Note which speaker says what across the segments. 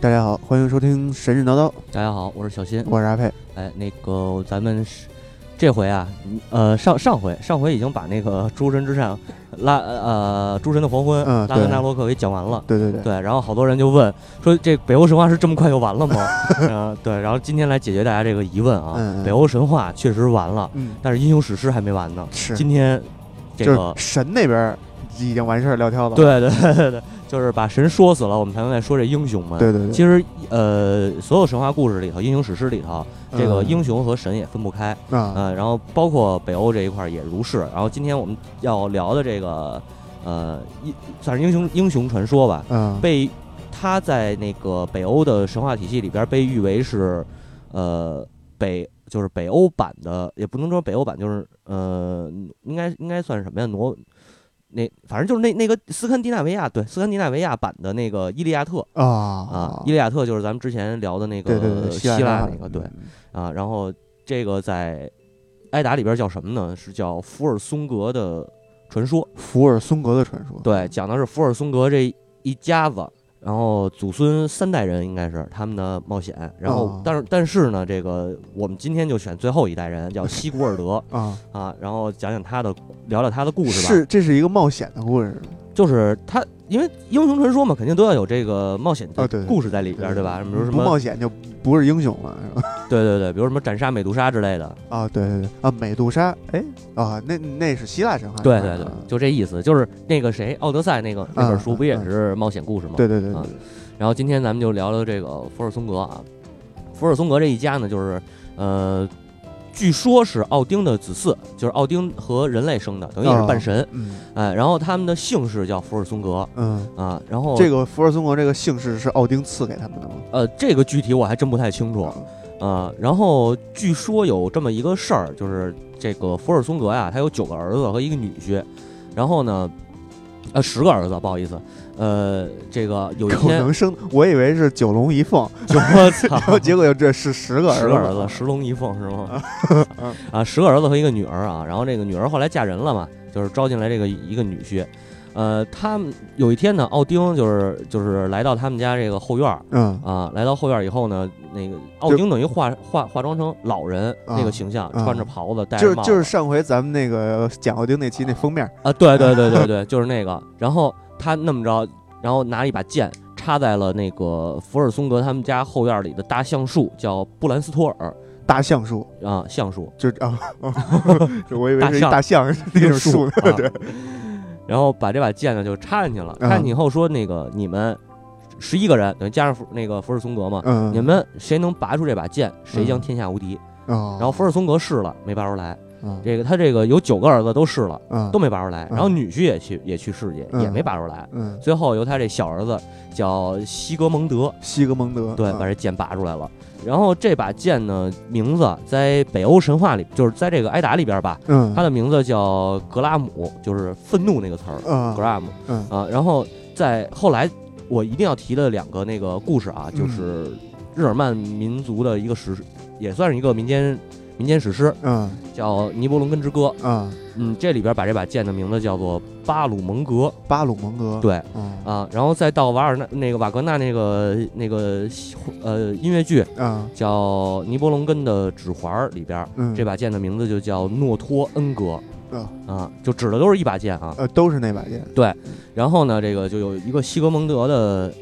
Speaker 1: 大家好，欢迎收听《神神叨叨》，
Speaker 2: 大家好，我是小新。
Speaker 1: 我是阿佩。
Speaker 2: 哎，那个咱们是这回啊，嗯呃，上上回上回已经把那个《诸神之上》拉呃《诸神的黄昏》
Speaker 1: 嗯
Speaker 2: 拉格
Speaker 1: 对
Speaker 2: 纳洛克给讲完了。
Speaker 1: 对对对，
Speaker 2: 对，然后好多人就问说，这北欧神话是这么快就完了吗？ 嗯，对，然后今天来解决大家这个疑问啊。
Speaker 1: 嗯嗯
Speaker 2: 北欧神话确实完了，
Speaker 1: 嗯，
Speaker 2: 但是英雄史诗还没完呢。
Speaker 1: 是，
Speaker 2: 今天这
Speaker 1: 就是
Speaker 2: 个，
Speaker 1: 神那边儿已经完事儿撂挑子了。
Speaker 2: 对对对对对，就是把神说死了，我们才能再说这英雄们。
Speaker 1: 对对对，
Speaker 2: 其实，呃，所有神话故事里头，英雄史诗里头，这个
Speaker 1: 嗯
Speaker 2: 英雄和神也分不开，
Speaker 1: 啊，
Speaker 2: 呃，然后包括北欧这一块儿也如是。然后今天我们要聊的这个，呃，英算是英雄英雄传说吧，
Speaker 1: 嗯，
Speaker 2: 被他在那个北欧的神话体系里边被誉为是，呃，北就是北欧版的，也不能说北欧版，就是呃，应该应该算是什么呀？挪那反正就是那那个斯堪的纳维亚，对，斯堪的纳维亚版的那个《伊利亚特》
Speaker 1: 啊
Speaker 2: 啊，
Speaker 1: 啊
Speaker 2: 《伊利亚特》就是咱们之前聊的那
Speaker 1: 对
Speaker 2: 个
Speaker 1: 对对，
Speaker 2: 希
Speaker 1: 腊
Speaker 2: 腊
Speaker 1: 神
Speaker 2: 那
Speaker 1: 话
Speaker 2: 个，对
Speaker 1: 嗯
Speaker 2: 啊，然后这个在埃达里边叫什么呢？是叫福尔松格的传说。
Speaker 1: 福尔松格的传说。
Speaker 2: 对，讲的是福尔松格这一家子，然后祖孙三代人应该是他们的冒险。然后，
Speaker 1: 哦
Speaker 2: 但是但是呢，这个我们今天就选最后一代人，叫西古尔德
Speaker 1: 啊，
Speaker 2: 啊，然后讲讲他的，聊聊他的故事吧。
Speaker 1: 是这是一个冒险的故事，
Speaker 2: 就是他，因为英雄传说嘛，肯定都要有这个冒险
Speaker 1: 啊
Speaker 2: 的
Speaker 1: 对对嗯
Speaker 2: 故事在里边儿，对吧？比如什
Speaker 1: 不
Speaker 2: 么，
Speaker 1: 冒险就不是英雄了，是吧？
Speaker 2: 对对对，比如什么斩杀美杜莎之类的。
Speaker 1: 啊，对对对，啊，美杜莎，哎，啊，那那是希腊神话。
Speaker 2: 对对对
Speaker 1: 啊，
Speaker 2: 就这意思。就是那个谁，《奥德赛》那个那本书
Speaker 1: 嗯
Speaker 2: 不也
Speaker 1: 嗯
Speaker 2: 是冒险故事吗？
Speaker 1: 对对对对
Speaker 2: 啊
Speaker 1: 对，
Speaker 2: 然后今天咱们就聊聊这个福尔松格啊，福尔松格这一家呢，就是呃，据说是奥丁的子嗣，就是奥丁和人类生的，等于也是半神，
Speaker 1: 嗯
Speaker 2: 哎，然后他们的姓氏叫福尔松格
Speaker 1: 嗯，
Speaker 2: 啊，然后
Speaker 1: 这个福尔松格这个姓氏是奥丁赐给他们的吗？
Speaker 2: 呃，这个具体我还真不太清楚
Speaker 1: 啊
Speaker 2: 啊，然后据说有这么一个事儿，就是这个福尔松格呀，他有九个儿子和一个女婿，然后呢，呃，十个儿子，不好意思，呃，这个有一
Speaker 1: 可
Speaker 2: 天，
Speaker 1: 能 生，我以为是九龙一凤，
Speaker 2: 就我操，
Speaker 1: 然后结果又这是十个
Speaker 2: 嗯十个儿子，
Speaker 1: 子，
Speaker 2: 十龙一凤是吗
Speaker 1: 嗯？
Speaker 2: 啊，十个儿子和一个女儿啊，然后这个女儿后来嫁人了嘛，就是招进来这个一个女婿。呃，他们有一天呢，奥丁就是就是来到他们家这个后院儿
Speaker 1: 嗯
Speaker 2: 啊，来到后院儿以后呢，那个奥丁等于化化化妆成老人那个形象，
Speaker 1: 啊
Speaker 2: 穿着袍子，戴
Speaker 1: 就
Speaker 2: 着
Speaker 1: 是
Speaker 2: 帽子，
Speaker 1: 就是上回咱们那个蒋奥丁那期那封面，
Speaker 2: 啊，对对对对对，就是那个。然后他那么着，然后拿了一把剑插在了那个福尔松格他们家后院儿里的大橡树，叫布兰斯托尔
Speaker 1: 大橡树，
Speaker 2: 啊，橡树。
Speaker 1: 就是啊， 就我以为
Speaker 2: 大
Speaker 1: 是一
Speaker 2: 象
Speaker 1: 大象那种树，
Speaker 2: 啊
Speaker 1: 对，
Speaker 2: 然后把这把剑呢就插进去了，
Speaker 1: 嗯
Speaker 2: 插进去以后说那个你们十一个人，等于加上福那个福尔松格嘛，
Speaker 1: 嗯，
Speaker 2: 你们谁能拔出这把剑，谁将
Speaker 1: 嗯
Speaker 2: 天下无敌。
Speaker 1: 哦，
Speaker 2: 然后福尔松格试了，没拔出来。
Speaker 1: 嗯
Speaker 2: 这个他这个有九个儿子都试了，
Speaker 1: 嗯
Speaker 2: 都没拔出来。
Speaker 1: 嗯
Speaker 2: 然后女婿也去也去试去，
Speaker 1: 嗯
Speaker 2: 也没拔出来。
Speaker 1: 嗯，
Speaker 2: 最后由他这小儿子叫西格蒙德，
Speaker 1: 西格蒙德，
Speaker 2: 对，
Speaker 1: 嗯
Speaker 2: 把这剑拔出来了。然后这把剑呢，名字在北欧神话里，就是在这个埃达里边吧，
Speaker 1: 嗯，
Speaker 2: 它的名字叫格拉姆，就是愤怒那个词儿。
Speaker 1: 嗯
Speaker 2: gram
Speaker 1: 嗯
Speaker 2: 啊，然后在后来我一定要提的两个那个故事啊，
Speaker 1: 嗯
Speaker 2: 就是日耳曼民族的一个史，也算是一个民间民间史诗，
Speaker 1: 嗯
Speaker 2: 叫《尼伯龙根之歌》。
Speaker 1: 嗯，
Speaker 2: 嗯，这里边把这把剑的名字叫做巴鲁蒙格。
Speaker 1: 巴鲁蒙格，
Speaker 2: 对
Speaker 1: 嗯，
Speaker 2: 啊，然后再到瓦尔纳那个瓦格纳那个那个呃音乐剧
Speaker 1: 嗯
Speaker 2: 叫《尼伯龙根的指环》里边，
Speaker 1: 嗯，
Speaker 2: 这把剑的名字就叫诺托恩格。
Speaker 1: 哦
Speaker 2: 啊，就指的都是一把剑啊。
Speaker 1: 呃都是那把剑，
Speaker 2: 然后呢，这个就有一个西格蒙德的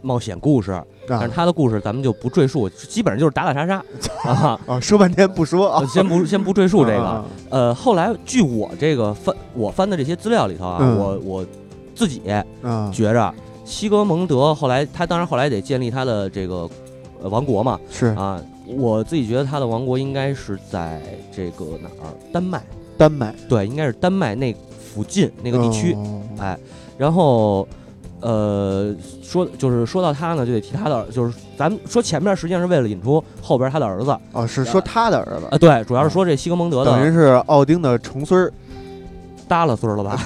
Speaker 2: 冒险故事，但是
Speaker 1: 啊
Speaker 2: 他的故事咱们就不赘述，基本上就是打打杀杀啊，
Speaker 1: 啊，说半天不说啊，
Speaker 2: 先不先不赘呃述这个。
Speaker 1: 啊，
Speaker 2: 呃，后来据我这个翻我翻的这些资料里头啊，
Speaker 1: 嗯
Speaker 2: 我我自己
Speaker 1: 嗯，
Speaker 2: 觉着西格蒙德后来他当然后来得建立他的这个呃王国嘛
Speaker 1: 是
Speaker 2: 啊，我自己觉得他的王国应该是在这个哪儿丹麦，
Speaker 1: 丹麦哦
Speaker 2: 对，应该是丹麦那附近那
Speaker 1: 那
Speaker 2: 个地区。哎，然后，呃，说就是说到他呢，就得提他的儿，就是咱们说前面实际上是为了引出后边他的儿子啊、
Speaker 1: 哦，是说他的儿子，
Speaker 2: 对，主要是说这西格蒙德
Speaker 1: 哦等
Speaker 2: 的
Speaker 1: 于是奥丁的重孙儿，
Speaker 2: 耷拉孙儿了 吧？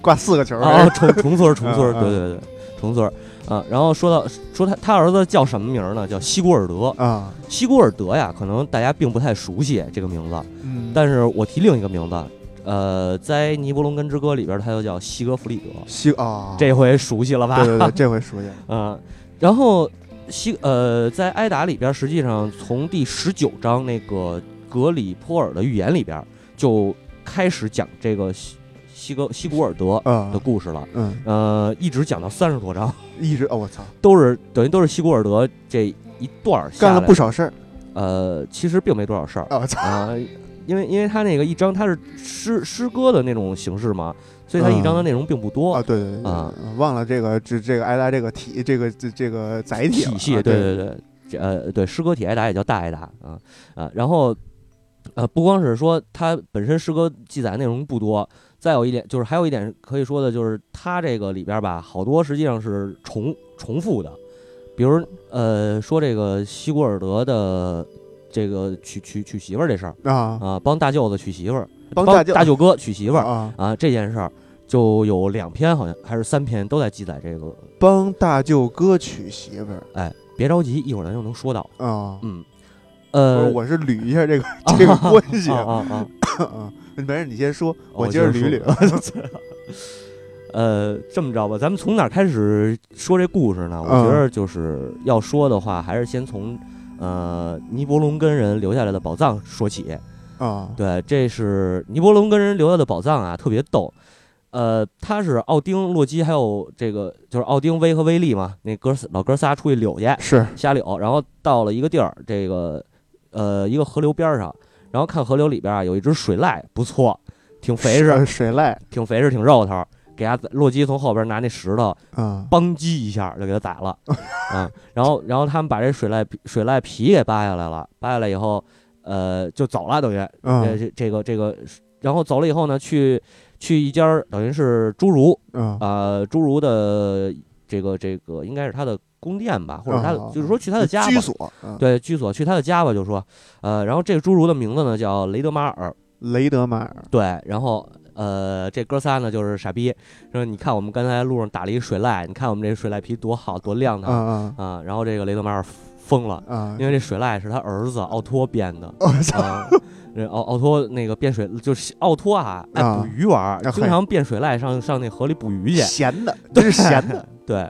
Speaker 1: 挂四个球儿，
Speaker 2: 啊，重重孙儿，重孙儿，
Speaker 1: 嗯
Speaker 2: 对对对，重孙儿啊。然后说到说他他儿子叫什么名儿呢？叫西古尔德。
Speaker 1: 啊，
Speaker 2: 西古尔德呀，可能大家并不太熟悉这个名字，
Speaker 1: 嗯，
Speaker 2: 但是我提另一个名字，呃，在《尼伯龙根之歌》里边，他又叫西格弗里德，
Speaker 1: 西啊，
Speaker 2: 这回熟悉了吧？
Speaker 1: 对对对，这回熟悉了，
Speaker 2: 嗯，然后西呃，在《挨打》里边，实际上从第十九章那个格里波尔的预言里边就开始讲这个西西格西古尔德
Speaker 1: 啊
Speaker 2: 的，故事了。
Speaker 1: 嗯，
Speaker 2: 呃，一直讲到三十多章，
Speaker 1: 一直哦，我操，
Speaker 2: 都是等于都是西古尔德这一段儿下
Speaker 1: 干了
Speaker 2: 来
Speaker 1: 不少事儿，
Speaker 2: 呃，其实并没多少事儿
Speaker 1: 啊我操，
Speaker 2: 啊、因为因为他那个一章他是诗诗歌的那种形式嘛，
Speaker 1: 嗯
Speaker 2: 所以他一章的内容并不多。
Speaker 1: 啊，对对对，
Speaker 2: 啊
Speaker 1: 嗯忘了这个这这个挨打这个体这个这这个载体了
Speaker 2: 体系，
Speaker 1: 啊
Speaker 2: 对
Speaker 1: 对
Speaker 2: 对对，这呃对，诗歌体挨打也叫大挨打啊啊，然后呃不光是说它本身诗歌记载内容不多，再有一点就是还有一点可以说的就是它这个里边吧，好多实际上是重重复的，比如呃说这个西古尔德的这个娶娶娶媳妇儿这事儿
Speaker 1: 啊，
Speaker 2: 啊，帮大舅子娶媳妇儿，
Speaker 1: 帮
Speaker 2: 大
Speaker 1: 大舅
Speaker 2: 舅哥娶媳妇儿
Speaker 1: 啊，
Speaker 2: 啊这件事儿。就有两篇，好像还是三篇，都在记载这个。
Speaker 1: 帮大舅哥娶媳妇儿
Speaker 2: 哎，别着急，一会儿咱就能说到。
Speaker 1: 啊，
Speaker 2: 嗯，
Speaker 1: 不
Speaker 2: 呃
Speaker 1: 是，，我是捋一下 这个这个关系
Speaker 2: 啊，啊啊，
Speaker 1: 啊，没事，你先说，
Speaker 2: 哦 我
Speaker 1: 我接着
Speaker 2: 接着
Speaker 1: 捋
Speaker 2: 说啊
Speaker 1: 捋，
Speaker 2: 呃，这么着吧，咱们从哪儿开始说这故事呢？我
Speaker 1: 嗯
Speaker 2: 觉得就是要说的话，还是先从呃尼伯龙根人留下来的宝藏说起。
Speaker 1: 啊，
Speaker 2: 对，这是尼伯龙根人留下的宝藏啊，特别逗。呃，他是奥丁、洛基还有这个就是奥丁、威和威利嘛，那哥仨老哥仨出去溜去，
Speaker 1: 是
Speaker 2: 瞎溜，然后到了一个地儿，这个呃一个河流边儿上，然后看河流里边啊有一只水濑，不错，挺肥实，
Speaker 1: 呃水濑
Speaker 2: 挺肥实，挺肉头儿。给他洛基从后边拿那石头
Speaker 1: 啊，
Speaker 2: 邦击一下就给他宰 了啊、然后然后他们把这水濑皮水濑皮给扒下来了，扒下来以后，呃就走了，等于这
Speaker 1: 嗯
Speaker 2: 这这个这个，然后走了以后呢，去去一家儿等于是侏儒
Speaker 1: 嗯
Speaker 2: 啊、呃侏儒的这个这个应该是他的宫殿吧，或者他的、
Speaker 1: 哦
Speaker 2: 就是说去他的家吧
Speaker 1: 居所，嗯
Speaker 2: 对居所去他的家吧，就说呃，然后这个侏儒的名字呢叫雷德马尔，
Speaker 1: 雷德马尔
Speaker 2: 对，然后呃，这哥仨呢就是傻逼，说你看我们刚才路上打了一水濑，你看我们这水濑皮多好多亮
Speaker 1: 啊
Speaker 2: 堂
Speaker 1: 啊
Speaker 2: 啊然后这个雷德马尔疯了，
Speaker 1: 啊哦
Speaker 2: 因，为这水濑是他儿子奥托编 的
Speaker 1: 我操，
Speaker 2: 啊。这奥奥托那个变水就是奥托啊，爱
Speaker 1: 啊
Speaker 2: 捕鱼玩儿，
Speaker 1: 啊
Speaker 2: 经
Speaker 1: 嘿
Speaker 2: 常变水濑上上那河里捕鱼去。
Speaker 1: 闲 的，这是闲的，
Speaker 2: 对，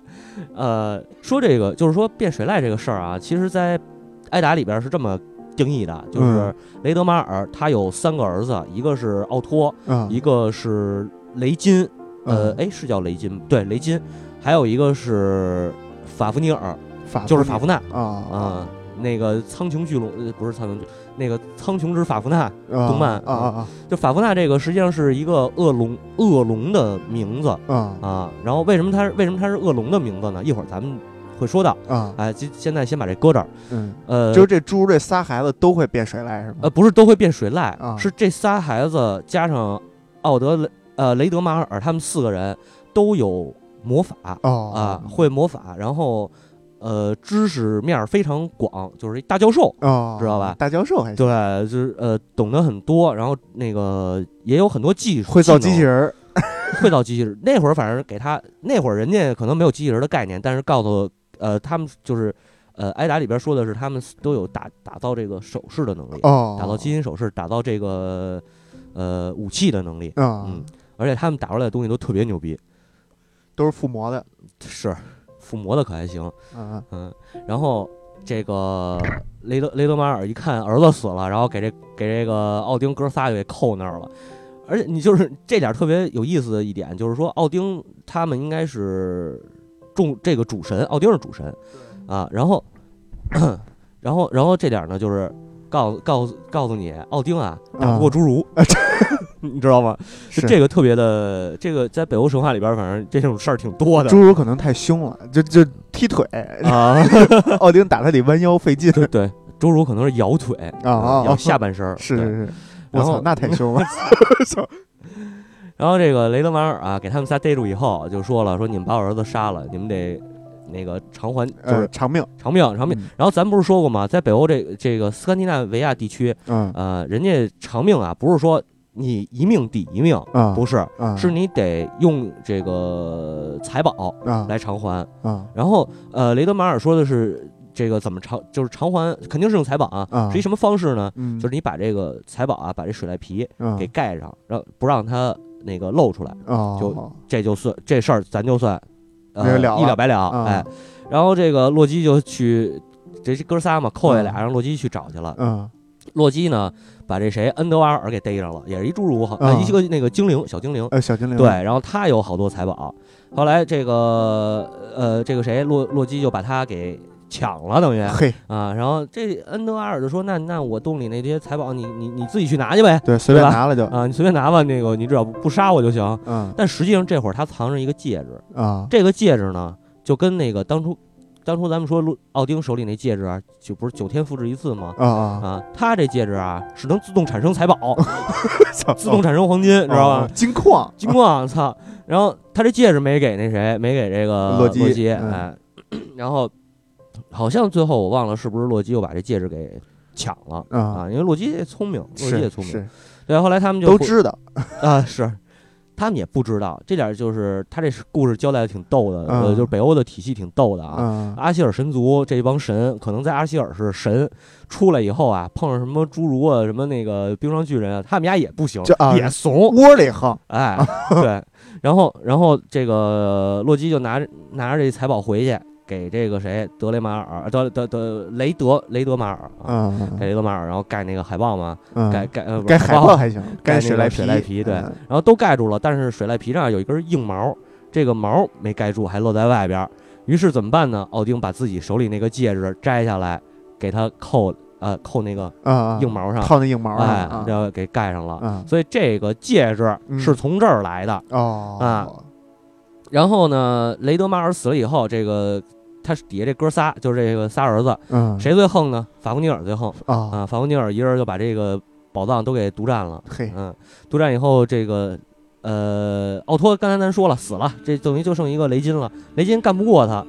Speaker 2: 呃，说这个就是说变水濑这个事儿啊，其实，在挨打里边是这么定义的，就是
Speaker 1: 嗯
Speaker 2: 雷德马尔他有三个儿子，一个是奥托，
Speaker 1: 嗯，
Speaker 2: 一个是雷金，呃，
Speaker 1: 嗯，
Speaker 2: 哎，是叫雷金，对，雷金，还有一个是法夫尼尔，
Speaker 1: 法
Speaker 2: 就是
Speaker 1: 夫
Speaker 2: 法夫纳
Speaker 1: 纳啊
Speaker 2: 啊、那个苍穹巨龙，呃，不是苍穹巨，那个苍穹之法夫纳，
Speaker 1: 啊，
Speaker 2: 动漫
Speaker 1: 啊啊
Speaker 2: 就法夫纳这个实际上是一个恶龙，恶龙的名字
Speaker 1: 啊啊
Speaker 2: 啊。然后为什么它为什么它是恶龙的名字呢？一会儿咱们会说到。
Speaker 1: 啊，
Speaker 2: 哎，今现在先把这搁这儿。
Speaker 1: 嗯，
Speaker 2: 呃，
Speaker 1: 就是这猪这仨孩子都会变水濑是吗？
Speaker 2: 呃，不是都会变水濑，
Speaker 1: 啊
Speaker 2: 是这仨孩子加上奥德雷呃雷德马尔他们四个人都有魔法啊、
Speaker 1: 哦
Speaker 2: 会魔法，然后呃知识面儿非常广，就是一大教授，
Speaker 1: 哦，
Speaker 2: 知道吧
Speaker 1: 大教授还行，
Speaker 2: 对，就是呃懂得很多，然后那个也有很多技术，
Speaker 1: 会造机器
Speaker 2: 人，
Speaker 1: 人儿
Speaker 2: 会造机器人。那会儿反正给他那会儿人家可能没有机器人的概念，但是告诉呃他们就是呃挨打里边说的是他们都有打打造这个首饰的能力。
Speaker 1: 哦，
Speaker 2: 打造基因手势，打造这个呃武器的能力，
Speaker 1: 啊，
Speaker 2: 嗯，而且他们打出来的东西都特别牛逼，
Speaker 1: 都是附魔的，
Speaker 2: 是附魔的可还行，
Speaker 1: 嗯
Speaker 2: 嗯，然后这个雷德雷德马尔一看儿子死了，然后给这给这个奥丁哥仨给扣那儿了。而且你就是这点儿特别有意思的一点，就是说奥丁他们应该是众这个主神，奥丁是主神啊。然后， 然后，然后这点儿呢，就是告告诉告诉你，奥丁啊打不过
Speaker 1: 啊
Speaker 2: 侏儒， 你知道吗？
Speaker 1: 是
Speaker 2: 这个特别的，这个在北欧神话里边儿，反正这种事儿挺多的
Speaker 1: 侏儒可能太凶了，就就踢腿，
Speaker 2: 啊。
Speaker 1: 奥丁打他得弯腰费劲
Speaker 2: 对对，侏儒可能是摇腿
Speaker 1: 啊，
Speaker 2: 摇下半身儿。
Speaker 1: 是
Speaker 2: 对
Speaker 1: 是是，我
Speaker 2: 然后
Speaker 1: 操，那太凶 了，
Speaker 2: 然后这个雷德马尔啊，给他们仨逮住以后，就说了，说你们把我儿子杀了，你们得那个偿还，就
Speaker 1: 呃，
Speaker 2: 是
Speaker 1: 长命，
Speaker 2: 偿命，偿命。然后咱不是说过吗？在北欧这这个斯堪的纳维亚地区，
Speaker 1: 嗯
Speaker 2: 呃，人家偿命啊，不是说你一命抵一命，
Speaker 1: 啊，
Speaker 2: 不是，
Speaker 1: 啊
Speaker 2: 是你得用这个财宝
Speaker 1: 啊
Speaker 2: 来偿还。
Speaker 1: 啊
Speaker 2: 然后呃，雷德马尔说的是这个怎么偿，就是偿还肯定是用财宝啊，
Speaker 1: 啊
Speaker 2: 是一什么方式呢？
Speaker 1: 嗯，
Speaker 2: 就是你把这个财宝啊，把这水濑皮
Speaker 1: 嗯
Speaker 2: 给盖上，让不让它那个露出来，
Speaker 1: 哦
Speaker 2: 就这就算这事儿咱就算，呃，
Speaker 1: 没人聊了
Speaker 2: 一了百了，
Speaker 1: 啊
Speaker 2: 哎。然后这个洛基就去，这是哥仨嘛，扣下俩，
Speaker 1: 嗯
Speaker 2: 让洛基去找去了。
Speaker 1: 嗯
Speaker 2: 洛基呢，把这谁恩德瓦尔给逮着了，也是一侏儒，好、
Speaker 1: 嗯
Speaker 2: 呃一个那个精灵，小精灵。
Speaker 1: 呃，小精灵
Speaker 2: 对，然后他有好多财宝，后来这个呃，这个谁洛洛基就把他给抢 了，等于
Speaker 1: 嘿，
Speaker 2: 啊，然后这恩德瓦尔就说，那那我洞里那些财宝，你你你自己去拿去呗，
Speaker 1: 对，随便
Speaker 2: 对吧
Speaker 1: 拿了就，
Speaker 2: 啊，你随便拿吧，那个你只要不不杀我就行。
Speaker 1: 嗯
Speaker 2: 但实际上这会儿他藏着一个戒指，
Speaker 1: 啊，
Speaker 2: 这个戒指呢，就跟那个当初当初咱们说路奥丁手里那戒指啊，就不是九天复制一次吗？
Speaker 1: 啊啊，
Speaker 2: 啊，他这戒指啊是能自动产生财宝，
Speaker 1: 哦
Speaker 2: 自动
Speaker 1: 产
Speaker 2: 产生黄
Speaker 1: 哦
Speaker 2: 金，知道吧？
Speaker 1: 金矿，
Speaker 2: 金矿，操！然后他这戒指没给那谁，没给这个
Speaker 1: 洛基
Speaker 2: 基，
Speaker 1: 嗯
Speaker 2: 哎，然后好像最后我忘了是不是洛基又把这戒指给抢了
Speaker 1: 啊，
Speaker 2: 啊？因为洛基也聪明，洛基也
Speaker 1: 是
Speaker 2: 聪明，
Speaker 1: 是，
Speaker 2: 对，后来他们就
Speaker 1: 都
Speaker 2: 互
Speaker 1: 知道，
Speaker 2: 啊，是，他们也不知道，这点儿就是他这是故事交代的挺逗的，
Speaker 1: 嗯
Speaker 2: 呃，就是北欧的体系挺逗的啊。
Speaker 1: 嗯
Speaker 2: 阿希尔神族这帮神，可能在阿希尔是神，出来以后啊，碰上什么侏儒啊，什么那个冰霜巨人啊，他们家也不行
Speaker 1: 这，啊
Speaker 2: 也怂，
Speaker 1: 窝里横，
Speaker 2: 哎，对。然后，然后这个洛基就拿着拿着这财宝回去，给这个谁德雷马尔，德德德雷德雷德马尔啊，
Speaker 1: 嗯嗯
Speaker 2: 给雷德马尔，然后盖那个海报嘛，
Speaker 1: 嗯，
Speaker 2: 盖盖呃
Speaker 1: 该海报
Speaker 2: 报
Speaker 1: 还行，
Speaker 2: 盖那
Speaker 1: 水
Speaker 2: 个
Speaker 1: 濑
Speaker 2: 水濑皮对
Speaker 1: 嗯
Speaker 2: 然后都盖住了，但是水濑皮上有一根硬毛，这个毛没盖住，还露在外边儿。于是怎么办呢？奥丁把自己手里那个戒指摘下来，给他扣呃扣那个
Speaker 1: 啊啊，
Speaker 2: 硬毛上，
Speaker 1: 套那硬毛上
Speaker 2: 哎，啊
Speaker 1: 啊
Speaker 2: 然后给盖上了。
Speaker 1: 嗯
Speaker 2: 所以这个戒指
Speaker 1: 嗯
Speaker 2: 是从这儿来的。
Speaker 1: 哦
Speaker 2: 啊然后呢，雷德马尔死了以后，这个他底下这哥仨就是这个仨儿子，
Speaker 1: 嗯
Speaker 2: 谁最横呢？法夫尼尔最横
Speaker 1: 啊
Speaker 2: 啊！法夫尼尔一人就把这个宝藏都给独占了。
Speaker 1: 嘿
Speaker 2: 嗯，独占以后，这个呃，奥托刚才咱说了死了，这等于就剩一个雷金了。雷金干不过他，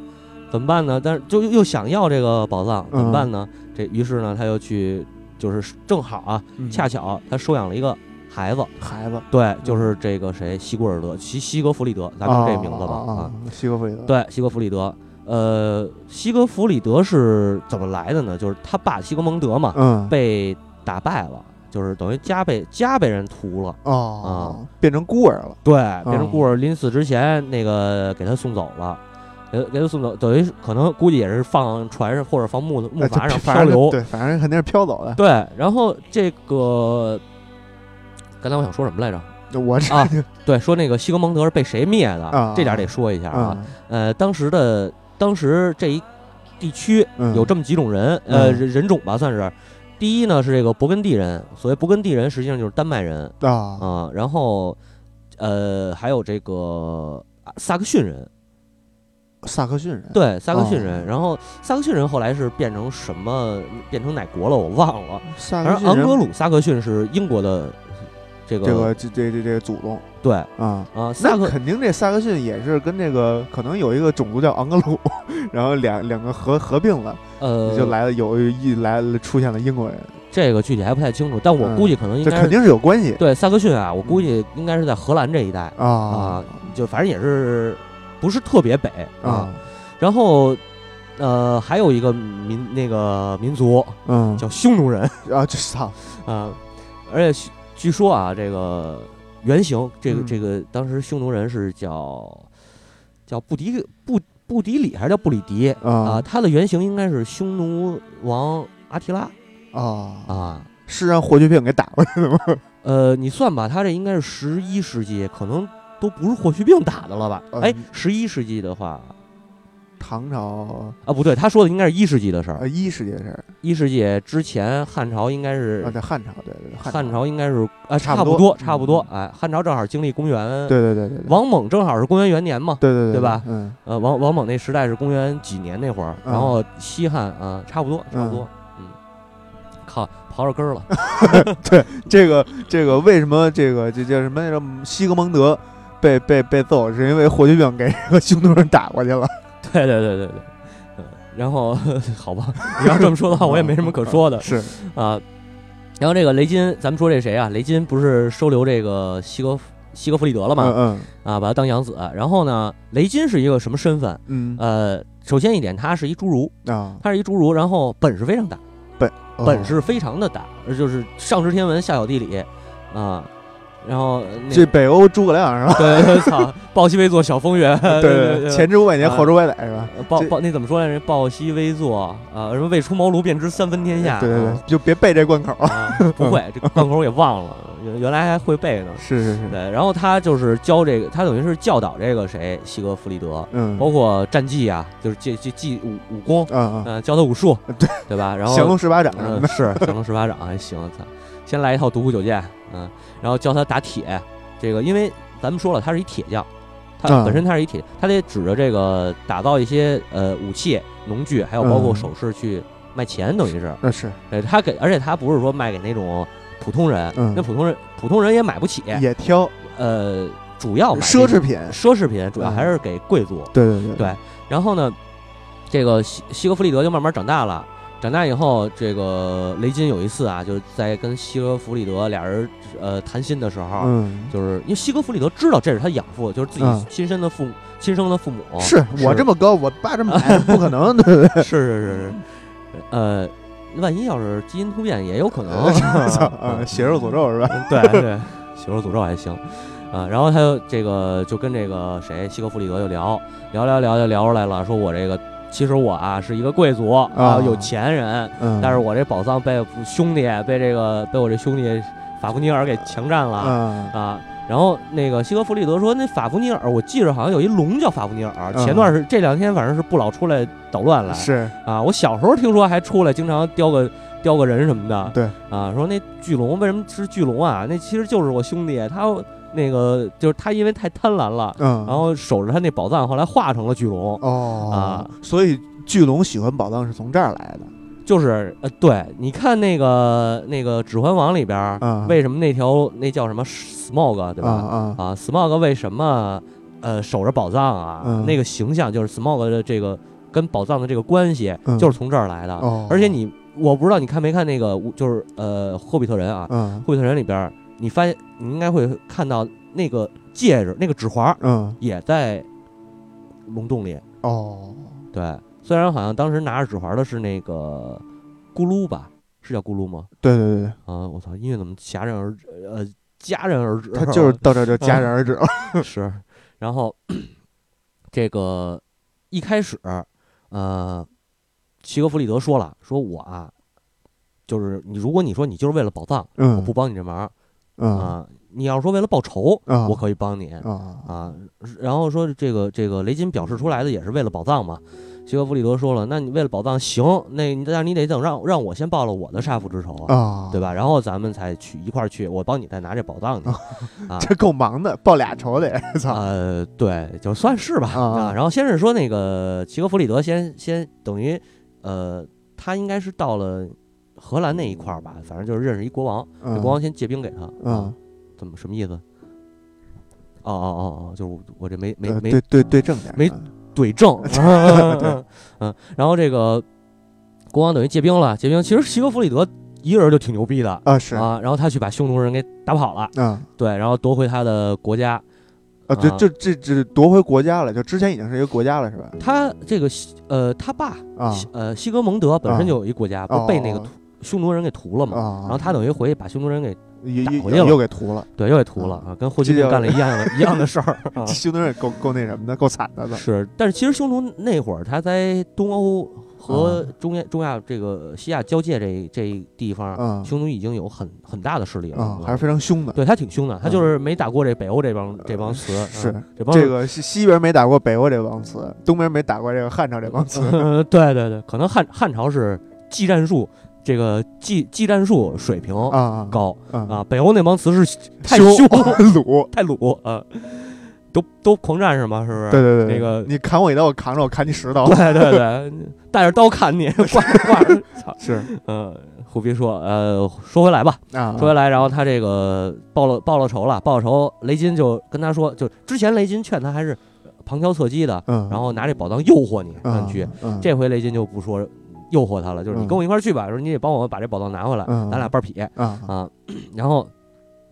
Speaker 2: 怎么办呢？但是就又又想要这个宝藏，怎么办呢？这于是呢，他又去，就是正好啊，
Speaker 1: 嗯
Speaker 2: 恰巧他收养了一个孩子，
Speaker 1: 孩子
Speaker 2: 对，就是这个谁，西古尔德，西西格弗里德，咱们这名字吧
Speaker 1: 啊啊啊，啊西格弗里德
Speaker 2: 对，西格弗里德。呃，西格弗里德是怎么来的呢？就是他爸西格蒙德嘛，
Speaker 1: 嗯
Speaker 2: 被打败了，就是等于家被家被人屠了。
Speaker 1: 哦变成孤儿了
Speaker 2: 对，变成孤儿临死之前，那个给他送走了，给他给他送走，等于是可能估计也是放船上或者放木木
Speaker 1: 哎这
Speaker 2: 筏上
Speaker 1: 反
Speaker 2: 漂
Speaker 1: 正
Speaker 2: 流。
Speaker 1: 对，反正肯定是漂走的。
Speaker 2: 对，然后这个刚才我想说什么来着？
Speaker 1: 就我这
Speaker 2: 啊对，说那个西格蒙德是被谁灭的，
Speaker 1: 啊
Speaker 2: 这点得说一下啊。
Speaker 1: 嗯
Speaker 2: 呃，当时的当时这一地区
Speaker 1: 嗯
Speaker 2: 有这么几种人，呃，
Speaker 1: 嗯
Speaker 2: 人人种吧算是。第一呢是这个勃艮第人，所谓勃艮第人实际上就是丹麦人
Speaker 1: 啊
Speaker 2: 啊、然后呃还有这个啊萨克逊人，
Speaker 1: 萨克逊人
Speaker 2: 对，萨克逊人。
Speaker 1: 哦
Speaker 2: 然后萨克逊人后来是变成什么？变成哪国了？我忘了。
Speaker 1: 萨
Speaker 2: 反
Speaker 1: 克
Speaker 2: 正
Speaker 1: 逊
Speaker 2: 昂
Speaker 1: 人
Speaker 2: 格鲁萨克逊是英国的这个
Speaker 1: 这个这这这这个祖宗
Speaker 2: 对啊、
Speaker 1: 啊。
Speaker 2: 萨
Speaker 1: 那
Speaker 2: 克
Speaker 1: 肯定，这萨克逊也是跟这个可能有一个种族叫昂格鲁，然后两两个合合并了，
Speaker 2: 呃
Speaker 1: 就来了有一来了出现了英国人，
Speaker 2: 这个具体还不太清楚，但我
Speaker 1: 嗯
Speaker 2: 估计可能应
Speaker 1: 这
Speaker 2: 该
Speaker 1: 肯
Speaker 2: 是
Speaker 1: 定是嗯有关系
Speaker 2: 对萨克逊啊，我估计应该是在荷兰这一带，
Speaker 1: 啊
Speaker 2: 就反正也是不是特别北啊。
Speaker 1: 啊
Speaker 2: 然后呃还有一个民那个民族
Speaker 1: 嗯
Speaker 2: 叫匈奴人。
Speaker 1: 啊，这操
Speaker 2: 啊，而且据说啊，这个原型，这个、
Speaker 1: 嗯
Speaker 2: 这个当时匈奴人是叫叫布迪布布迪里还是叫布里迪啊、
Speaker 1: 啊
Speaker 2: 他的原型应该是匈奴王阿提拉
Speaker 1: 啊，
Speaker 2: 啊。
Speaker 1: 是让霍去病给打过去的吗？
Speaker 2: 呃，你算吧，他这应该是十一世纪，可能都不是霍去病打的了吧？
Speaker 1: 呃
Speaker 2: 哎，十一世纪的话。
Speaker 1: 唐朝
Speaker 2: 啊，不对，他说的应该是一世纪的事儿。
Speaker 1: 呃一世界事儿
Speaker 2: 一世纪之前，汉朝应该是
Speaker 1: 啊，对汉朝对对对
Speaker 2: 汉朝应该是啊，
Speaker 1: 差
Speaker 2: 差
Speaker 1: 不
Speaker 2: 不
Speaker 1: 多嗯
Speaker 2: 多，差不多。哎，汉朝正好经历公元
Speaker 1: 对对对对对
Speaker 2: 王猛正好是公元元年嘛，
Speaker 1: 对对
Speaker 2: 对吧
Speaker 1: 嗯
Speaker 2: 呃，王王猛那时代是公元几年那会儿，
Speaker 1: 嗯
Speaker 2: 然后西汉啊，差不多，差不多，嗯，靠，刨着根儿了，
Speaker 1: 这个这个为什么这个这叫什么来着？西格蒙德被被被揍，是因为霍去病给这个匈奴人打过去了。
Speaker 2: 对对对对对，嗯，然后 好吧，你要这么说的话，我也没什么可 说的
Speaker 1: 呃是，
Speaker 2: 啊。然后这个雷金，咱们说这谁啊？雷金不是收留这个西格西格弗里德了吗？
Speaker 1: 嗯
Speaker 2: 啊，把他当养子。然后呢，雷金是一个什么身份？
Speaker 1: 嗯
Speaker 2: 呃，首先一点，他是一侏儒，
Speaker 1: 嗯啊，
Speaker 2: 他是一侏儒，然后本事非常大。
Speaker 1: 哦
Speaker 2: 本事非常的大，就是上知天文下有地理啊。然后那
Speaker 1: 这北欧诸葛亮是吧？
Speaker 2: 对， 操，报西微坐小丰原，对
Speaker 1: 呃对
Speaker 2: 对，
Speaker 1: 前知五百年，
Speaker 2: 啊
Speaker 1: 后知五百载是吧？
Speaker 2: 报
Speaker 1: 这
Speaker 2: 报那怎么说来着？报西微坐啊，什么未出茅庐便知三分天下，
Speaker 1: 对对对
Speaker 2: 啊，
Speaker 1: 就别背这关口。
Speaker 2: 啊，不会，这贯口我给忘了， 原原来还会背呢。
Speaker 1: 是是是，
Speaker 2: 对，然后他就是教这个，他等于是教导这个谁，西格弗里德，
Speaker 1: 嗯，
Speaker 2: 包括战技啊，就是这这技武武功，
Speaker 1: 啊啊，
Speaker 2: 呃，教他武 术，对对吧？然后
Speaker 1: 降龙十八掌什么
Speaker 2: 嗯
Speaker 1: 的，
Speaker 2: 是降龙十八掌还行，操，先来一套独孤九剑，嗯，然后教他打铁，这个因为咱们说了，他是一铁匠，他
Speaker 1: 啊
Speaker 2: 本身他是一铁，他得指着这个打造一些呃武器、农具，还有包括
Speaker 1: 嗯
Speaker 2: 首饰去卖钱，等于是，
Speaker 1: 那是
Speaker 2: 对他给，而且他不是说卖给那种普通人，
Speaker 1: 嗯
Speaker 2: 那普通人普通人也买不起，
Speaker 1: 也挑
Speaker 2: 呃，主要买这
Speaker 1: 奢侈嗯品。
Speaker 2: 奢侈品主要还是给贵族，
Speaker 1: 对对
Speaker 2: 对然后呢，这个西西格弗里德就慢慢长大了。长大以后，这个雷金有一次啊，就是在跟西格弗里德俩人呃谈心的时候，
Speaker 1: 嗯，
Speaker 2: 就是因为西格弗里德知道这是他养父，就是自己
Speaker 1: 嗯
Speaker 2: 亲生的父母、亲生的父母。
Speaker 1: 哦是我这么高，我爸这么矮，不可能，对对对？
Speaker 2: 是是是是，呃，万一要是基因突变也有可
Speaker 1: 哦
Speaker 2: 能。
Speaker 1: 操啊，血肉诅咒是吧？
Speaker 2: 对 对，血肉诅咒还行啊。然后他就这个就跟这个谁西格弗里德就聊聊聊聊就聊出来了，说我这个其实我啊是一个贵族啊
Speaker 1: 啊
Speaker 2: 有钱人，
Speaker 1: 嗯，
Speaker 2: 但是我这宝藏被兄弟被这个被我这兄弟法夫尼尔给强占了
Speaker 1: 啊，
Speaker 2: 啊。然后那个西格弗里德说，那法夫尼尔，我记着好像有一龙叫法夫尼尔，前段是这两天反正是不老出来捣乱来
Speaker 1: 嗯是
Speaker 2: 啊。我小时候听说还出来经常叼个叼个人什么的，
Speaker 1: 对
Speaker 2: 啊，说那巨龙为什么是巨龙啊？那其实就是我兄弟，他那个就是他因为太贪婪了，
Speaker 1: 嗯，
Speaker 2: 然后守着他那宝藏，后来化成了巨龙。
Speaker 1: 哦，所以巨龙喜欢宝藏是从这儿来的
Speaker 2: 就是呃，对，你看那个那个《指环王》里边儿，
Speaker 1: 啊
Speaker 2: 为什么那条那叫什么 Smog
Speaker 1: 啊
Speaker 2: 对吧？
Speaker 1: 啊，
Speaker 2: 啊，Smog 为什么呃守着宝藏啊？
Speaker 1: 嗯
Speaker 2: 那个形象就是 Smog 的这个跟宝藏的这个关系，
Speaker 1: 嗯
Speaker 2: 就是从这儿来的。
Speaker 1: 哦，
Speaker 2: 而且你我不知道你看没看那个就是呃《霍比特人》啊，
Speaker 1: 嗯
Speaker 2: 《惠特人》里边儿，你发现你应该会看到那个戒指、那个指环儿
Speaker 1: 嗯
Speaker 2: 也在龙洞里。
Speaker 1: 哦，
Speaker 2: 对，虽然好像当时拿着指环的是那个咕噜吧，是叫咕噜吗？
Speaker 1: 对对对
Speaker 2: 啊，我操，音乐怎么戛然而呃戛然嗯而止？啊
Speaker 1: 对，他就是到这儿就戛然而止了，
Speaker 2: 是，然后这个一开始，呃，齐格弗里德说了，说我啊，就是你，如果你说你就是为了宝藏，我
Speaker 1: 嗯
Speaker 2: 不帮你这忙
Speaker 1: 嗯
Speaker 2: 啊，你要是说为了报仇，
Speaker 1: 啊，
Speaker 2: 我可以帮你
Speaker 1: 啊
Speaker 2: 啊。然后说这个这个雷金表示出来的也是为了宝藏嘛。西格弗里德说了，那你为了宝藏行，那你但是你得等让让我先报了我的杀父之仇啊，
Speaker 1: 啊，
Speaker 2: 对吧？然后咱们才去一块儿去，我帮你再拿这宝藏去。啊
Speaker 1: 这够忙的，报俩仇得，操，
Speaker 2: 呃，对，就算是吧
Speaker 1: 啊啊
Speaker 2: 然后先是说那个齐格弗里德先先等于呃，他应该是到了荷兰那一块儿吧，反正就是认识一国王，那国王先借兵给他啊
Speaker 1: 嗯，
Speaker 2: 怎么什么意思？哦哦哦哦，就是我我这没没
Speaker 1: 呃
Speaker 2: 没
Speaker 1: 对对对正点，啊
Speaker 2: 没 怼正，嗯嗯，然后这个国王等于借兵了，借兵其实齐格弗里德一个人就挺牛逼的
Speaker 1: 啊是啊
Speaker 2: 啊，然后他去把匈奴人给打跑了，
Speaker 1: 啊
Speaker 2: 对，然后夺回他的国家。
Speaker 1: 啊，对
Speaker 2: 啊，
Speaker 1: 这这这夺回国家了，就之前已经是一个国家了是吧？
Speaker 2: 他这个西呃，他爸
Speaker 1: 啊
Speaker 2: 西呃西格蒙德本身就有一国啊家，不是被那个
Speaker 1: 哦
Speaker 2: 屠匈奴人给屠了嘛，
Speaker 1: 啊，
Speaker 2: 然后他等于回去把匈奴人给
Speaker 1: 哦又
Speaker 2: 打
Speaker 1: 又
Speaker 2: 回去了
Speaker 1: 又又给屠了，
Speaker 2: 对又给屠了啊，跟霍去
Speaker 1: 这
Speaker 2: 病
Speaker 1: 叫
Speaker 2: 干了一样的 一样的事儿啊。
Speaker 1: 匈奴人也够够那什么的，够惨的 了，
Speaker 2: 是，但是其实匈奴那会儿他在东欧
Speaker 1: 啊
Speaker 2: 和中亚、中亚这个西亚交界这这一地方，
Speaker 1: 嗯
Speaker 2: 匈奴已经有很很大的势力了，
Speaker 1: 啊，
Speaker 2: 嗯
Speaker 1: 还是非常凶的。
Speaker 2: 对他挺凶的，他就是没打过这北欧这帮这帮词，嗯
Speaker 1: 呃是
Speaker 2: 这帮
Speaker 1: 这个西西边没打过北欧这帮词，东边没打过这个汉朝这帮词。
Speaker 2: 呃，对对对，可能汉汉朝是技战术这个技技战术水平
Speaker 1: 啊
Speaker 2: 高
Speaker 1: 啊，
Speaker 2: 啊，北欧那帮 词是太
Speaker 1: 凶啊
Speaker 2: 凶
Speaker 1: 鲁，
Speaker 2: 太鲁啊，都都狂战士嘛，是不是？
Speaker 1: 对对对，
Speaker 2: 那个
Speaker 1: 你砍我一刀，我扛着，我砍你十刀，
Speaker 2: 对对对，带着刀 砍你，挂着挂着，操！
Speaker 1: 是
Speaker 2: 嗯，胡逼说，呃，说回来吧，
Speaker 1: 啊，
Speaker 2: 说回来，然后他这个报了报了仇了，报了仇，雷金就跟他说，就之前雷金劝他还是旁敲侧击的，
Speaker 1: 嗯，
Speaker 2: 然后拿这宝藏诱惑你，让
Speaker 1: 嗯
Speaker 2: 你去。，
Speaker 1: 嗯
Speaker 2: 这回雷金就不说诱惑他了，就是你
Speaker 1: 嗯
Speaker 2: 跟我一块儿去吧，说你得帮我把这宝藏拿回来，
Speaker 1: 嗯
Speaker 2: 咱俩半匹
Speaker 1: 啊
Speaker 2: 啊。然后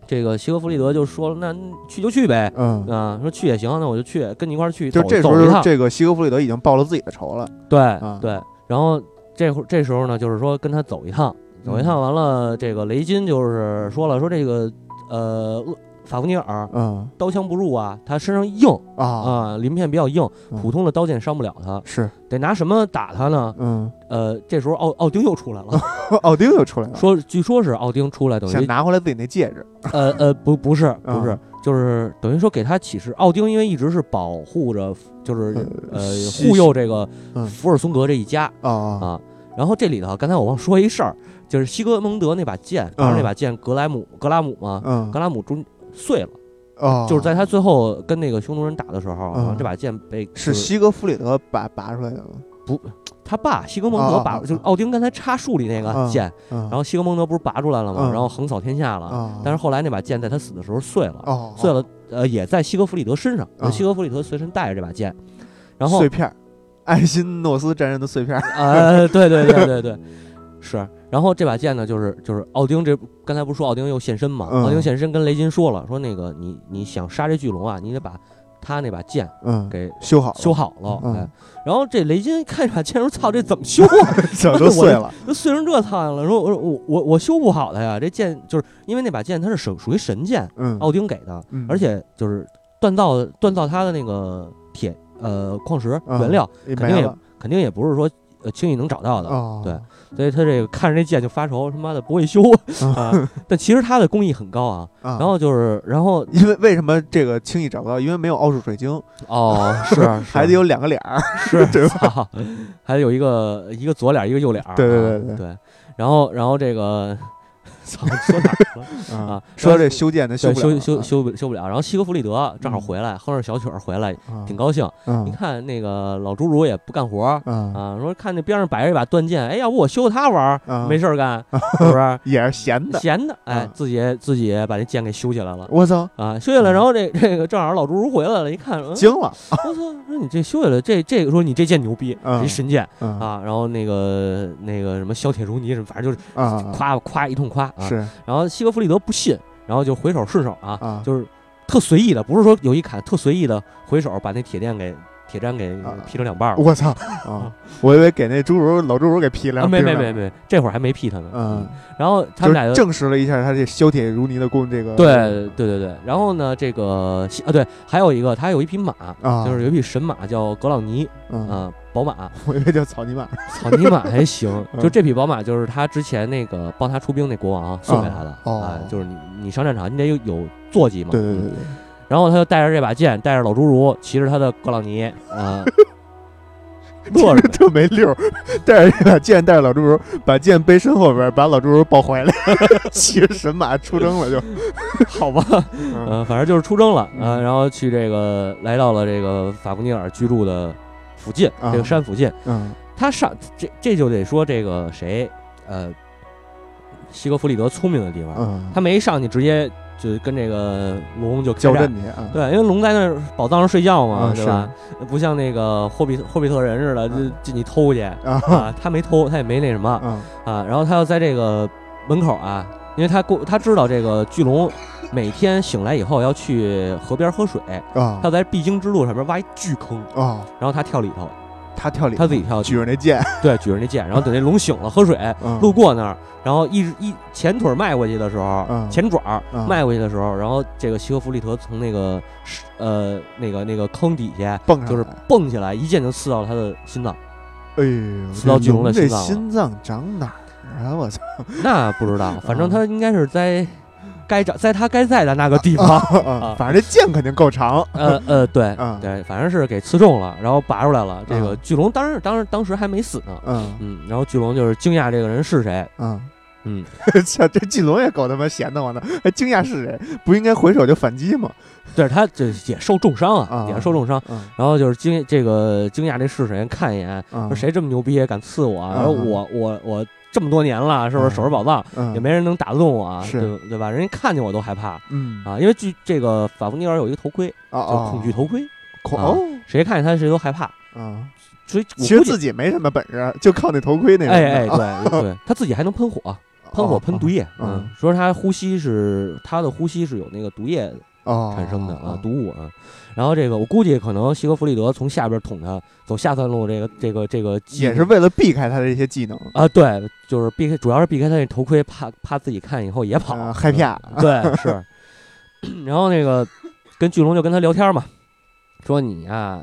Speaker 2: 这个西格弗利德就说了，那去就去呗，
Speaker 1: 嗯，
Speaker 2: 啊，说去也行，那我就去，跟你一块儿去，
Speaker 1: 就
Speaker 2: 走
Speaker 1: 这时
Speaker 2: 走一
Speaker 1: 候
Speaker 2: 趟
Speaker 1: 这个西格弗里德已经报了自己的仇了，
Speaker 2: 对、
Speaker 1: 啊
Speaker 2: 对，然后这会儿这时候呢，就是说跟他
Speaker 1: 嗯
Speaker 2: 走一趟，走一趟完了，这个雷金就是说了，说这个呃，鄂法夫尼尔
Speaker 1: 嗯
Speaker 2: 刀枪不入啊，他身上硬
Speaker 1: 啊，
Speaker 2: 啊、鳞片比较硬，
Speaker 1: 嗯
Speaker 2: 普通的刀剑伤不了他，
Speaker 1: 是，
Speaker 2: 得拿什么打他呢？
Speaker 1: 嗯，哦
Speaker 2: 呃，这时候奥奥丁又出来了，
Speaker 1: 奥丁又出来了，
Speaker 2: 说据说是奥丁出来等
Speaker 1: 想
Speaker 2: 于
Speaker 1: 拿回来自己那戒指，
Speaker 2: 呃呃不不是不是
Speaker 1: 啊，
Speaker 2: 就是等于说给他启示，奥丁因为一直是保护着就是
Speaker 1: 呃
Speaker 2: 呃
Speaker 1: 西
Speaker 2: 护佑这个
Speaker 1: 嗯
Speaker 2: 福尔松格这一家，
Speaker 1: 啊
Speaker 2: 啊。然后这里头，刚才我忘说一事儿，就是西格蒙德那把剑，当时那把剑格莱姆格拉姆嘛，
Speaker 1: 嗯
Speaker 2: 格拉姆中碎了，
Speaker 1: 哦，
Speaker 2: 啊就是在他最后跟那个匈奴人打的时候，
Speaker 1: 嗯
Speaker 2: 然后这把剑被
Speaker 1: 是西格弗里德拔拔出来的吗？
Speaker 2: 他爸西格蒙德拔，
Speaker 1: 啊啊啊
Speaker 2: 就是奥丁刚才插树里那个剑，
Speaker 1: 然
Speaker 2: 然后西格蒙德不是拔出来了嘛，
Speaker 1: 嗯
Speaker 2: 然后横扫天下了。
Speaker 1: 啊，
Speaker 2: 但是后来那把剑在他死的时候碎了，
Speaker 1: 哦，
Speaker 2: 碎了，呃，也在西格弗里德身上，
Speaker 1: 啊
Speaker 2: 西格弗里德随身带着这把剑，然后
Speaker 1: 碎片儿，爱新诺斯战人的碎片儿，
Speaker 2: 啊，对对对对对，是。然后这把剑呢，就是就是奥丁这刚才不是说奥丁又现身嘛？
Speaker 1: 嗯
Speaker 2: 奥丁现身跟雷金说了，说那个你你想杀这巨龙啊，你得把他那把剑
Speaker 1: 嗯，
Speaker 2: 给
Speaker 1: 修好了，
Speaker 2: 修好了。
Speaker 1: 嗯
Speaker 2: 哎，然后这雷金一看这把剑说：“操，这怎么修啊？
Speaker 1: 早都碎了，
Speaker 2: 都碎成这苍蝇了！”说：“我我我我修不好它呀，这剑就是因为那把剑它是属属于神剑，
Speaker 1: 嗯，
Speaker 2: 奥丁给的，
Speaker 1: 嗯，
Speaker 2: 哦而且就是锻造锻造它的那个铁呃矿石
Speaker 1: 嗯
Speaker 2: 原料，
Speaker 1: 也
Speaker 2: 肯
Speaker 1: 没
Speaker 2: 定也
Speaker 1: 了
Speaker 2: 肯定也不是说呃轻易能找到的。”
Speaker 1: 哦，
Speaker 2: 对所以他这个看着这剑就发愁，他妈的不会修啊！但其实他的工艺很高啊。
Speaker 1: 啊，
Speaker 2: 然后就是，然后
Speaker 1: 因为为什么这个轻易找不到？因为没有奥数水晶，
Speaker 2: 哦， 是
Speaker 1: 还得有两个脸儿，
Speaker 2: 是
Speaker 1: 对
Speaker 2: 吧？还得有一个一个左脸，一个右脸啊。
Speaker 1: 对对对对
Speaker 2: 对。然后，然后这个， 操，说哪儿了？啊
Speaker 1: 说这修建的
Speaker 2: 对，
Speaker 1: 不
Speaker 2: 修
Speaker 1: 了，啊嗯
Speaker 2: 修修不修不了。然后西格弗里德正好回来，哼着小曲儿回来，
Speaker 1: 啊，
Speaker 2: 挺高兴。
Speaker 1: 嗯
Speaker 2: 一看那个老侏儒也不干活儿
Speaker 1: 啊
Speaker 2: 啊，说看那边上摆着一把断剑，哎，要不我修它玩儿，
Speaker 1: 啊，？
Speaker 2: 没事儿干，是不是
Speaker 1: 也是闲的，
Speaker 2: 闲的，哎
Speaker 1: 啊，
Speaker 2: 自己自己把这剑给修起来了。
Speaker 1: 我操，
Speaker 2: 啊，修下来，然后这这个正好老侏儒回来了，一看，嗯
Speaker 1: 惊了，
Speaker 2: 我操，说你这修下来，这这个说你这剑牛逼，
Speaker 1: 嗯
Speaker 2: 这神剑
Speaker 1: 啊
Speaker 2: 啊，然后那个那个什么削铁如泥什么，反正就是
Speaker 1: 啊，
Speaker 2: 夸夸一通夸啊。
Speaker 1: 是
Speaker 2: 然后西格弗里德不信，然后就回手顺手啊，
Speaker 1: 啊，
Speaker 2: 就是特随意的，不是说有一砍，特随意的回手把那铁链给铁砧给
Speaker 1: 啊
Speaker 2: 劈成两半儿了。
Speaker 1: 我操啊，我以为给那侏儒老侏儒给劈了，
Speaker 2: 啊，没没没，没，这会儿还没劈他呢。
Speaker 1: 嗯，，
Speaker 2: 然后他
Speaker 1: 就
Speaker 2: 们俩
Speaker 1: 是
Speaker 2: 就
Speaker 1: 证实了一下他这削铁如泥的功，这个
Speaker 2: 对对对对，然后呢，这个西啊对，还有一个他有一匹马，
Speaker 1: 啊，
Speaker 2: 就是有一匹神马叫格朗尼，
Speaker 1: 嗯，
Speaker 2: 啊，宝马，
Speaker 1: 我以为叫草泥马
Speaker 2: 草泥马还行
Speaker 1: 嗯，
Speaker 2: 就这匹宝马就是他之前那个帮他出兵那国王送给他的
Speaker 1: 啊哦
Speaker 2: 啊就是你你上战场你得有有坐骑嘛，
Speaker 1: 对对对
Speaker 2: 嗯
Speaker 1: 对，
Speaker 2: 然后他就带着这把剑，带着老侏儒，骑着他的格朗尼， 啊，乐着呗，
Speaker 1: 特没溜儿，带着把剑，带着老侏儒，把剑背身后边，把老侏儒抱怀里， 骑着神马出征了就。
Speaker 2: 好吧，
Speaker 1: 嗯
Speaker 2: 嗯，反正就是出征了，啊，
Speaker 1: 嗯
Speaker 2: 然后去这个来到了这个法布尼尔居住的附近，
Speaker 1: 啊
Speaker 2: 这个山附近，
Speaker 1: 嗯
Speaker 2: 他上这这就得说这个谁，呃，西格弗里德聪明的地方，
Speaker 1: 嗯，
Speaker 2: 他没上去直接就跟这个龙就开
Speaker 1: 交
Speaker 2: 战。
Speaker 1: 阵去啊，
Speaker 2: 对，因为龙在那儿宝藏上睡觉嘛，
Speaker 1: 啊
Speaker 2: 对吧？不像那个霍比霍比特人似的，就
Speaker 1: 嗯
Speaker 2: 进去偷去
Speaker 1: 啊
Speaker 2: 啊。他没偷，他也没那什么
Speaker 1: 啊啊
Speaker 2: 啊。然后他要在这个门口啊，因为他过他知道这个巨龙每天醒来以后要去河边喝水，
Speaker 1: 啊
Speaker 2: 他在必经之路上面挖一巨坑，
Speaker 1: 啊！
Speaker 2: 然后他跳里头，
Speaker 1: 他跳里，
Speaker 2: 他自己跳，
Speaker 1: 举着那剑，
Speaker 2: 对，举着那剑，然后等那龙醒了喝水，
Speaker 1: 嗯
Speaker 2: 路过那儿，然后一一前腿迈过去的时候，
Speaker 1: 嗯
Speaker 2: 前爪儿
Speaker 1: 嗯
Speaker 2: 迈过去的时候，然后这个西格弗利特从那个是呃那个那个坑底下
Speaker 1: 蹦上
Speaker 2: 就是
Speaker 1: 来
Speaker 2: 蹦起来，一剑就刺到他的心脏。
Speaker 1: 哎呦，
Speaker 2: 刺到
Speaker 1: 这
Speaker 2: 巨龙的
Speaker 1: 这
Speaker 2: 心脏了
Speaker 1: 心脏长哪儿啊？我操！
Speaker 2: 那不 知道，反正
Speaker 1: 嗯
Speaker 2: 他应该是在该长在他该在的那个地 方。
Speaker 1: 啊反正这剑肯定够长
Speaker 2: 呃呃，对
Speaker 1: 啊。
Speaker 2: 对，反正是给刺中了，然后拔出来了。这个
Speaker 1: 嗯
Speaker 2: 巨龙当时当时当时还没死呢。
Speaker 1: 嗯
Speaker 2: 嗯，然后巨龙就是惊讶这个人是谁，
Speaker 1: 嗯，
Speaker 2: 嗯，
Speaker 1: 操！这巨龙也够他妈闲得慌的， 还惊讶是谁？不应该回手就反击吗？
Speaker 2: 对他这也受重伤啊
Speaker 1: 啊，
Speaker 2: 也受重伤，
Speaker 1: 嗯
Speaker 2: 然后就是惊这个惊讶这是谁，看一眼，
Speaker 1: 嗯
Speaker 2: 说谁这么牛逼敢刺我？啊然后
Speaker 1: 嗯嗯
Speaker 2: 我我我这么多年了，是不是
Speaker 1: 嗯
Speaker 2: 守着宝藏
Speaker 1: 嗯
Speaker 2: 也没人能打得动我啊？
Speaker 1: 是
Speaker 2: 对对吧？人家看见我都害怕
Speaker 1: 嗯啊
Speaker 2: 啊，因为据这个法夫尼尔有一个头盔，
Speaker 1: 啊
Speaker 2: 叫恐惧头盔，
Speaker 1: 恐
Speaker 2: 啊谁看见他谁都害怕，
Speaker 1: 啊！
Speaker 2: 所以我
Speaker 1: 其实
Speaker 2: 估计
Speaker 1: 自己没什么本事，就靠那头盔那
Speaker 2: 哎
Speaker 1: 个。
Speaker 2: 哎
Speaker 1: 啊，
Speaker 2: 对对，他自己还能喷火，喷火喷毒液，
Speaker 1: 嗯
Speaker 2: 嗯，说他呼吸是他的呼吸是有那个毒液
Speaker 1: 哦
Speaker 2: 产生的啊，毒物啊。然后这个我估计可能西格弗里德从下边捅他，走下三路这个这个这个计
Speaker 1: 也是为了避开他的这些技能
Speaker 2: 啊，对，就是
Speaker 1: 啊
Speaker 2: 避开，主要是避开他那头盔，怕怕自己看以后也跑，
Speaker 1: 呃 嗯害怕
Speaker 2: 嗯对，是。然后那个跟巨龙就跟他聊天嘛，说你呀、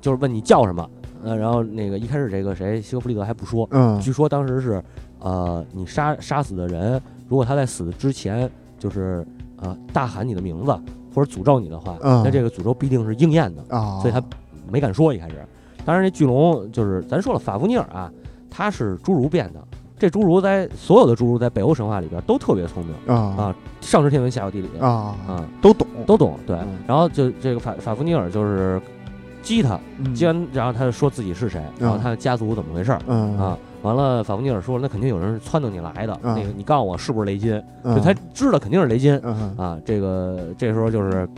Speaker 2: 就是问你叫什么，呃，然后那个一开始这个谁西格弗里德还不说，
Speaker 1: 嗯
Speaker 2: 据说当时是，呃，你杀杀死的人，如果他在死之前就是呃大喊你的名字或者诅咒你的话，
Speaker 1: 嗯
Speaker 2: 那这个诅咒必定是应验的，
Speaker 1: 啊，
Speaker 2: 所以他没敢说一开始。当然，这巨龙就是咱说了，法夫尼尔啊，他是侏儒变的。这侏儒在所有的侏儒在北欧神话里边都特别聪明，
Speaker 1: 啊
Speaker 2: 上知天文下有地理
Speaker 1: 啊
Speaker 2: 啊，
Speaker 1: 都懂，
Speaker 2: 都懂。对
Speaker 1: 嗯，
Speaker 2: 然后就这个法法夫尼尔就是激他，
Speaker 1: 嗯
Speaker 2: 激完然后他就说自己是谁，然后他的家族怎么回事儿。
Speaker 1: 嗯
Speaker 2: 啊，完了，法夫尼尔说：“那肯定有人是撺掇你来的，
Speaker 1: 嗯
Speaker 2: 那个你告诉我是不是雷金？”
Speaker 1: 嗯
Speaker 2: 就他知道肯定是雷金
Speaker 1: 嗯
Speaker 2: 啊。这个这时候就是，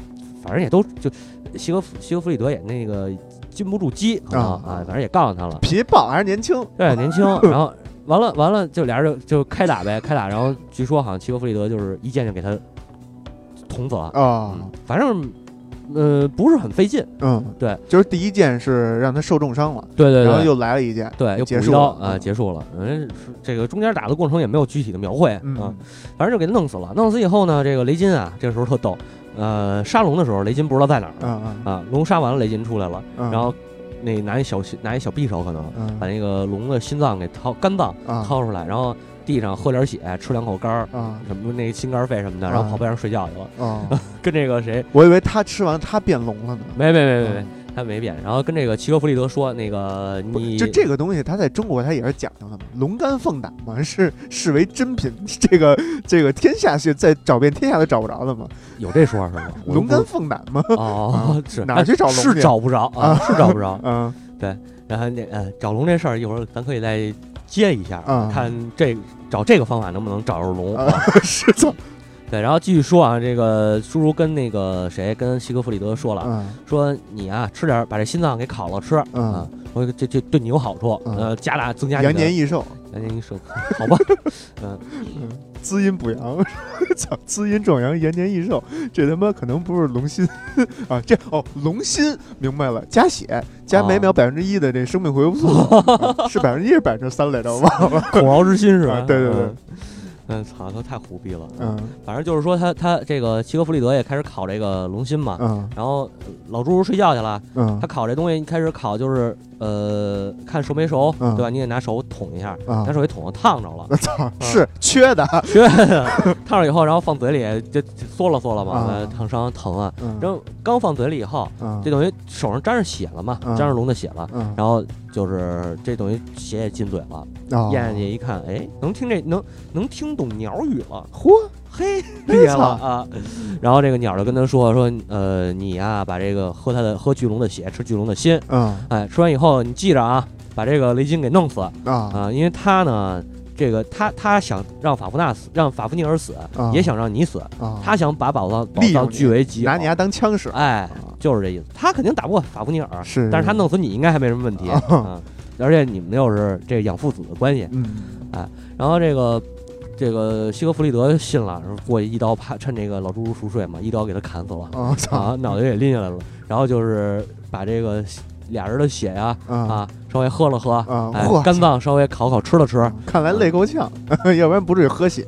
Speaker 2: 反正也都就西格弗西格弗里德也那个禁不住激，可能
Speaker 1: 啊
Speaker 2: 啊，反正也告诉他了，
Speaker 1: 皮豹还是年轻，
Speaker 2: 对，年轻。然后完了完了，就俩人就就开打呗，开打。然后据说好像西格弗里德就是一剑就给他捅死了，
Speaker 1: 啊
Speaker 2: 嗯，反正呃不是很费劲，
Speaker 1: 嗯，
Speaker 2: 对，
Speaker 1: 就是第一件是让他受重伤了，
Speaker 2: 对对
Speaker 1: 然后又来了一件，
Speaker 2: 对，又补
Speaker 1: 结
Speaker 2: 一
Speaker 1: 束
Speaker 2: 刀
Speaker 1: 了
Speaker 2: 啊，
Speaker 1: 嗯
Speaker 2: 结束了。嗯，是这个中间打的过程也没有具体的描绘啊
Speaker 1: 嗯，
Speaker 2: 反正就给弄死了。弄死以后呢，这个雷金啊，这时候特逗。呃，杀龙的时候，雷金不知道在哪儿呢
Speaker 1: 嗯
Speaker 2: 啊，龙杀完了，雷金出来了，
Speaker 1: 嗯，
Speaker 2: 然后那拿一小拿一小匕首，可能
Speaker 1: 嗯
Speaker 2: 把那个龙的心脏给掏肝脏
Speaker 1: 啊
Speaker 2: 掏出来，然后地上喝点血，吃两口肝儿，
Speaker 1: 啊
Speaker 2: 什么那心肝肺什么的，然后跑边上睡觉去了。
Speaker 1: 啊，
Speaker 2: 跟这个谁，
Speaker 1: 我以为他吃完他变龙了呢。嗯
Speaker 2: 没没没没没，他没变。然后跟这个齐格弗利德说，那个
Speaker 1: 啊不
Speaker 2: 你
Speaker 1: 就这个东西，它在中国它也是讲究的嘛，龙肝凤胆嘛，是视为珍品， 这个这个天下是在找遍天下都找不着的嘛，
Speaker 2: 有这说是吗？我都
Speaker 1: 龙
Speaker 2: 不知
Speaker 1: 肝凤胆嘛，
Speaker 2: 哦，是
Speaker 1: 啊哪儿去找龙
Speaker 2: 是
Speaker 1: 去
Speaker 2: 找不着啊，是找不着。
Speaker 1: 嗯
Speaker 2: 然后那呃，找龙这事儿，一会儿咱可以再接一下，
Speaker 1: 嗯
Speaker 2: 看这找这个方法能不能找着龙。
Speaker 1: 啊， 是 的，
Speaker 2: 对，然后继续说啊，这个叔叔跟那个谁，跟西格弗里德说了，
Speaker 1: 嗯
Speaker 2: 说你啊，吃点儿把这心脏给烤了吃，
Speaker 1: 嗯
Speaker 2: 啊，我这这对你有好处，
Speaker 1: 嗯
Speaker 2: 呃，加大增加你的
Speaker 1: 延年益寿，
Speaker 2: 延年益寿，好吧？
Speaker 1: 滋阴补阳，操，滋阴壮阳，延年益寿，这他妈可能不是龙心啊，这哦，龙心明白了，加血加每秒百分之一的这生命回复速度，啊是百分之一是百分之三来着，我忘了，
Speaker 2: 苦劳之心是吧？
Speaker 1: 啊对对对
Speaker 2: 嗯。嗯，操，他太胡逼了。，
Speaker 1: 嗯
Speaker 2: 反正就是说他他这个齐格弗里德也开始烤这个龙心嘛，
Speaker 1: 嗯
Speaker 2: 然后老侏儒睡觉去了，
Speaker 1: 嗯
Speaker 2: 他烤这东西一开始烤就是呃看熟没熟，
Speaker 1: 嗯
Speaker 2: 对吧？你得拿手捅一下，
Speaker 1: 啊
Speaker 2: 拿，手给捅了，烫着了，
Speaker 1: 我操，是缺的，
Speaker 2: 缺的，烫着以后，然后放嘴里就就缩了缩了嘛，
Speaker 1: 啊
Speaker 2: 呃烫伤疼啊。
Speaker 1: 嗯
Speaker 2: 然后刚放嘴里以后，
Speaker 1: 嗯
Speaker 2: 这等于手上沾上血了嘛，
Speaker 1: 嗯
Speaker 2: 沾上龙的血了。
Speaker 1: 嗯，
Speaker 2: 然后就是这等于血也进嘴了，
Speaker 1: 哦
Speaker 2: 咽下去一看，哎，能听这能能听懂鸟语了，
Speaker 1: 嚯，
Speaker 2: 嘿，
Speaker 1: 哎
Speaker 2: 厉害
Speaker 1: 操
Speaker 2: 了啊！然后这个鸟就跟他说说，呃，你呀、把这个喝他的喝巨龙的血，吃巨龙的心，
Speaker 1: 嗯
Speaker 2: 哎，吃完以后你记着啊，把这个雷金给弄死啊、
Speaker 1: 啊
Speaker 2: 因为他呢，这个他他想让法夫纳死，让法夫尼尔死，
Speaker 1: 啊
Speaker 2: 也想让你死，
Speaker 1: 啊，
Speaker 2: 他想把宝藏宝
Speaker 1: 利用
Speaker 2: 藏
Speaker 1: 你
Speaker 2: 据为己
Speaker 1: 拿
Speaker 2: 有
Speaker 1: 你，丫当枪使，
Speaker 2: 哎
Speaker 1: 啊，
Speaker 2: 就是这意思。他肯定打不过法夫尼尔，
Speaker 1: 是，
Speaker 2: 但是他弄死你应该还没什么问题
Speaker 1: 啊
Speaker 2: 啊、而且你们又是这养父子的关系，
Speaker 1: 嗯
Speaker 2: 然后这个。这个西格弗利德信了，然后过去一刀啪，趁这个老侏儒熟睡嘛，一刀给他砍死了。
Speaker 1: 啊操
Speaker 2: 啊，脑袋也拎下来了，然后就是把这个俩人的血呀
Speaker 1: 啊
Speaker 2: 啊稍微喝了喝，
Speaker 1: 啊
Speaker 2: 哎
Speaker 1: 嚯，
Speaker 2: 肝脏稍微烤烤吃了吃，
Speaker 1: 看来累够呛，要不然不至于喝血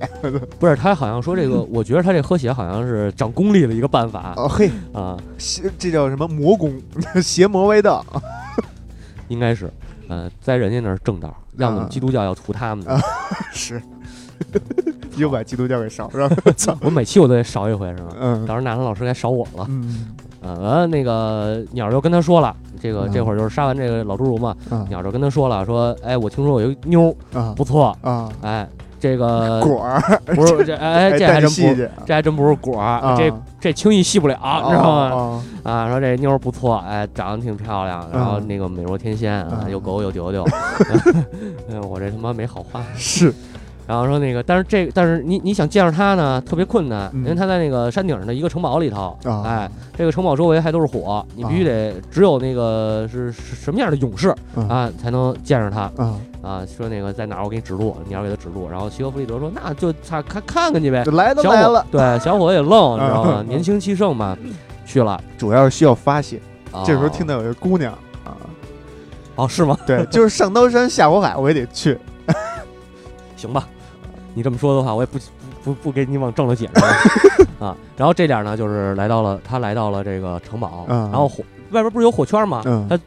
Speaker 2: 不是他好像说 这个，我觉得他这喝血好像是长功力的一个办法
Speaker 1: 哦嘿，
Speaker 2: 啊，
Speaker 1: 邪这叫什么魔功， 邪魔歪道啊
Speaker 2: 应该是，呃，在人家那儿正
Speaker 1: 啊
Speaker 2: 道，让我们基督教要屠他们的，
Speaker 1: 是， 又把基督教给烧上，操，
Speaker 2: 我每期我都得少一回是吧？
Speaker 1: 嗯
Speaker 2: 到时候纳兰老师该少我了，
Speaker 1: 嗯
Speaker 2: 呃，那个鸟儿就跟他说了，这个
Speaker 1: 嗯
Speaker 2: 这会儿就是杀完这个老侏儒嘛，
Speaker 1: 啊
Speaker 2: 鸟儿就跟他说了，说，哎，我听说有一个妞儿
Speaker 1: 啊
Speaker 2: 不错，
Speaker 1: 啊
Speaker 2: 哎，这个
Speaker 1: 果儿，
Speaker 2: 不是 这哎，这还
Speaker 1: 带
Speaker 2: 真
Speaker 1: 细
Speaker 2: 不，
Speaker 1: 去
Speaker 2: 这还真不是果
Speaker 1: 啊哦
Speaker 2: 儿，这这轻易吸不了，你知道吗？
Speaker 1: 吗？
Speaker 2: 啊，说这妞儿不错，哎，长得挺漂亮，然后
Speaker 1: 嗯
Speaker 2: 那个美若天仙啊，
Speaker 1: 嗯
Speaker 2: 又狗又丢丢，嗯， 我这他妈没好话。
Speaker 1: 是
Speaker 2: 然后说那个，但是这但是你你想见着她呢，特别困难，
Speaker 1: 嗯
Speaker 2: 因为她在那个山顶上的一个城堡里头，
Speaker 1: 啊
Speaker 2: 哎，这个城堡周围还都是火，你必须得只有那个是是什么样的勇士
Speaker 1: 嗯
Speaker 2: 啊，才能见着她
Speaker 1: 啊，
Speaker 2: 啊。说那个在哪儿，我给你指路，鸟儿给他指路。然后西格弗里德说，那就差看看看去呗
Speaker 1: 就。来都
Speaker 2: 小
Speaker 1: 来
Speaker 2: 伙
Speaker 1: 了，
Speaker 2: 对小伙子也愣，你知道吗？
Speaker 1: 嗯
Speaker 2: 年轻气盛嘛，去了。
Speaker 1: 主要是需要发泄，
Speaker 2: 哦
Speaker 1: 这时候听到有一个姑娘 啊。
Speaker 2: 哦，是吗？
Speaker 1: 对，就是上刀山下火海，我也得去。
Speaker 2: 行吧，你这么说的话，我也不不不不给你往正了解 释啊。然后这点呢，就是来到了他来到了这个城堡，
Speaker 1: 嗯
Speaker 2: 然后火外边不是有火圈吗？
Speaker 1: 嗯
Speaker 2: 啊他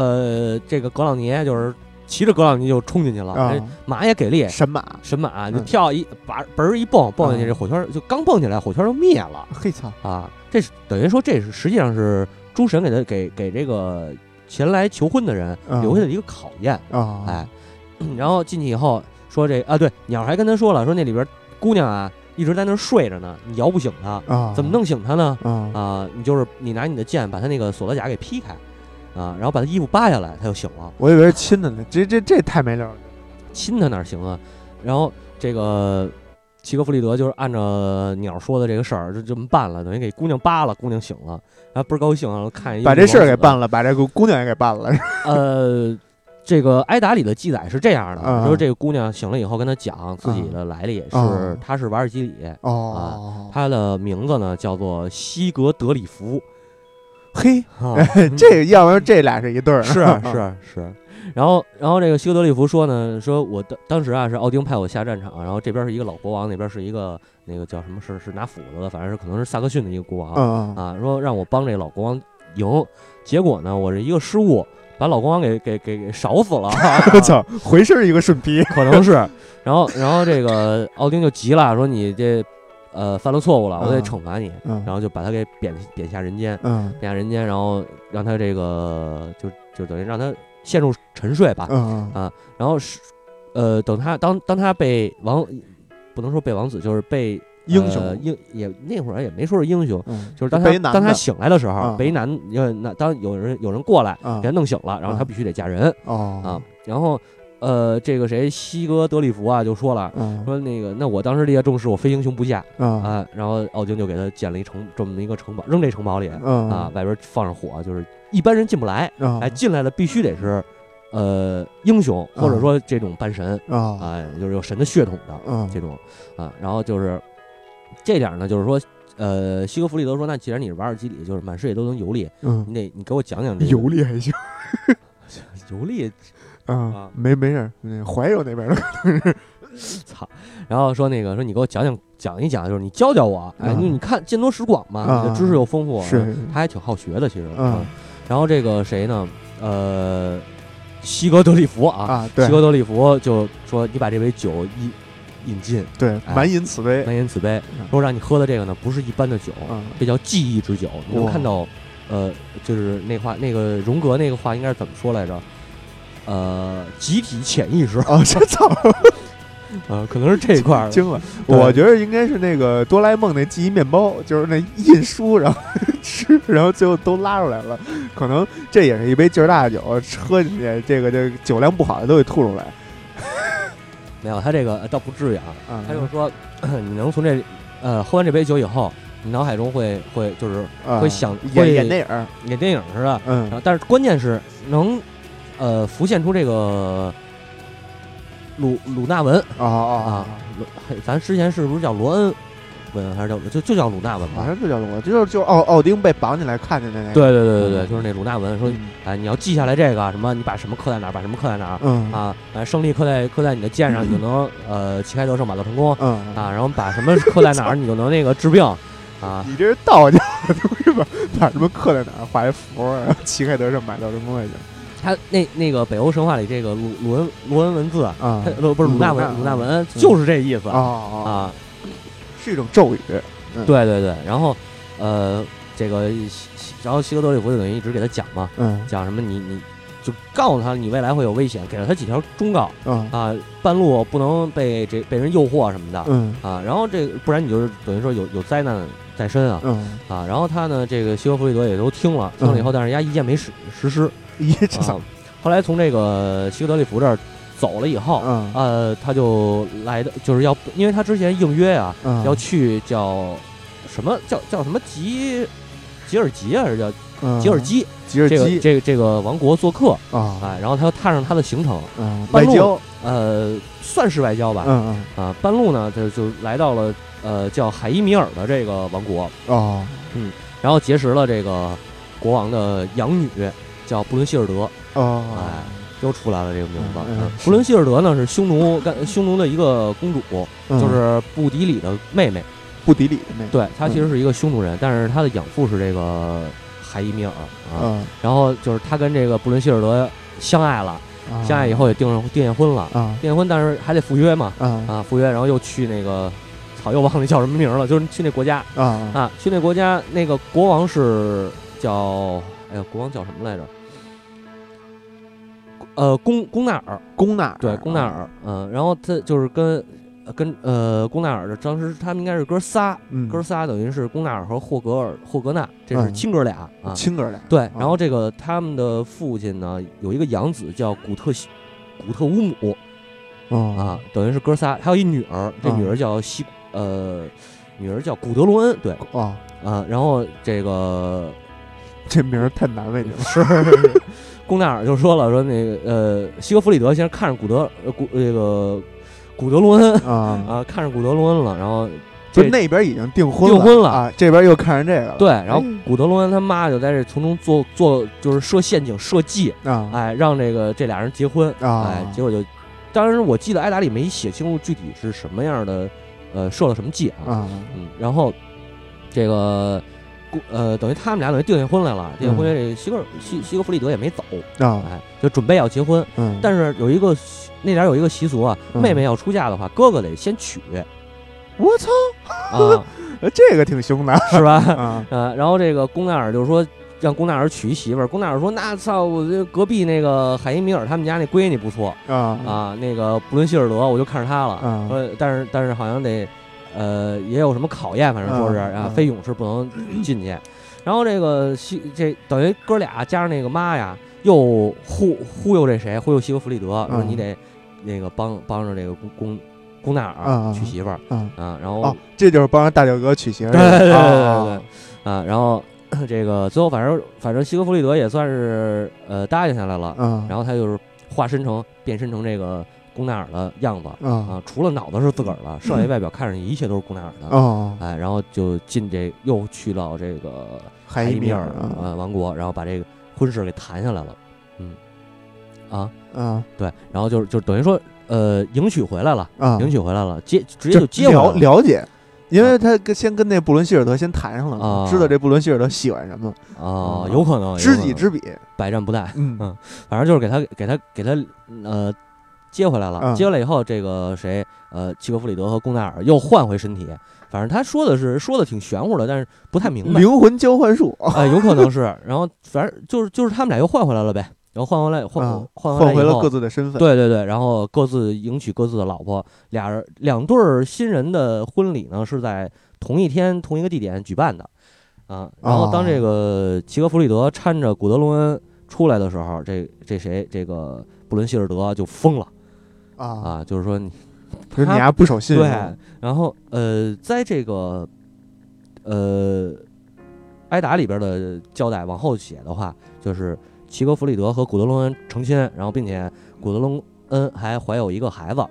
Speaker 2: 呃，这个格朗尼就是骑着格朗尼就冲进去了，
Speaker 1: 啊
Speaker 2: 这，马也给力，
Speaker 1: 神马，
Speaker 2: 神马啊就
Speaker 1: 嗯
Speaker 2: 跳一把嘣儿一蹦蹦下去，
Speaker 1: 嗯
Speaker 2: 这火圈就刚蹦起来，火圈就灭了
Speaker 1: 嘿操，
Speaker 2: 啊！这是等于说这是实际上是诸神给他给给这个前来求婚的人
Speaker 1: 嗯
Speaker 2: 留下的一个考验，
Speaker 1: 啊，
Speaker 2: 哎，然后进去以后说这啊对，鸟还跟他说了，说那里边姑娘啊一直在那儿睡着呢，你摇不醒她，
Speaker 1: 啊，
Speaker 2: 怎么弄醒她呢？
Speaker 1: 啊？
Speaker 2: 啊，你就是你拿你的剑把她那个锁头甲给劈开，啊，然后把她衣服扒下来，她就醒了。
Speaker 1: 我以为是亲的呢，这这这太没溜了。
Speaker 2: 亲他哪行啊？然后这个齐格弗里德就是按照鸟说的这个事儿，就这么办了，等于给姑娘扒了，姑娘醒了，然后倍儿高兴，然后看一
Speaker 1: 把这事儿给办
Speaker 2: 了。
Speaker 1: 了，把这个姑娘也给办了，
Speaker 2: 呃，这个埃达里的记载是这样的，
Speaker 1: 啊
Speaker 2: 说这个姑娘醒了以后跟他讲自己的来历，是、
Speaker 1: 啊
Speaker 2: 她是瓦尔基里，
Speaker 1: 哦，
Speaker 2: 她的名字呢叫做西格德里福。
Speaker 1: 嘿，
Speaker 2: 啊
Speaker 1: 这要不然这俩是一对儿，
Speaker 2: 是啊 是是。然后，然后这个西格德利弗说呢，说我当当时啊是奥丁派我下战场，然后这边是一个老国王，那边是一个那个叫什么是是拿斧子的，反正是可能是萨克逊的一个国王、
Speaker 1: 嗯，嗯
Speaker 2: 啊，说让我帮这老国王赢，结果呢我这一个失误把老国王给给给给勺死了，
Speaker 1: 我操，回身一个顺皮，
Speaker 2: 可能是。然后然后这个奥丁就急了，说你这呃犯了错误了，我得
Speaker 1: 嗯
Speaker 2: 惩罚你，
Speaker 1: 嗯
Speaker 2: 然后就把他给贬贬下人间。
Speaker 1: 嗯
Speaker 2: 地下人间，然后让他这个就就等于让他陷入沉睡吧。
Speaker 1: 嗯
Speaker 2: 啊然后是呃，等他当当他被王不能说被王子，就是被
Speaker 1: 英
Speaker 2: 呃
Speaker 1: 雄，
Speaker 2: 英也那会儿也没说是英雄，
Speaker 1: 嗯，
Speaker 2: 就是当
Speaker 1: 被
Speaker 2: 他
Speaker 1: 一男
Speaker 2: 当他
Speaker 1: 的
Speaker 2: 醒来的时候，
Speaker 1: 啊
Speaker 2: 被一男要那当有人有人过来
Speaker 1: 啊
Speaker 2: 给他弄醒了，然后他
Speaker 1: 啊
Speaker 2: 必须得嫁人啊
Speaker 1: 哦。
Speaker 2: 然后呃，这个谁西格德里弗啊就说了。
Speaker 1: 嗯
Speaker 2: 说那个，那我当时立下重誓，我非英雄不嫁
Speaker 1: 啊
Speaker 2: 啊！然后奥丁就给他建了一城，这么一个城堡，扔这城堡里，
Speaker 1: 嗯
Speaker 2: 啊，外边放上火，就是一般人进不来，
Speaker 1: 啊
Speaker 2: 哎，进来了必须得是，呃，英雄或者说这种半神，
Speaker 1: 啊
Speaker 2: 哎，就是有神的血统的
Speaker 1: 嗯
Speaker 2: 这种啊，然后就是这点呢，就是说。呃，西格弗里德说：“那既然你是瓦尔基里，就是满世界都能游历，
Speaker 1: 嗯，
Speaker 2: 你得你给我讲讲这个
Speaker 1: 游历还行
Speaker 2: 游历。
Speaker 1: 啊，没没事儿，那怀柔那边的，
Speaker 2: 操！然后说那个说你给我讲讲讲一讲，就是你教教我。哎，
Speaker 1: 嗯
Speaker 2: 因为你看见多识广嘛，
Speaker 1: 啊
Speaker 2: 你的知识又丰富，
Speaker 1: 是
Speaker 2: 他还挺好学的，其实。啊
Speaker 1: 嗯
Speaker 2: 然后这个谁呢？呃，西格德里弗啊，
Speaker 1: 啊，对
Speaker 2: 西格德里弗就说：“你把这杯酒引引进，
Speaker 1: 对，
Speaker 2: 哎
Speaker 1: 满饮此杯，
Speaker 2: 满饮此杯
Speaker 1: 嗯。
Speaker 2: 说让你喝的这个呢，不是一般的酒，
Speaker 1: 嗯
Speaker 2: 这叫记忆之酒。你能
Speaker 1: 哇
Speaker 2: 看到，呃，就是那话，那个荣格那个话应该是怎么说来着？呃，集体潜意识，
Speaker 1: 啊，这操，
Speaker 2: 呃，可能是这一块儿的。
Speaker 1: 惊了！
Speaker 2: 对
Speaker 1: 我觉得应该是那个哆啦 A 梦那记忆面包，就是那印书，然后吃，然后最后都拉出来了。可能这也是一杯劲儿大的酒，喝进去这个这个酒量不好的都给吐出来
Speaker 2: 没有，他这个呃倒不至于啊。
Speaker 1: 啊
Speaker 2: 他就是说， 你能从这，呃，喝完这杯酒以后，你脑海中会会就是
Speaker 1: 啊
Speaker 2: 会想会
Speaker 1: 演演电影，
Speaker 2: 演电影似的。”然
Speaker 1: 嗯
Speaker 2: 后，但是关键是能，呃，浮现出这个鲁鲁纳文
Speaker 1: 哦哦
Speaker 2: 啊，鲁嘿咱之前是不是叫罗恩文还是叫就就叫鲁纳文
Speaker 1: 哦，好
Speaker 2: 吧？
Speaker 1: 像就叫我，这就是就是奥奥丁被绑起来看见的那个，
Speaker 2: 对对对对对，
Speaker 1: 嗯
Speaker 2: 就是那鲁纳文说，
Speaker 1: 嗯
Speaker 2: 哎，你要记下来这个什么，你把什么刻在哪儿，把什么刻在哪儿
Speaker 1: 嗯
Speaker 2: 啊？哎，胜利刻在刻在你的剑上，你就能呃旗开得胜，马到成功
Speaker 1: 嗯
Speaker 2: 啊。然后把什么刻在哪儿，你就能那个治病啊。
Speaker 1: 你这是道家的东西吧？把什么刻在哪儿，画一符， 然后旗开得胜，买到什么位置
Speaker 2: 他那那个北欧神话里这个鲁鲁恩罗恩文字，
Speaker 1: 啊
Speaker 2: 它？呃不是鲁纳文，鲁纳文就是这意思
Speaker 1: 哦哦，
Speaker 2: 啊。
Speaker 1: 是一种咒语，
Speaker 2: 对对对，然后呃，这个西西然后西格多利弗就等于一直给他讲嘛，
Speaker 1: 嗯
Speaker 2: 讲什么你你就告诉他你未来会有危险，给了他几条忠告
Speaker 1: 嗯
Speaker 2: 啊，半路不能被这被人诱惑什么的
Speaker 1: 嗯
Speaker 2: 啊，然后这个不然你就是等于说有有灾难在身啊
Speaker 1: 嗯，
Speaker 2: 啊，然后他呢这个西格弗里德也都听了，听了以后，但是人家意见没实实施
Speaker 1: 咦，这
Speaker 2: 啊
Speaker 1: 操，，
Speaker 2: 后来从这个西格德利弗这儿走了以后。
Speaker 1: 嗯
Speaker 2: 呃，他就来的就是要，因为他之前应约啊，
Speaker 1: 嗯，
Speaker 2: 要去叫什么叫叫什么吉吉尔吉啊还是叫
Speaker 1: 嗯
Speaker 2: 吉尔，基、
Speaker 1: 吉尔
Speaker 2: 这个
Speaker 1: 基
Speaker 2: 这个这个王国做客
Speaker 1: 啊，
Speaker 2: 啊，然后他又踏上他的行程，
Speaker 1: 嗯，
Speaker 2: 半
Speaker 1: 外
Speaker 2: 路
Speaker 1: 交，
Speaker 2: 呃，算是外交吧、
Speaker 1: 嗯嗯，
Speaker 2: 啊，半路呢他就来到了呃叫海伊米尔的这个王国，
Speaker 1: 哦，
Speaker 2: 然后结识了这个国王的养女叫布伦希尔德，
Speaker 1: 哦
Speaker 2: 哎，又出来了这个名字。
Speaker 1: 嗯嗯
Speaker 2: 嗯
Speaker 1: 是
Speaker 2: 弗伦希尔德呢是匈奴干匈奴的一个公主，就是布迪里的妹妹。
Speaker 1: 不嗯敌里的那个，
Speaker 2: 对，她其实是一个匈
Speaker 1: 嗯
Speaker 2: 奴人，但是她的养父是这个海伊米尔啊。
Speaker 1: 嗯，
Speaker 2: 然后就是她跟这个布伦希尔德相爱了，
Speaker 1: 啊
Speaker 2: 相爱以后也订上订结婚了，
Speaker 1: 啊
Speaker 2: 订结婚但是还得赴约嘛
Speaker 1: 啊
Speaker 2: 啊，赴约然后又去那个，操，又忘了叫什么名儿了，就是去那国家
Speaker 1: 啊啊
Speaker 2: 啊，去那国家那个国王是叫，哎呀，国王叫什么来着？呃，龚龚纳尔，
Speaker 1: 宫纳尔
Speaker 2: 对，龚纳，尔，嗯、然后他就是跟呃跟呃龚纳尔的，当时他们应该是哥仨，
Speaker 1: 嗯，
Speaker 2: 哥仨等于是龚纳尔和霍格尔霍格纳，这是
Speaker 1: 嗯
Speaker 2: 亲哥俩、啊。
Speaker 1: 亲嗯哥俩，
Speaker 2: 对，然后这个他们的父亲呢有一个养子叫古特西古特乌姆
Speaker 1: 嗯
Speaker 2: 啊，等于是哥仨，还有一女儿，这
Speaker 1: 嗯
Speaker 2: 女儿叫西呃，女儿叫古德罗恩，对
Speaker 1: 哦，
Speaker 2: 啊，然后这个
Speaker 1: 这名儿太难为你 了，
Speaker 2: 是龚纳尔就说了，说那个呃，西格弗里德先看着古德呃古这个古德罗恩
Speaker 1: 啊，
Speaker 2: 啊，看着古德罗恩了，然后
Speaker 1: 就
Speaker 2: 这
Speaker 1: 那边已经订婚
Speaker 2: 订婚了
Speaker 1: 啊，这边又看上这个了，
Speaker 2: 对，然后
Speaker 1: 哎
Speaker 2: 古德罗恩他妈就在这从中做做就是设陷阱设计，
Speaker 1: 啊
Speaker 2: 哎，让这个这俩人结婚，
Speaker 1: 啊
Speaker 2: 哎，结果就，当然我记得艾达里没写清楚具体是什么样的，呃，设了什么计啊，
Speaker 1: 啊
Speaker 2: 嗯，然后这个。顾呃，等于他们俩等于订下婚来了，订下婚
Speaker 1: 嗯
Speaker 2: 来，这西格尔西西格弗里德也没走，
Speaker 1: 啊
Speaker 2: 哎，就准备要结婚，
Speaker 1: 嗯，
Speaker 2: 但是有一个习那点儿有一个习俗啊，
Speaker 1: 嗯
Speaker 2: 妹妹要出嫁的话，哥哥得先 娶
Speaker 1: 我操，
Speaker 2: 啊，
Speaker 1: 呃这个挺凶 的
Speaker 2: 是吧？
Speaker 1: 啊
Speaker 2: 呃，然后这个龚纳尔就说让龚纳尔娶一媳妇儿，龚纳尔说那操，我这隔壁那个海因米尔他们家那闺女不错
Speaker 1: 啊啊
Speaker 2: 啊，那个布伦希尔德我就看上她了，
Speaker 1: 啊
Speaker 2: 说但是但是好像得呃也有什么考验，反正说是
Speaker 1: 嗯
Speaker 2: 啊
Speaker 1: 嗯，
Speaker 2: 非勇士不能进 去。然后这个西这等于哥俩加上那个妈呀，又忽忽悠这谁，忽悠西格弗里德，说
Speaker 1: 嗯
Speaker 2: 你得那个帮帮着这个公公公纳
Speaker 1: 嗯
Speaker 2: 尔
Speaker 1: 嗯
Speaker 2: 娶媳妇儿
Speaker 1: 啊
Speaker 2: 啊，然后
Speaker 1: 哦，这就是帮着大舅哥娶媳妇儿
Speaker 2: 对对对对
Speaker 1: 啊
Speaker 2: 对啊，然后这个最后反正反正西格弗里德也算是呃答应下来了，
Speaker 1: 啊
Speaker 2: 然后他就是化身成变身成这个龚纳尔的样子
Speaker 1: 啊
Speaker 2: 啊，除了脑子是自个儿的，剩下外表看上去一切都是龚纳尔的。
Speaker 1: 哦，
Speaker 2: 哎，然后就进这又去到这个
Speaker 1: 海
Speaker 2: 伊
Speaker 1: 米
Speaker 2: 尔
Speaker 1: 啊
Speaker 2: 呃王国，然后把这个婚事给谈下来了。嗯，啊，
Speaker 1: 啊
Speaker 2: 对，然后就是就等于说呃迎娶回来了，
Speaker 1: 啊，
Speaker 2: 迎娶回来了，接直接
Speaker 1: 这
Speaker 2: 就接回来
Speaker 1: 了
Speaker 2: 了。
Speaker 1: 了解。因为他跟先跟那布伦希尔德先谈上了嘛，
Speaker 2: 啊
Speaker 1: 知道这布伦希尔德喜欢什么，
Speaker 2: 啊，有可能
Speaker 1: 知己知彼，
Speaker 2: 百战不殆，
Speaker 1: 嗯
Speaker 2: 嗯反正就是给他给他给他呃接回来了，
Speaker 1: 嗯
Speaker 2: 接回来以后，这个谁呃齐格弗里德和贡纳尔又换回身体，反正他说的是说的挺玄乎的，但是不太明白，
Speaker 1: 灵魂交换术，
Speaker 2: 啊、有可能是， 然后反正就是就是他们俩又换回来了呗，然后换回来换、
Speaker 1: 啊
Speaker 2: 换
Speaker 1: 换
Speaker 2: 回
Speaker 1: 回
Speaker 2: 来以
Speaker 1: 了
Speaker 2: 后
Speaker 1: 各自的身份，
Speaker 2: 对对对，然后各自迎娶各自的老婆，俩人两对儿新人的婚礼呢是在同一天同一个地点举办的，啊，然后当这个齐格弗里德搀着古德隆恩出来的时候，这这谁这个布伦希尔德就疯了
Speaker 1: 啊，
Speaker 2: 啊，就是说你
Speaker 1: 就是你
Speaker 2: 他
Speaker 1: 还不守信
Speaker 2: 对
Speaker 1: 用，，
Speaker 2: 然后呃，在这个呃挨打里边的交代往后写的话，就是齐格弗里德和古德隆恩成亲，然后并且古德隆恩还怀有一个孩子。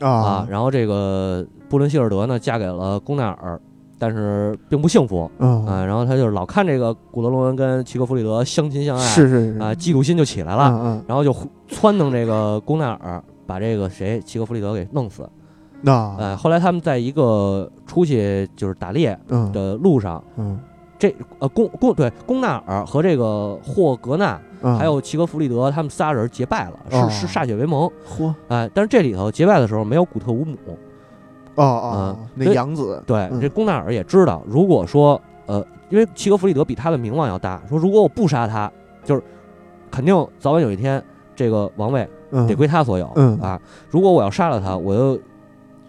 Speaker 2: 啊
Speaker 1: 啊，，
Speaker 2: 然后这个布伦希尔德呢嫁给了龚纳尔，但是并不幸福
Speaker 1: 嗯
Speaker 2: 啊。然后他就是老看这个古德隆恩跟齐格弗里德相亲相爱，
Speaker 1: 是是是
Speaker 2: 啊，嫉妒心就起来了，
Speaker 1: 嗯
Speaker 2: 然后就撺掇这个龚纳尔把这个谁齐格弗里德给弄死。
Speaker 1: 嗯，那
Speaker 2: 哎，后来他们在一个出去就是打猎
Speaker 1: 嗯
Speaker 2: 的路上，
Speaker 1: 嗯
Speaker 2: 呃，龚龚对龚纳尔和这个霍格纳
Speaker 1: 嗯，
Speaker 2: 还有齐格弗里德他们仨人结拜了，
Speaker 1: 哦
Speaker 2: 是是歃血为盟。
Speaker 1: 嚯
Speaker 2: 哎，但是这里头结拜的时候没有古特乌姆。
Speaker 1: 哦哦，那
Speaker 2: 对
Speaker 1: 养子
Speaker 2: 对，
Speaker 1: 嗯
Speaker 2: 这龚纳尔也知道，如果说呃，因为齐格弗里德比他的名望要大，说如果我不杀他，就是肯定早晚有一天这个王位
Speaker 1: 嗯
Speaker 2: 得归他所有、
Speaker 1: 嗯
Speaker 2: 啊。如果我要杀了他，我又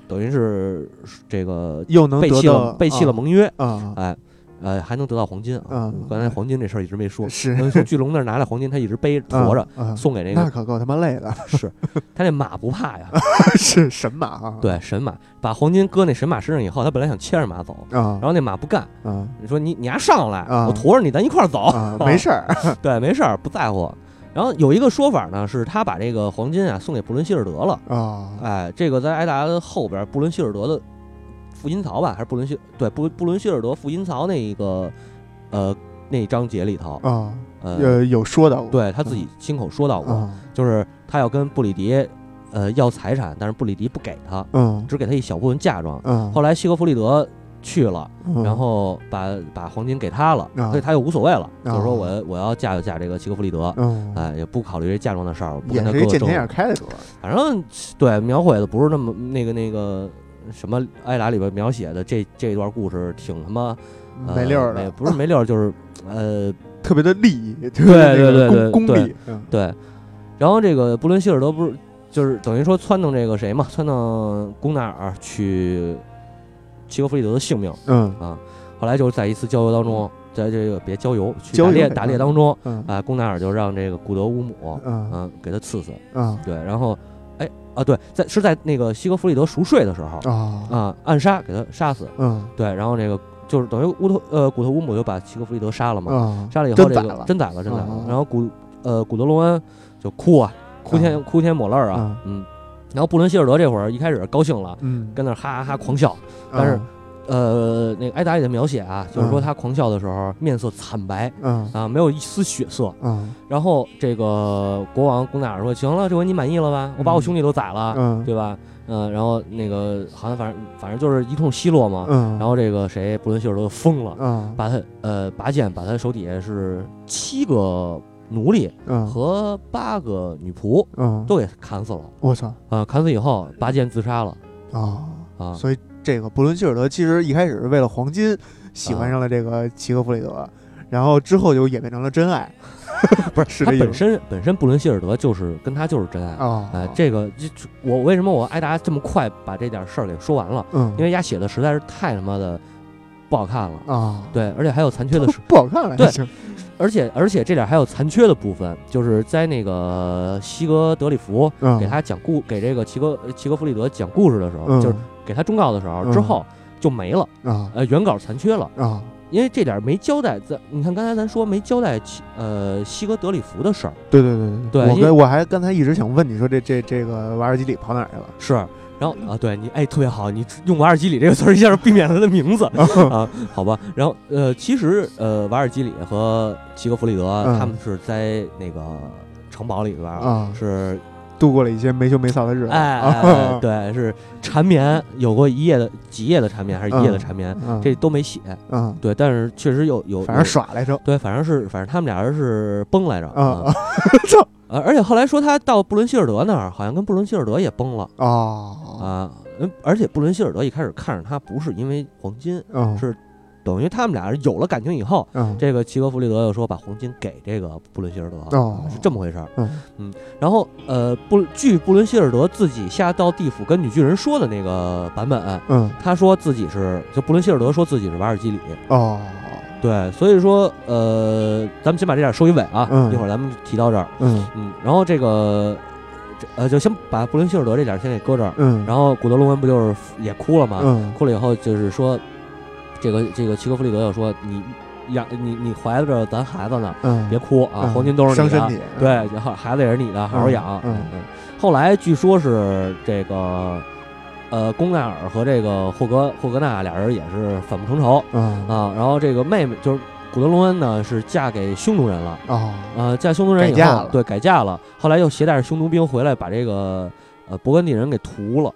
Speaker 2: 等于是这个
Speaker 1: 又能
Speaker 2: 背
Speaker 1: 得
Speaker 2: 弃
Speaker 1: 到
Speaker 2: 了背弃了盟约，
Speaker 1: 啊
Speaker 2: 哎呃，还能得到黄金啊。
Speaker 1: 嗯
Speaker 2: 刚才黄金这事儿一直没说，
Speaker 1: 是
Speaker 2: 从巨龙那儿拿来黄金，他一直背着驮着。
Speaker 1: 啊，
Speaker 2: 送给那
Speaker 1: 那嗯
Speaker 2: 个
Speaker 1: 可够他妈累 的，
Speaker 2: 是，他那马不怕呀，
Speaker 1: 是神马啊，
Speaker 2: 对神马，把黄金搁那神马身上以后，他本来想牵着马走，
Speaker 1: 啊
Speaker 2: 然后那马不干，
Speaker 1: 啊
Speaker 2: 你说你你还上来，
Speaker 1: 啊
Speaker 2: 我驮着你，咱一块儿 走，
Speaker 1: 啊，没事儿，
Speaker 2: 对，没事儿，不在乎。然后有一个说法呢，是他把这个黄金啊送给布伦希尔德了。
Speaker 1: 啊
Speaker 2: 哎，这个在艾达的后边，布伦希尔德的复音槽吧，还是布伦希对布布伦希尔德复音槽那一个呃那一章节里头，
Speaker 1: 啊，
Speaker 2: 呃，
Speaker 1: 呃，有说到过，
Speaker 2: 对他自己亲口说到过，
Speaker 1: 啊
Speaker 2: 就是他要跟布里迪呃要财产，但是布里迪不给他，
Speaker 1: 嗯
Speaker 2: 只给他一小部分嫁妆。
Speaker 1: 嗯，
Speaker 2: 后来西格弗里德去了，
Speaker 1: 嗯
Speaker 2: 然后把把黄金给他了，
Speaker 1: 啊
Speaker 2: 所以他又无所谓了，
Speaker 1: 啊
Speaker 2: 就是说我我要嫁就嫁这个西格弗里德，
Speaker 1: 嗯，
Speaker 2: 哎，也不考虑这嫁妆的事儿，不
Speaker 1: 也
Speaker 2: 跟他
Speaker 1: 是
Speaker 2: 哥
Speaker 1: 一
Speaker 2: 哥
Speaker 1: 见
Speaker 2: 争
Speaker 1: 钱。眼开的主儿，
Speaker 2: 反正对描绘的不是那么那个那个什么《艾拉》里边描写的这这一段故事挺他妈
Speaker 1: 嗯
Speaker 2: 呃
Speaker 1: 没溜儿
Speaker 2: 没
Speaker 1: 的，
Speaker 2: 不是没溜儿就是呃
Speaker 1: 特别的利益，对
Speaker 2: 对对对
Speaker 1: 功功
Speaker 2: 对
Speaker 1: 利，嗯
Speaker 2: 对，然后这个布伦希尔德不是就是等于说撺弄这个谁嘛，撺弄龚纳尔取齐格弗里德的性命
Speaker 1: 嗯
Speaker 2: 啊。后来就是在一次郊游当中，在这个别郊游去
Speaker 1: 郊
Speaker 2: 打
Speaker 1: 游
Speaker 2: 猎
Speaker 1: 嗯
Speaker 2: 打猎当中
Speaker 1: 嗯
Speaker 2: 啊，龚纳尔就让这个古德乌姆
Speaker 1: 嗯
Speaker 2: 嗯给他刺死，
Speaker 1: 嗯
Speaker 2: 对，然后哎啊对，在是在那个西格弗里德熟睡的时候
Speaker 1: 啊
Speaker 2: 啊暗杀给他杀死，
Speaker 1: 嗯
Speaker 2: 对，然后这个就是等于乌托呃古特乌姆就把西格弗里德杀了嘛，
Speaker 1: 啊
Speaker 2: 杀了以后，
Speaker 1: 真
Speaker 2: 这
Speaker 1: 宰
Speaker 2: 个
Speaker 1: 了
Speaker 2: 真宰了，真宰了
Speaker 1: 啊。
Speaker 2: 然后古呃古德隆恩就哭啊，哭
Speaker 1: 哦
Speaker 2: 天哭天抹泪儿啊
Speaker 1: 啊，
Speaker 2: 嗯。然后布伦希尔德这会儿一开始高兴了，
Speaker 1: 嗯，
Speaker 2: 跟那儿哈哈哈狂笑。但是呃，那个艾达里的描写啊，就是说
Speaker 1: 嗯
Speaker 2: 他狂笑的时候面色惨白
Speaker 1: 嗯
Speaker 2: 啊，没有一丝血色。
Speaker 1: 嗯
Speaker 2: 然后这个国王龚纳尔说：“行了，这回你满意了吧？我把我兄弟都宰了，
Speaker 1: 嗯
Speaker 2: 啊对吧？嗯。”然后那个好像反正反正就是一通奚落嘛。
Speaker 1: 嗯，
Speaker 2: 然后这个谁布伦希尔德疯了，
Speaker 1: 嗯
Speaker 2: 把他呃拔剑，把他手底下是七个奴隶
Speaker 1: 嗯
Speaker 2: 和八个女仆
Speaker 1: 嗯，
Speaker 2: 都给砍死了
Speaker 1: 我操
Speaker 2: 啊、砍死以后，拔剑自杀了
Speaker 1: 啊！
Speaker 2: 啊、
Speaker 1: 所以这个布伦希尔德其实一开始是为了黄金喜
Speaker 2: 啊
Speaker 1: 欢上了这个齐格弗里德，然后之后就演变成了真爱
Speaker 2: 不
Speaker 1: 是
Speaker 2: 他
Speaker 1: 这意思
Speaker 2: 本身本身布伦希尔德就是跟他就是真爱啊、
Speaker 1: 啊
Speaker 2: 呃这个这我我为什么我艾达这么快把这点事儿给说完了？
Speaker 1: 嗯，
Speaker 2: 因为丫写的实在是太他妈的不好看了。
Speaker 1: 啊，
Speaker 2: 对，而且还有残缺的是，
Speaker 1: 不好看了，
Speaker 2: 对
Speaker 1: 已经
Speaker 2: 而且而且这点还有残缺的部分，就是在那个西格德里福
Speaker 1: 嗯
Speaker 2: 给他讲故给这个齐格齐格弗里德讲故事的时候，
Speaker 1: 嗯
Speaker 2: 就是给他忠告的时候，
Speaker 1: 嗯
Speaker 2: 之后就没了，
Speaker 1: 啊
Speaker 2: 呃，原稿残缺了，
Speaker 1: 啊，
Speaker 2: 因为这点没交代。在你看刚才咱说没交代齐呃西格德里福的事儿
Speaker 1: 对对对
Speaker 2: 对
Speaker 1: 我
Speaker 2: 因为
Speaker 1: 跟我还刚才一直想问你说这这这个瓦尔基里跑哪儿去了？
Speaker 2: 是，然
Speaker 1: 嗯
Speaker 2: 后啊，对你哎特别好，你用瓦尔基里这个词儿一下避免了他的名字
Speaker 1: 嗯
Speaker 2: 啊，好吧。然后呃，其实呃瓦尔基里和齐格弗里德、
Speaker 1: 嗯
Speaker 2: 他们是在那个城堡里边儿
Speaker 1: 啊
Speaker 2: 是
Speaker 1: 度过了一些没羞没臊的日子，
Speaker 2: 哎哎哎
Speaker 1: 啊，
Speaker 2: 对是缠绵有过一夜的几夜的缠绵还是一夜的缠绵，
Speaker 1: 嗯
Speaker 2: 哎这都没写。
Speaker 1: 嗯，
Speaker 2: 对，但是确实有有，
Speaker 1: 反正
Speaker 2: 有
Speaker 1: 耍来着，
Speaker 2: 对，反正是反正他们俩人是崩来着
Speaker 1: 啊
Speaker 2: 啊，呃而且后来说他到布伦希尔德那儿，好像跟布伦希尔德也崩了
Speaker 1: 啊
Speaker 2: 啊，嗯而且布伦希尔德一开始看着他不是因为黄金，
Speaker 1: 嗯
Speaker 2: 是等于他们俩人有了感情以后，
Speaker 1: 嗯
Speaker 2: 这个齐格弗利德又说把黄金给这个布伦希尔德，
Speaker 1: 哦
Speaker 2: 是这么回事儿。
Speaker 1: 嗯
Speaker 2: 然后呃，布据布伦希尔德自己下到地府跟女巨人说的那个版本，
Speaker 1: 嗯
Speaker 2: 他说自己是就布伦希尔德说自己是瓦尔基里，
Speaker 1: 哦
Speaker 2: 对，所以说，呃，咱们先把这点收一尾啊，
Speaker 1: 嗯
Speaker 2: 一会儿咱们提到这儿，
Speaker 1: 嗯
Speaker 2: 嗯，然后这个，这呃，就先把布伦希尔德这点先给搁这儿，
Speaker 1: 嗯，
Speaker 2: 然后古啊德龙恩不就是也哭了吗？
Speaker 1: 嗯
Speaker 2: 哭了以后就是说，这个这个齐格弗里德又说你养你你怀着咱孩子呢，
Speaker 1: 嗯
Speaker 2: 别哭啊，
Speaker 1: 嗯
Speaker 2: 黄金都是
Speaker 1: 伤
Speaker 2: 你的，
Speaker 1: 身体，
Speaker 2: 对，然后孩子也是你的，好好
Speaker 1: 嗯
Speaker 2: 养，
Speaker 1: 嗯
Speaker 2: 后来据说是这个。呃，龚奈尔和这个霍格霍格纳俩人也是反目成仇，
Speaker 1: 嗯
Speaker 2: 啊，然后这个妹妹就是古德隆恩呢，是嫁给匈奴人了，
Speaker 1: 啊
Speaker 2: 呃，嫁匈奴人以
Speaker 1: 改嫁
Speaker 2: 后
Speaker 1: 了，
Speaker 2: 对，改嫁了，后来又携带着匈奴兵回来，把这个呃勃艮第人给屠了，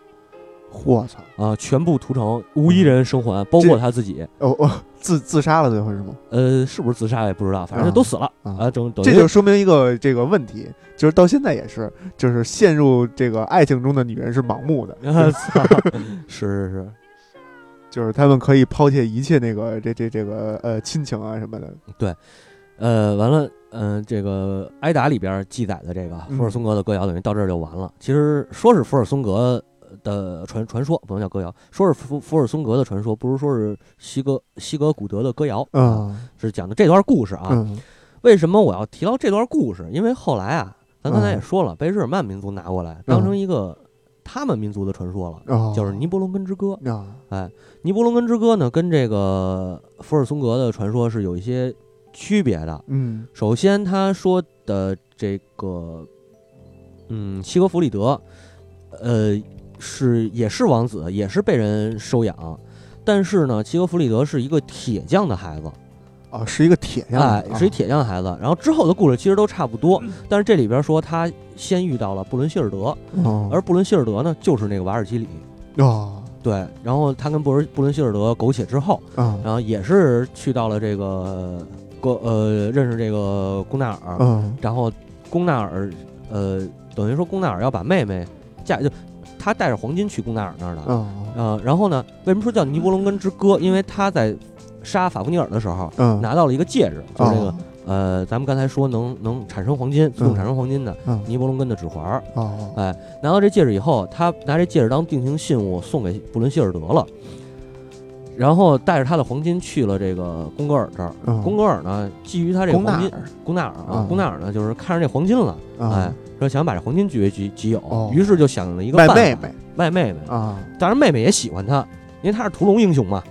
Speaker 1: 我操
Speaker 2: 啊、全部屠城，无
Speaker 1: 嗯
Speaker 2: 一人生还，包括他自己，
Speaker 1: 哦哦自自杀了最后是吗？
Speaker 2: 呃，是不是自杀也不知道，反正就都死了，
Speaker 1: 啊
Speaker 2: 啊，等等于
Speaker 1: 这就说明一个这个问题，就是到现在也是，就是陷入这个爱情中的女人是盲目的，
Speaker 2: 啊操是是是，
Speaker 1: 就是她们可以抛弃一切那个这这这个呃亲情啊什么的。
Speaker 2: 呃，完了。嗯，这个《挨打》里边记载的这个
Speaker 1: 嗯
Speaker 2: 福尔松格的歌谣，等于到这儿就完了。其实说是福尔松格的传传说，不能叫歌谣，说是福福尔松格的传说，不是说是西格西格古德的歌谣，啊，
Speaker 1: 嗯
Speaker 2: 是讲的这段故事啊。
Speaker 1: 嗯
Speaker 2: 为什么我要提到这段故事？因为后来啊，咱刚才也
Speaker 1: 嗯
Speaker 2: 说了，被日耳曼民族拿过来当成一个他们民族的传说了，
Speaker 1: 哦，
Speaker 2: 就是《尼伯龙根之歌》。
Speaker 1: 啊
Speaker 2: 《尼伯龙根之歌》呢，跟这个福尔松格的传说是有一些区别的。
Speaker 1: 嗯
Speaker 2: 首先，他说的这个，嗯，西格弗里德，呃，是也是王子，也是被人收养，但是呢，西格弗里德是一个铁匠的孩子，
Speaker 1: 啊啊，是一个铁匠
Speaker 2: 哎，
Speaker 1: 的，
Speaker 2: 是一
Speaker 1: 啊嗯
Speaker 2: 铁匠孩子。然后之后的故事其实都差不多，但是这里边说他先遇到了布伦希尔德，
Speaker 1: 哦
Speaker 2: 而布伦希尔德呢就是那个瓦尔基里。
Speaker 1: 哦
Speaker 2: 对，然后他跟布伦布伦希尔德苟且之后，
Speaker 1: 啊
Speaker 2: 然后也是去到了这个哥呃认识这个龚纳尔，
Speaker 1: 嗯
Speaker 2: 然后龚纳尔呃等于说龚纳尔要把妹妹嫁，就他带着黄金去龚纳尔那儿的。
Speaker 1: 嗯
Speaker 2: 呃，然后呢，为什么说叫尼伯龙根之歌？因为他在杀法夫尼尔的时候
Speaker 1: 嗯，
Speaker 2: 拿到了一个戒指，就是那个、
Speaker 1: 哦
Speaker 2: 呃，咱们刚才说能能产生黄金、自动产生黄金的、
Speaker 1: 嗯
Speaker 2: 尼伯龙根的指环儿。
Speaker 1: 哦
Speaker 2: 拿到这戒指以后，他拿这戒指当定情信物送给布伦希尔德了，然后带着他的黄金去了这个贡格尔这儿。
Speaker 1: 嗯，
Speaker 2: 贡格尔呢，基于他这个
Speaker 1: 龚
Speaker 2: 黄
Speaker 1: 纳
Speaker 2: 金，
Speaker 1: 尔
Speaker 2: 贡纳尔啊
Speaker 1: 嗯，
Speaker 2: 贡纳尔呢，就是看上这黄金了，哎
Speaker 1: 啊，，
Speaker 2: 说想把这黄金据为己己
Speaker 1: 哦
Speaker 2: 有，于是就想了一个
Speaker 1: 卖
Speaker 2: 办
Speaker 1: 妹
Speaker 2: 法
Speaker 1: 妹
Speaker 2: 卖妹妹，
Speaker 1: 啊，
Speaker 2: 当然妹妹也喜欢他，因为他是屠龙英雄嘛，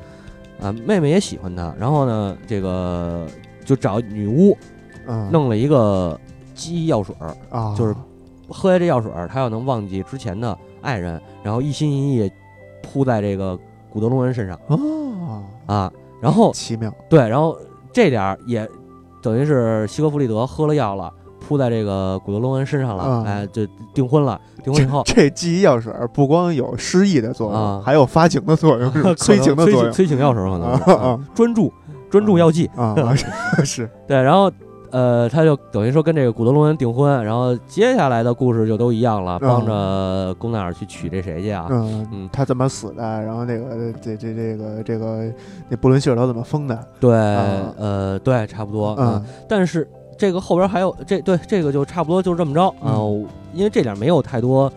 Speaker 2: 啊，妹妹也喜欢他。然后呢，这个就找女巫
Speaker 1: 嗯，
Speaker 2: 弄了一个鸡药水儿，
Speaker 1: 啊，
Speaker 2: 就是喝下这药水儿，他要能忘记之前的爱人，然后一心一意扑在这个古德隆恩身上
Speaker 1: 哦，
Speaker 2: 啊。然后
Speaker 1: 奇妙，
Speaker 2: 对，然后这点儿也等于是希格弗利德喝了药了。扑在这个古德隆恩身上了，
Speaker 1: 啊，
Speaker 2: 哎，就订婚了。订婚以后
Speaker 1: 这记忆药水儿不光有失忆的作用，
Speaker 2: 啊
Speaker 1: 还有发情的作 用，是吧催情的
Speaker 2: 可能
Speaker 1: 作
Speaker 2: 催
Speaker 1: 用
Speaker 2: 催情药水可能是
Speaker 1: 啊啊
Speaker 2: 啊专注专注药剂，
Speaker 1: 啊，是是，
Speaker 2: 对，然后呃，他就等于说跟这个古德隆恩订婚，然后接下来的故事就都一样
Speaker 1: 啊
Speaker 2: 了，帮着龚纳尔去娶这谁去啊？
Speaker 1: 嗯
Speaker 2: 嗯，
Speaker 1: 他怎么死的？然后那个这这这个这个那布伦希尔德怎么疯的？
Speaker 2: 对，
Speaker 1: 啊
Speaker 2: 呃，对，差不多，
Speaker 1: 嗯，
Speaker 2: 但是这个后边还有这对这个就差不多就是这么着啊、
Speaker 1: 嗯
Speaker 2: 因为这点没有太多，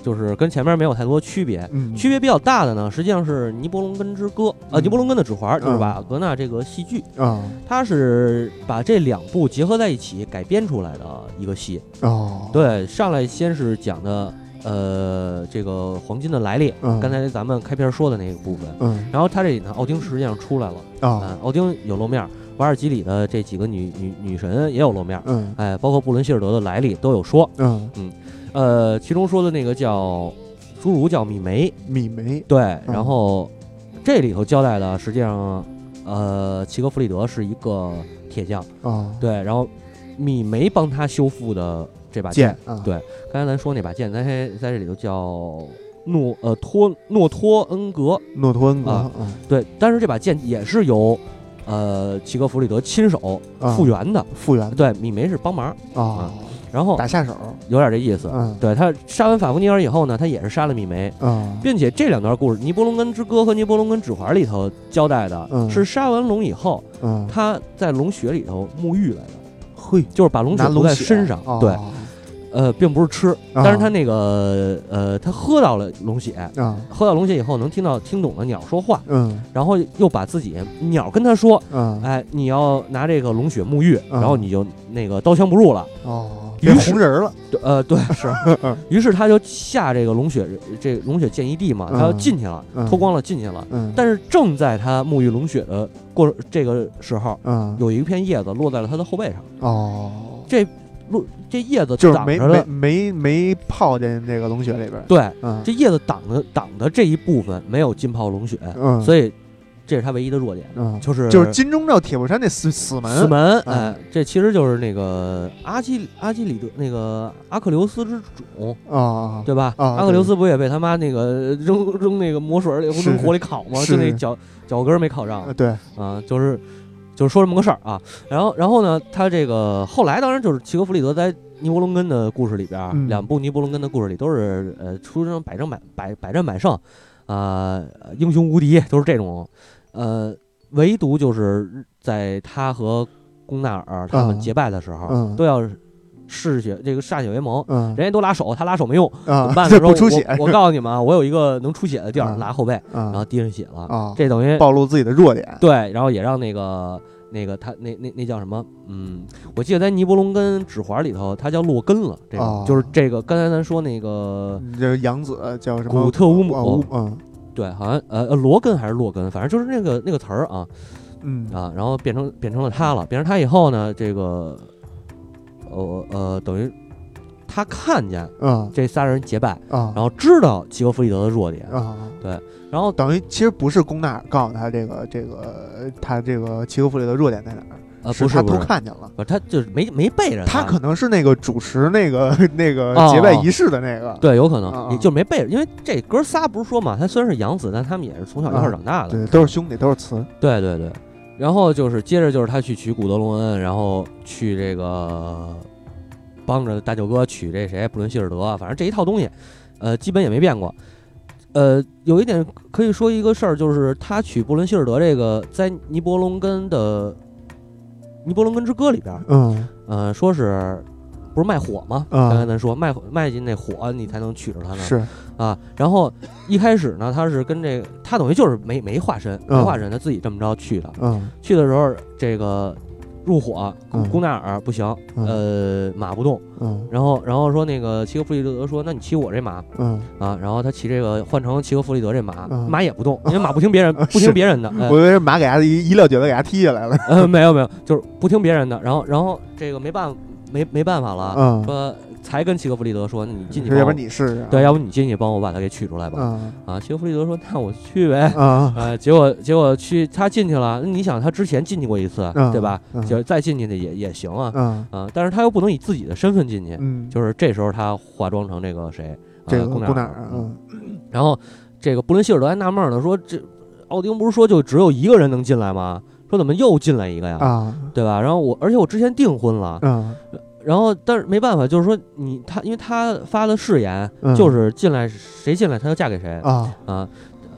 Speaker 2: 就是跟前面没有太多区别。
Speaker 1: 嗯，
Speaker 2: 区别比较大的呢，实际上是《尼伯龙根之歌》呃，
Speaker 1: 嗯
Speaker 2: 尼伯龙根的指环》就是
Speaker 1: 嗯
Speaker 2: 瓦格纳这个戏剧，
Speaker 1: 啊
Speaker 2: 它是把这两部结合在一起改编出来的一个戏。
Speaker 1: 哦，，
Speaker 2: 对，上来先是讲的呃这个黄金的来历，
Speaker 1: 嗯
Speaker 2: 刚才咱们开篇说的那个部分。
Speaker 1: 嗯
Speaker 2: 然后他这里呢，奥丁实际上出来了，
Speaker 1: 啊
Speaker 2: 啊，奥丁有露面儿，瓦尔基里的这几个女女女神也有露面儿，
Speaker 1: 嗯
Speaker 2: 哎，包括布伦希尔德的来历都有说。
Speaker 1: 嗯，
Speaker 2: 呃，其中说的那个叫侏儒叫米梅，
Speaker 1: 米梅
Speaker 2: 对，然后这里头交代的实际上，呃，齐格弗里德是一个铁匠，
Speaker 1: 啊，
Speaker 2: 对，然后米梅帮他修复的这把剑
Speaker 1: 剑，啊，
Speaker 2: 对刚才咱说那把剑，咱还在这里头叫诺呃托诺托恩格，
Speaker 1: 诺托恩格
Speaker 2: 啊
Speaker 1: 嗯
Speaker 2: 对，但是这把剑也是由呃齐格弗里德亲手
Speaker 1: 啊
Speaker 2: 复原的，嗯
Speaker 1: 复原
Speaker 2: 对，米梅是帮忙，
Speaker 1: 啊，
Speaker 2: 然后
Speaker 1: 打下手，
Speaker 2: 有点这意思。
Speaker 1: 嗯
Speaker 2: 哦对他杀完法夫尼尔以后呢，他也是杀了米梅，
Speaker 1: 啊
Speaker 2: 并且这两段故事《尼伯龙根之歌》和《尼伯龙根指环》里头交代的、
Speaker 1: 嗯
Speaker 2: 是杀完龙以后，
Speaker 1: 嗯，
Speaker 2: 他在龙血里头沐浴来的，
Speaker 1: 会
Speaker 2: 就是把龙血
Speaker 1: 拿
Speaker 2: 涂
Speaker 1: 龙
Speaker 2: 在
Speaker 1: 血
Speaker 2: 身上，
Speaker 1: 哦
Speaker 2: 对，呃，并不是吃，但是他那个呃，他喝到了龙血，
Speaker 1: 啊
Speaker 2: 喝到龙血以后能听到听懂了鸟说话，
Speaker 1: 嗯
Speaker 2: 然后又把自己鸟跟他说，
Speaker 1: 嗯
Speaker 2: 哎，你要拿这个龙血沐浴，
Speaker 1: 嗯
Speaker 2: 然后你就那个刀枪不入了。
Speaker 1: 哦，
Speaker 2: 于
Speaker 1: 变
Speaker 2: 是
Speaker 1: 红人儿了
Speaker 2: 对呃，对，是。于是他就下这个龙血，这龙血见一地嘛，
Speaker 1: 嗯
Speaker 2: 他要进去了，
Speaker 1: 嗯
Speaker 2: 脱光了进去了。
Speaker 1: 嗯，
Speaker 2: 但是正在他沐浴龙血的过这个时候，
Speaker 1: 嗯
Speaker 2: 有一片叶子落在了他的后背上，
Speaker 1: 哦，
Speaker 2: 落这叶子
Speaker 1: 就是
Speaker 2: 挡
Speaker 1: 没
Speaker 2: 着
Speaker 1: 没
Speaker 2: 了。
Speaker 1: 没没泡进那个龙血里边儿，
Speaker 2: 对，
Speaker 1: 嗯
Speaker 2: 这叶子挡的挡的这一部分没有浸泡龙血，
Speaker 1: 嗯，以
Speaker 2: 所以这是他唯一的弱点，
Speaker 1: 嗯
Speaker 2: 就是
Speaker 1: 就是金钟罩铁布衫那死死门，
Speaker 2: 死门。
Speaker 1: 嗯
Speaker 2: 哎，这其实就是那个阿基阿基里德那个阿克琉斯之种，
Speaker 1: 啊，
Speaker 2: 对吧？
Speaker 1: 啊
Speaker 2: 阿克琉斯不也被他妈那个呃扔扔那个魔水里
Speaker 1: 是
Speaker 2: 扔火里烤吗？
Speaker 1: 是
Speaker 2: 就那脚脚跟儿没烤上
Speaker 1: 呃对，
Speaker 2: 啊，就是就是说这么个事儿啊。然后然后呢，他这个后来当然就是齐格弗里德在尼伯龙根的故事里边儿，
Speaker 1: 嗯
Speaker 2: 两部尼伯龙根的故事里都是呃出生百战百百百战百胜啊、呃英雄无敌，都是这种呃，唯独就是在他和龚纳尔他们
Speaker 1: 嗯
Speaker 2: 结拜的时候，
Speaker 1: 嗯
Speaker 2: 都要嗜血这个歃血为盟。
Speaker 1: 嗯
Speaker 2: 人家都拉手，他拉手没用，怎么
Speaker 1: 啊，
Speaker 2: 办
Speaker 1: 这
Speaker 2: 呢？
Speaker 1: 不
Speaker 2: 说
Speaker 1: 出血
Speaker 2: 我我告诉你们啊，我有一个能出血的地儿，
Speaker 1: 嗯
Speaker 2: 拉后背，然后
Speaker 1: 啊
Speaker 2: 滴上血了。
Speaker 1: 啊，
Speaker 2: 这等于
Speaker 1: 暴露自己的弱点，
Speaker 2: 对，然后也让那个那个他那那那叫什么？嗯，我记得在尼伯龙根指环里头，他叫洛根了。这个、
Speaker 1: 哦
Speaker 2: 就是这个，刚才咱说那个
Speaker 1: 这杨子叫什么
Speaker 2: 嗯古？特乌姆，
Speaker 1: 啊乌嗯
Speaker 2: 对，好像呃呃罗根还是洛根，反正就是那个那个词儿啊
Speaker 1: 嗯
Speaker 2: 啊，然后变成变成了他了，变成他以后呢，这个呃呃等于。他看见
Speaker 1: 啊
Speaker 2: 这仨人结拜，
Speaker 1: 啊
Speaker 2: 然后知道齐格弗里德的弱点，
Speaker 1: 啊，
Speaker 2: 然后
Speaker 1: 等于其实不是龚纳尔告诉他这个这个他这个齐格弗里德弱点在哪儿，
Speaker 2: 呃不
Speaker 1: 他偷
Speaker 2: 不是，
Speaker 1: 看见了。
Speaker 2: 不是他就是没没背着
Speaker 1: 他可能是那个 主持那个那个
Speaker 2: 哦
Speaker 1: 结拜仪式的那个，
Speaker 2: 对，有可
Speaker 1: 啊
Speaker 2: 能，
Speaker 1: 啊
Speaker 2: 也就没背着，因为这哥仨不是说嘛，他虽然是养子，但他们也是从小一块儿长大的。
Speaker 1: 对，都是兄弟，都是词
Speaker 2: 对对对，然后就是接着就是他去娶古德隆恩，然后去这个帮着大舅哥娶这谁布伦希尔德，反正这一套东西，呃，基本也没变过。呃，有一点可以说一个事儿，就是他娶布伦希尔德这个，在尼伯龙根的《尼伯龙根之歌》里边，
Speaker 1: 嗯
Speaker 2: 呃，说是不是卖火吗？
Speaker 1: 啊
Speaker 2: 刚才咱说卖火卖进那火，你才能娶着她呢。
Speaker 1: 是
Speaker 2: 啊，然后一开始呢，他是跟这个，他等于就是没没化身，没
Speaker 1: 嗯
Speaker 2: 化身，他自己这么着去的。
Speaker 1: 嗯
Speaker 2: 去的时候，这个入伙，
Speaker 1: 嗯
Speaker 2: 龚纳尔不行，
Speaker 1: 嗯
Speaker 2: 呃，马不动。
Speaker 1: 嗯
Speaker 2: 然后，然后说那个齐格弗里德说，那你骑我这马
Speaker 1: 嗯，
Speaker 2: 啊。然后他骑这个换成齐格弗里德这马，
Speaker 1: 嗯
Speaker 2: 马也不动，因为马不听 别人，不
Speaker 1: 是
Speaker 2: 听别人的。哎
Speaker 1: 我以为马给他一一撂蹶子给他踢下来了，
Speaker 2: 呃，没有没有，就是不听别人的。然后，然后这个没办没没办法了，
Speaker 1: 嗯，
Speaker 2: 说才跟齐格弗里德说，那你啊进去
Speaker 1: 说
Speaker 2: 帮我，
Speaker 1: 要不然你试试啊，
Speaker 2: 对，要不你进去帮我把他给取出来吧。
Speaker 1: 嗯
Speaker 2: 啊，齐格弗里德说，那我去呗。
Speaker 1: 啊
Speaker 2: 啊，结果结果去他进去了，那你想他之前进去过一次，
Speaker 1: 嗯
Speaker 2: 对吧
Speaker 1: 嗯？
Speaker 2: 就再进去的也也行啊，
Speaker 1: 嗯
Speaker 2: 啊，但是他又不能以自己的身份进去，
Speaker 1: 嗯，
Speaker 2: 就是这时候他化妆成这个谁，啊
Speaker 1: 这个
Speaker 2: 贡
Speaker 1: 布纳
Speaker 2: 尔
Speaker 1: 尔，，嗯
Speaker 2: 然后这个布伦希尔德还纳闷呢，说这奥丁不是说就只有一个人能进来吗？说怎么又进来一个呀？
Speaker 1: 啊
Speaker 2: 对吧？然后我，而且我之前订婚了，
Speaker 1: 嗯
Speaker 2: 然后但是没办法，就是说你他，因为他发的誓言
Speaker 1: 嗯
Speaker 2: 就是进来谁进来他就嫁给谁
Speaker 1: 啊
Speaker 2: 啊，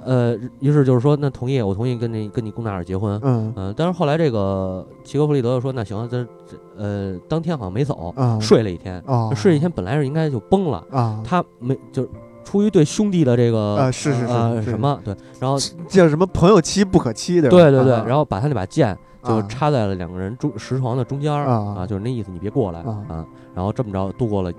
Speaker 2: 呃，于是就是说，那同意，我同意跟你跟你龚纳尔结婚。
Speaker 1: 嗯
Speaker 2: 嗯、但是后来这个齐格弗里德就说，那行，这这呃，当天好像没走，
Speaker 1: 啊
Speaker 2: 睡了一天，
Speaker 1: 啊
Speaker 2: 睡一天本来是应该就崩了，
Speaker 1: 啊，
Speaker 2: 他没就是出于对兄弟的这个
Speaker 1: 啊是是是
Speaker 2: 呃
Speaker 1: 是
Speaker 2: 什么对，然后
Speaker 1: 叫什么朋友妻不可欺的，
Speaker 2: 对对对，
Speaker 1: 啊
Speaker 2: 然后把他那把剑就
Speaker 1: 啊
Speaker 2: 插在了两个人中石床的中间儿
Speaker 1: 啊
Speaker 2: 啊，就是那意思，你别过来
Speaker 1: 啊
Speaker 2: 啊，然后这么着度过了，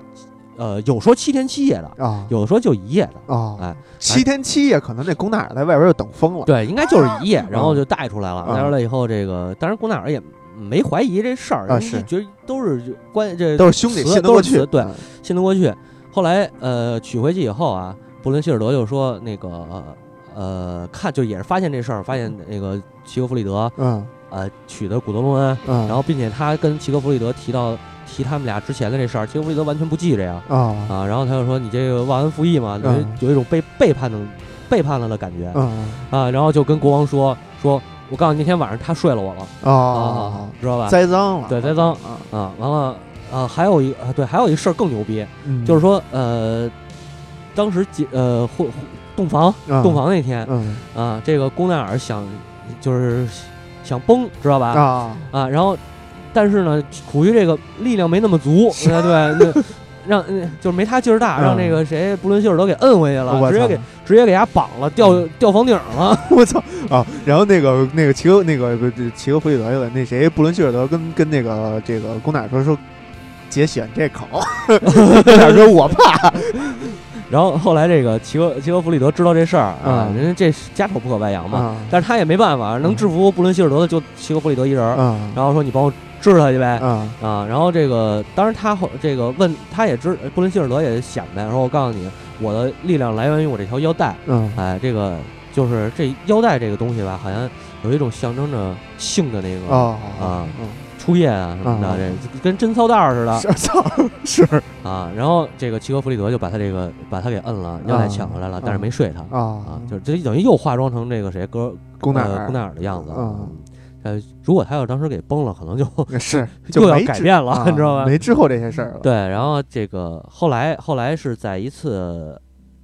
Speaker 2: 呃，有说七天七夜的，
Speaker 1: 啊
Speaker 2: 有说就一夜的。
Speaker 1: 啊，
Speaker 2: 哎
Speaker 1: 七天七夜，可能那龚纳尔在外边就等疯了，
Speaker 2: 对，应该就是一夜，然后
Speaker 1: 啊
Speaker 2: 就带出来了。
Speaker 1: 啊
Speaker 2: 带出来以后，这个当然龚纳尔也没怀疑这事
Speaker 1: 啊
Speaker 2: 儿，因为
Speaker 1: 是
Speaker 2: 觉得都是关这
Speaker 1: 都是兄弟，
Speaker 2: 词
Speaker 1: 信得
Speaker 2: 都
Speaker 1: 过
Speaker 2: 是
Speaker 1: 去
Speaker 2: 词，对
Speaker 1: 嗯
Speaker 2: 信得过去。后来呃娶回去以后啊，布伦希尔德就说那个呃看就也是发现这事儿，发现那个齐格弗里德
Speaker 1: 嗯
Speaker 2: 呃娶的古德隆恩，
Speaker 1: 嗯，
Speaker 2: 然后并且他跟齐格弗里德提到提他们俩之前的这事儿，齐格弗里德完全不记着呀
Speaker 1: 啊
Speaker 2: 啊，然后他就说你这个忘恩负义嘛，有一
Speaker 1: 嗯
Speaker 2: 有一种被背叛的背叛了的感觉。
Speaker 1: 嗯
Speaker 2: 啊，然后就跟国王说说，我告诉你，那天晚上他睡了我了，
Speaker 1: 啊，
Speaker 2: 知道吧？
Speaker 1: 栽赃了，
Speaker 2: 对栽赃
Speaker 1: 啊，
Speaker 2: 啊，完了啊，还有一啊，对，还有一事儿更牛逼，
Speaker 1: 嗯
Speaker 2: 就是说呃，当时结呃婚洞房
Speaker 1: 啊
Speaker 2: 洞房那天
Speaker 1: 嗯
Speaker 2: 啊，这个龚奈尔想就是想崩，知道吧？
Speaker 1: 啊
Speaker 2: 啊，然后但是呢，苦于这个力量没那么 足，啊对，那让那就是没他劲儿大，让那个谁布伦希尔德给摁回去了，
Speaker 1: 嗯我
Speaker 2: 直接
Speaker 1: 操嗯
Speaker 2: 给直接给他绑了，吊吊房顶了。
Speaker 1: 我操啊！然后那个那个齐格那个不是齐格弗里德去了，那谁布伦希尔德跟跟那个这个龚纳尔说说，姐喜欢这 口，龚纳尔说我怕，
Speaker 2: 然后后来这个齐格齐格弗里德知道这事儿啊，
Speaker 1: 嗯
Speaker 2: 人家这是家丑不可外扬嘛，
Speaker 1: 啊
Speaker 2: 但是他也没办法，能制服布伦希尔德的就齐格弗里德一人儿，
Speaker 1: 啊
Speaker 2: 然后说你帮我治他去呗。
Speaker 1: 啊
Speaker 2: 啊，然后这个，当然他后这个问，他也知布伦希尔德也显摆，说我告诉你，我的力量来源于我这条腰带，
Speaker 1: 嗯
Speaker 2: 哎，这个就是这腰带这个东西吧，好像有一种象征着性的那个
Speaker 1: 啊
Speaker 2: 啊初夜啊什么
Speaker 1: 啊
Speaker 2: 的，这跟贞操带儿似的，
Speaker 1: 是 操是
Speaker 2: 啊，然后这个齐格弗里德就把他这个把他给摁了，腰带抢回来了，
Speaker 1: 啊
Speaker 2: 但是没睡他
Speaker 1: 啊
Speaker 2: 啊，就是这等于又化妆成这个谁哥
Speaker 1: 龚纳
Speaker 2: 呃
Speaker 1: 尔
Speaker 2: 宫奈尔的样子
Speaker 1: 啊。
Speaker 2: 呃，如果他要当时给崩了，可能就是又
Speaker 1: 就
Speaker 2: 要
Speaker 1: 没
Speaker 2: 改
Speaker 1: 之
Speaker 2: 变了
Speaker 1: 啊，
Speaker 2: 你知道吧？
Speaker 1: 没之后这些事儿了，
Speaker 2: 对，然后这个后来后来是在一次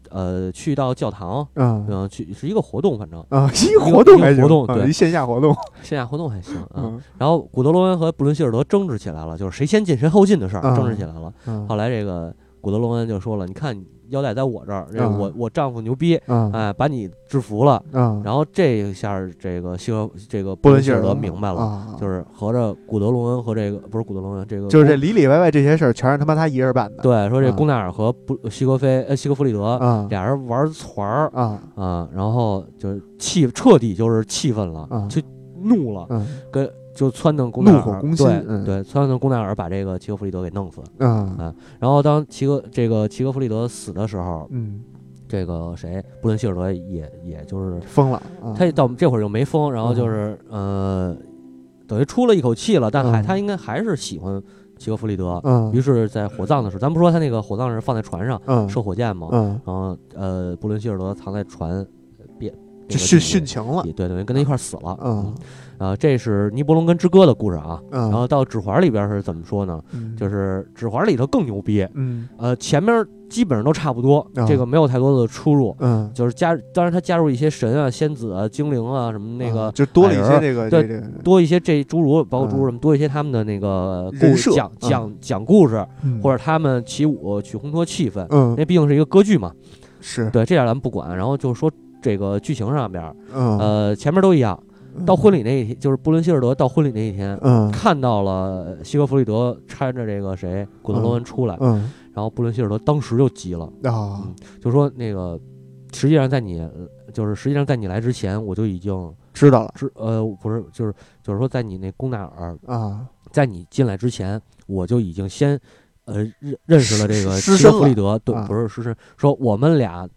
Speaker 2: 呃去到教堂，
Speaker 1: 嗯
Speaker 2: 嗯，去是一个活动，反正
Speaker 1: 啊，一活动还
Speaker 2: 一
Speaker 1: 行，
Speaker 2: 个活动
Speaker 1: 啊
Speaker 2: 对
Speaker 1: 一线下活动，
Speaker 2: 线下活动还行啊。
Speaker 1: 嗯
Speaker 2: 然后古德罗恩和布伦希尔德争执起来了，就是谁先进谁后进的事儿，
Speaker 1: 啊
Speaker 2: 争执起来了。
Speaker 1: 嗯
Speaker 2: 后来这个古德隆恩就说了：“你看腰带在我这儿，这
Speaker 1: 嗯
Speaker 2: 我我丈夫牛逼，
Speaker 1: 嗯
Speaker 2: 哎，把你制服了。”
Speaker 1: 嗯，
Speaker 2: 然后这一下儿，这个希尔这个
Speaker 1: 布
Speaker 2: 伦
Speaker 1: 伦希
Speaker 2: 希
Speaker 1: 尔
Speaker 2: 德
Speaker 1: 德啊
Speaker 2: 明白了，
Speaker 1: 了
Speaker 2: 就是是合着古德隆恩和这个不是古德隆恩，这个
Speaker 1: 就是这
Speaker 2: 公
Speaker 1: 里里外外这些事儿全是他妈他一人办的，
Speaker 2: 对，说这
Speaker 1: 嗯
Speaker 2: 龚纳尔和布西格菲呃西格弗里德
Speaker 1: 啊
Speaker 2: 俩人玩团儿
Speaker 1: 啊
Speaker 2: 啊，然后就是气彻底就是气愤了
Speaker 1: 嗯，
Speaker 2: 就怒了，
Speaker 1: 嗯
Speaker 2: 跟就撺掇龚奈
Speaker 1: 怒火
Speaker 2: 尔，
Speaker 1: 攻心
Speaker 2: 对、
Speaker 1: 嗯
Speaker 2: 对，撺掇龚奈尔把这个齐格弗里德给弄死。
Speaker 1: 啊，
Speaker 2: 然后当齐格这个齐格弗里德死的时候，
Speaker 1: 嗯，
Speaker 2: 这个谁布伦希尔德也也就是
Speaker 1: 疯了啊，
Speaker 2: 他也到这会儿就没疯，然后
Speaker 1: 嗯
Speaker 2: 就是、呃，等于出了一口气了，但还、
Speaker 1: 嗯
Speaker 2: 他应该还是喜欢齐格弗里德。
Speaker 1: 嗯
Speaker 2: 于是，在火葬的时候，咱不说他那个火葬是放在船上
Speaker 1: 嗯
Speaker 2: 射火箭吗？
Speaker 1: 嗯，
Speaker 2: 然后呃，布伦希尔德藏在船呃边，
Speaker 1: 就
Speaker 2: 这
Speaker 1: 殉殉情了，
Speaker 2: 也对对，跟他一块儿死了。
Speaker 1: 嗯
Speaker 2: 啊，这是尼伯龙跟之歌的故事啊。然
Speaker 1: 嗯，
Speaker 2: 后到指环里边是怎么说呢？就是是指环里头更牛逼，
Speaker 1: 嗯
Speaker 2: 呃，前面基本上都差不多，
Speaker 1: 啊
Speaker 2: 这个没有太多的出入。
Speaker 1: 嗯，
Speaker 2: 就是加，当然他加入一些神啊、仙子啊、精灵啊什么那个
Speaker 1: 啊，就多了一
Speaker 2: 矮人
Speaker 1: 些
Speaker 2: 儿
Speaker 1: 这个
Speaker 2: 对
Speaker 1: 这个，
Speaker 2: 多一些这诸如包括诸如
Speaker 1: 嗯
Speaker 2: 什么，多一些他们的那个
Speaker 1: 人
Speaker 2: 故
Speaker 1: 设
Speaker 2: 讲
Speaker 1: 嗯
Speaker 2: 讲讲故事，
Speaker 1: 嗯
Speaker 2: 或者他们起舞去烘托气氛。
Speaker 1: 嗯
Speaker 2: 那毕竟是一个歌剧嘛，
Speaker 1: 是，
Speaker 2: 对，这点咱们不管。然后就说这个剧情上边儿，
Speaker 1: 嗯，
Speaker 2: 呃，前面都一样。到婚礼那一天，就是布伦希尔德到婚礼那一天，
Speaker 1: 嗯，
Speaker 2: 看到了希格弗里德搀着这个谁古德罗恩出来，
Speaker 1: 嗯
Speaker 2: 然后布伦希尔德当时就急了，
Speaker 1: 嗯啊，
Speaker 2: 就说那个实际上在你就是实际上在你来之前，我就已经
Speaker 1: 知道了
Speaker 2: 知呃不是就是就是说在你那龚奈尔
Speaker 1: 啊，
Speaker 2: 在你进来之前，我就已经先呃认认识了这个
Speaker 1: 失失
Speaker 2: 希格
Speaker 1: 身
Speaker 2: 弗里
Speaker 1: 了
Speaker 2: 德，对，
Speaker 1: 啊
Speaker 2: 不是失身，说我们俩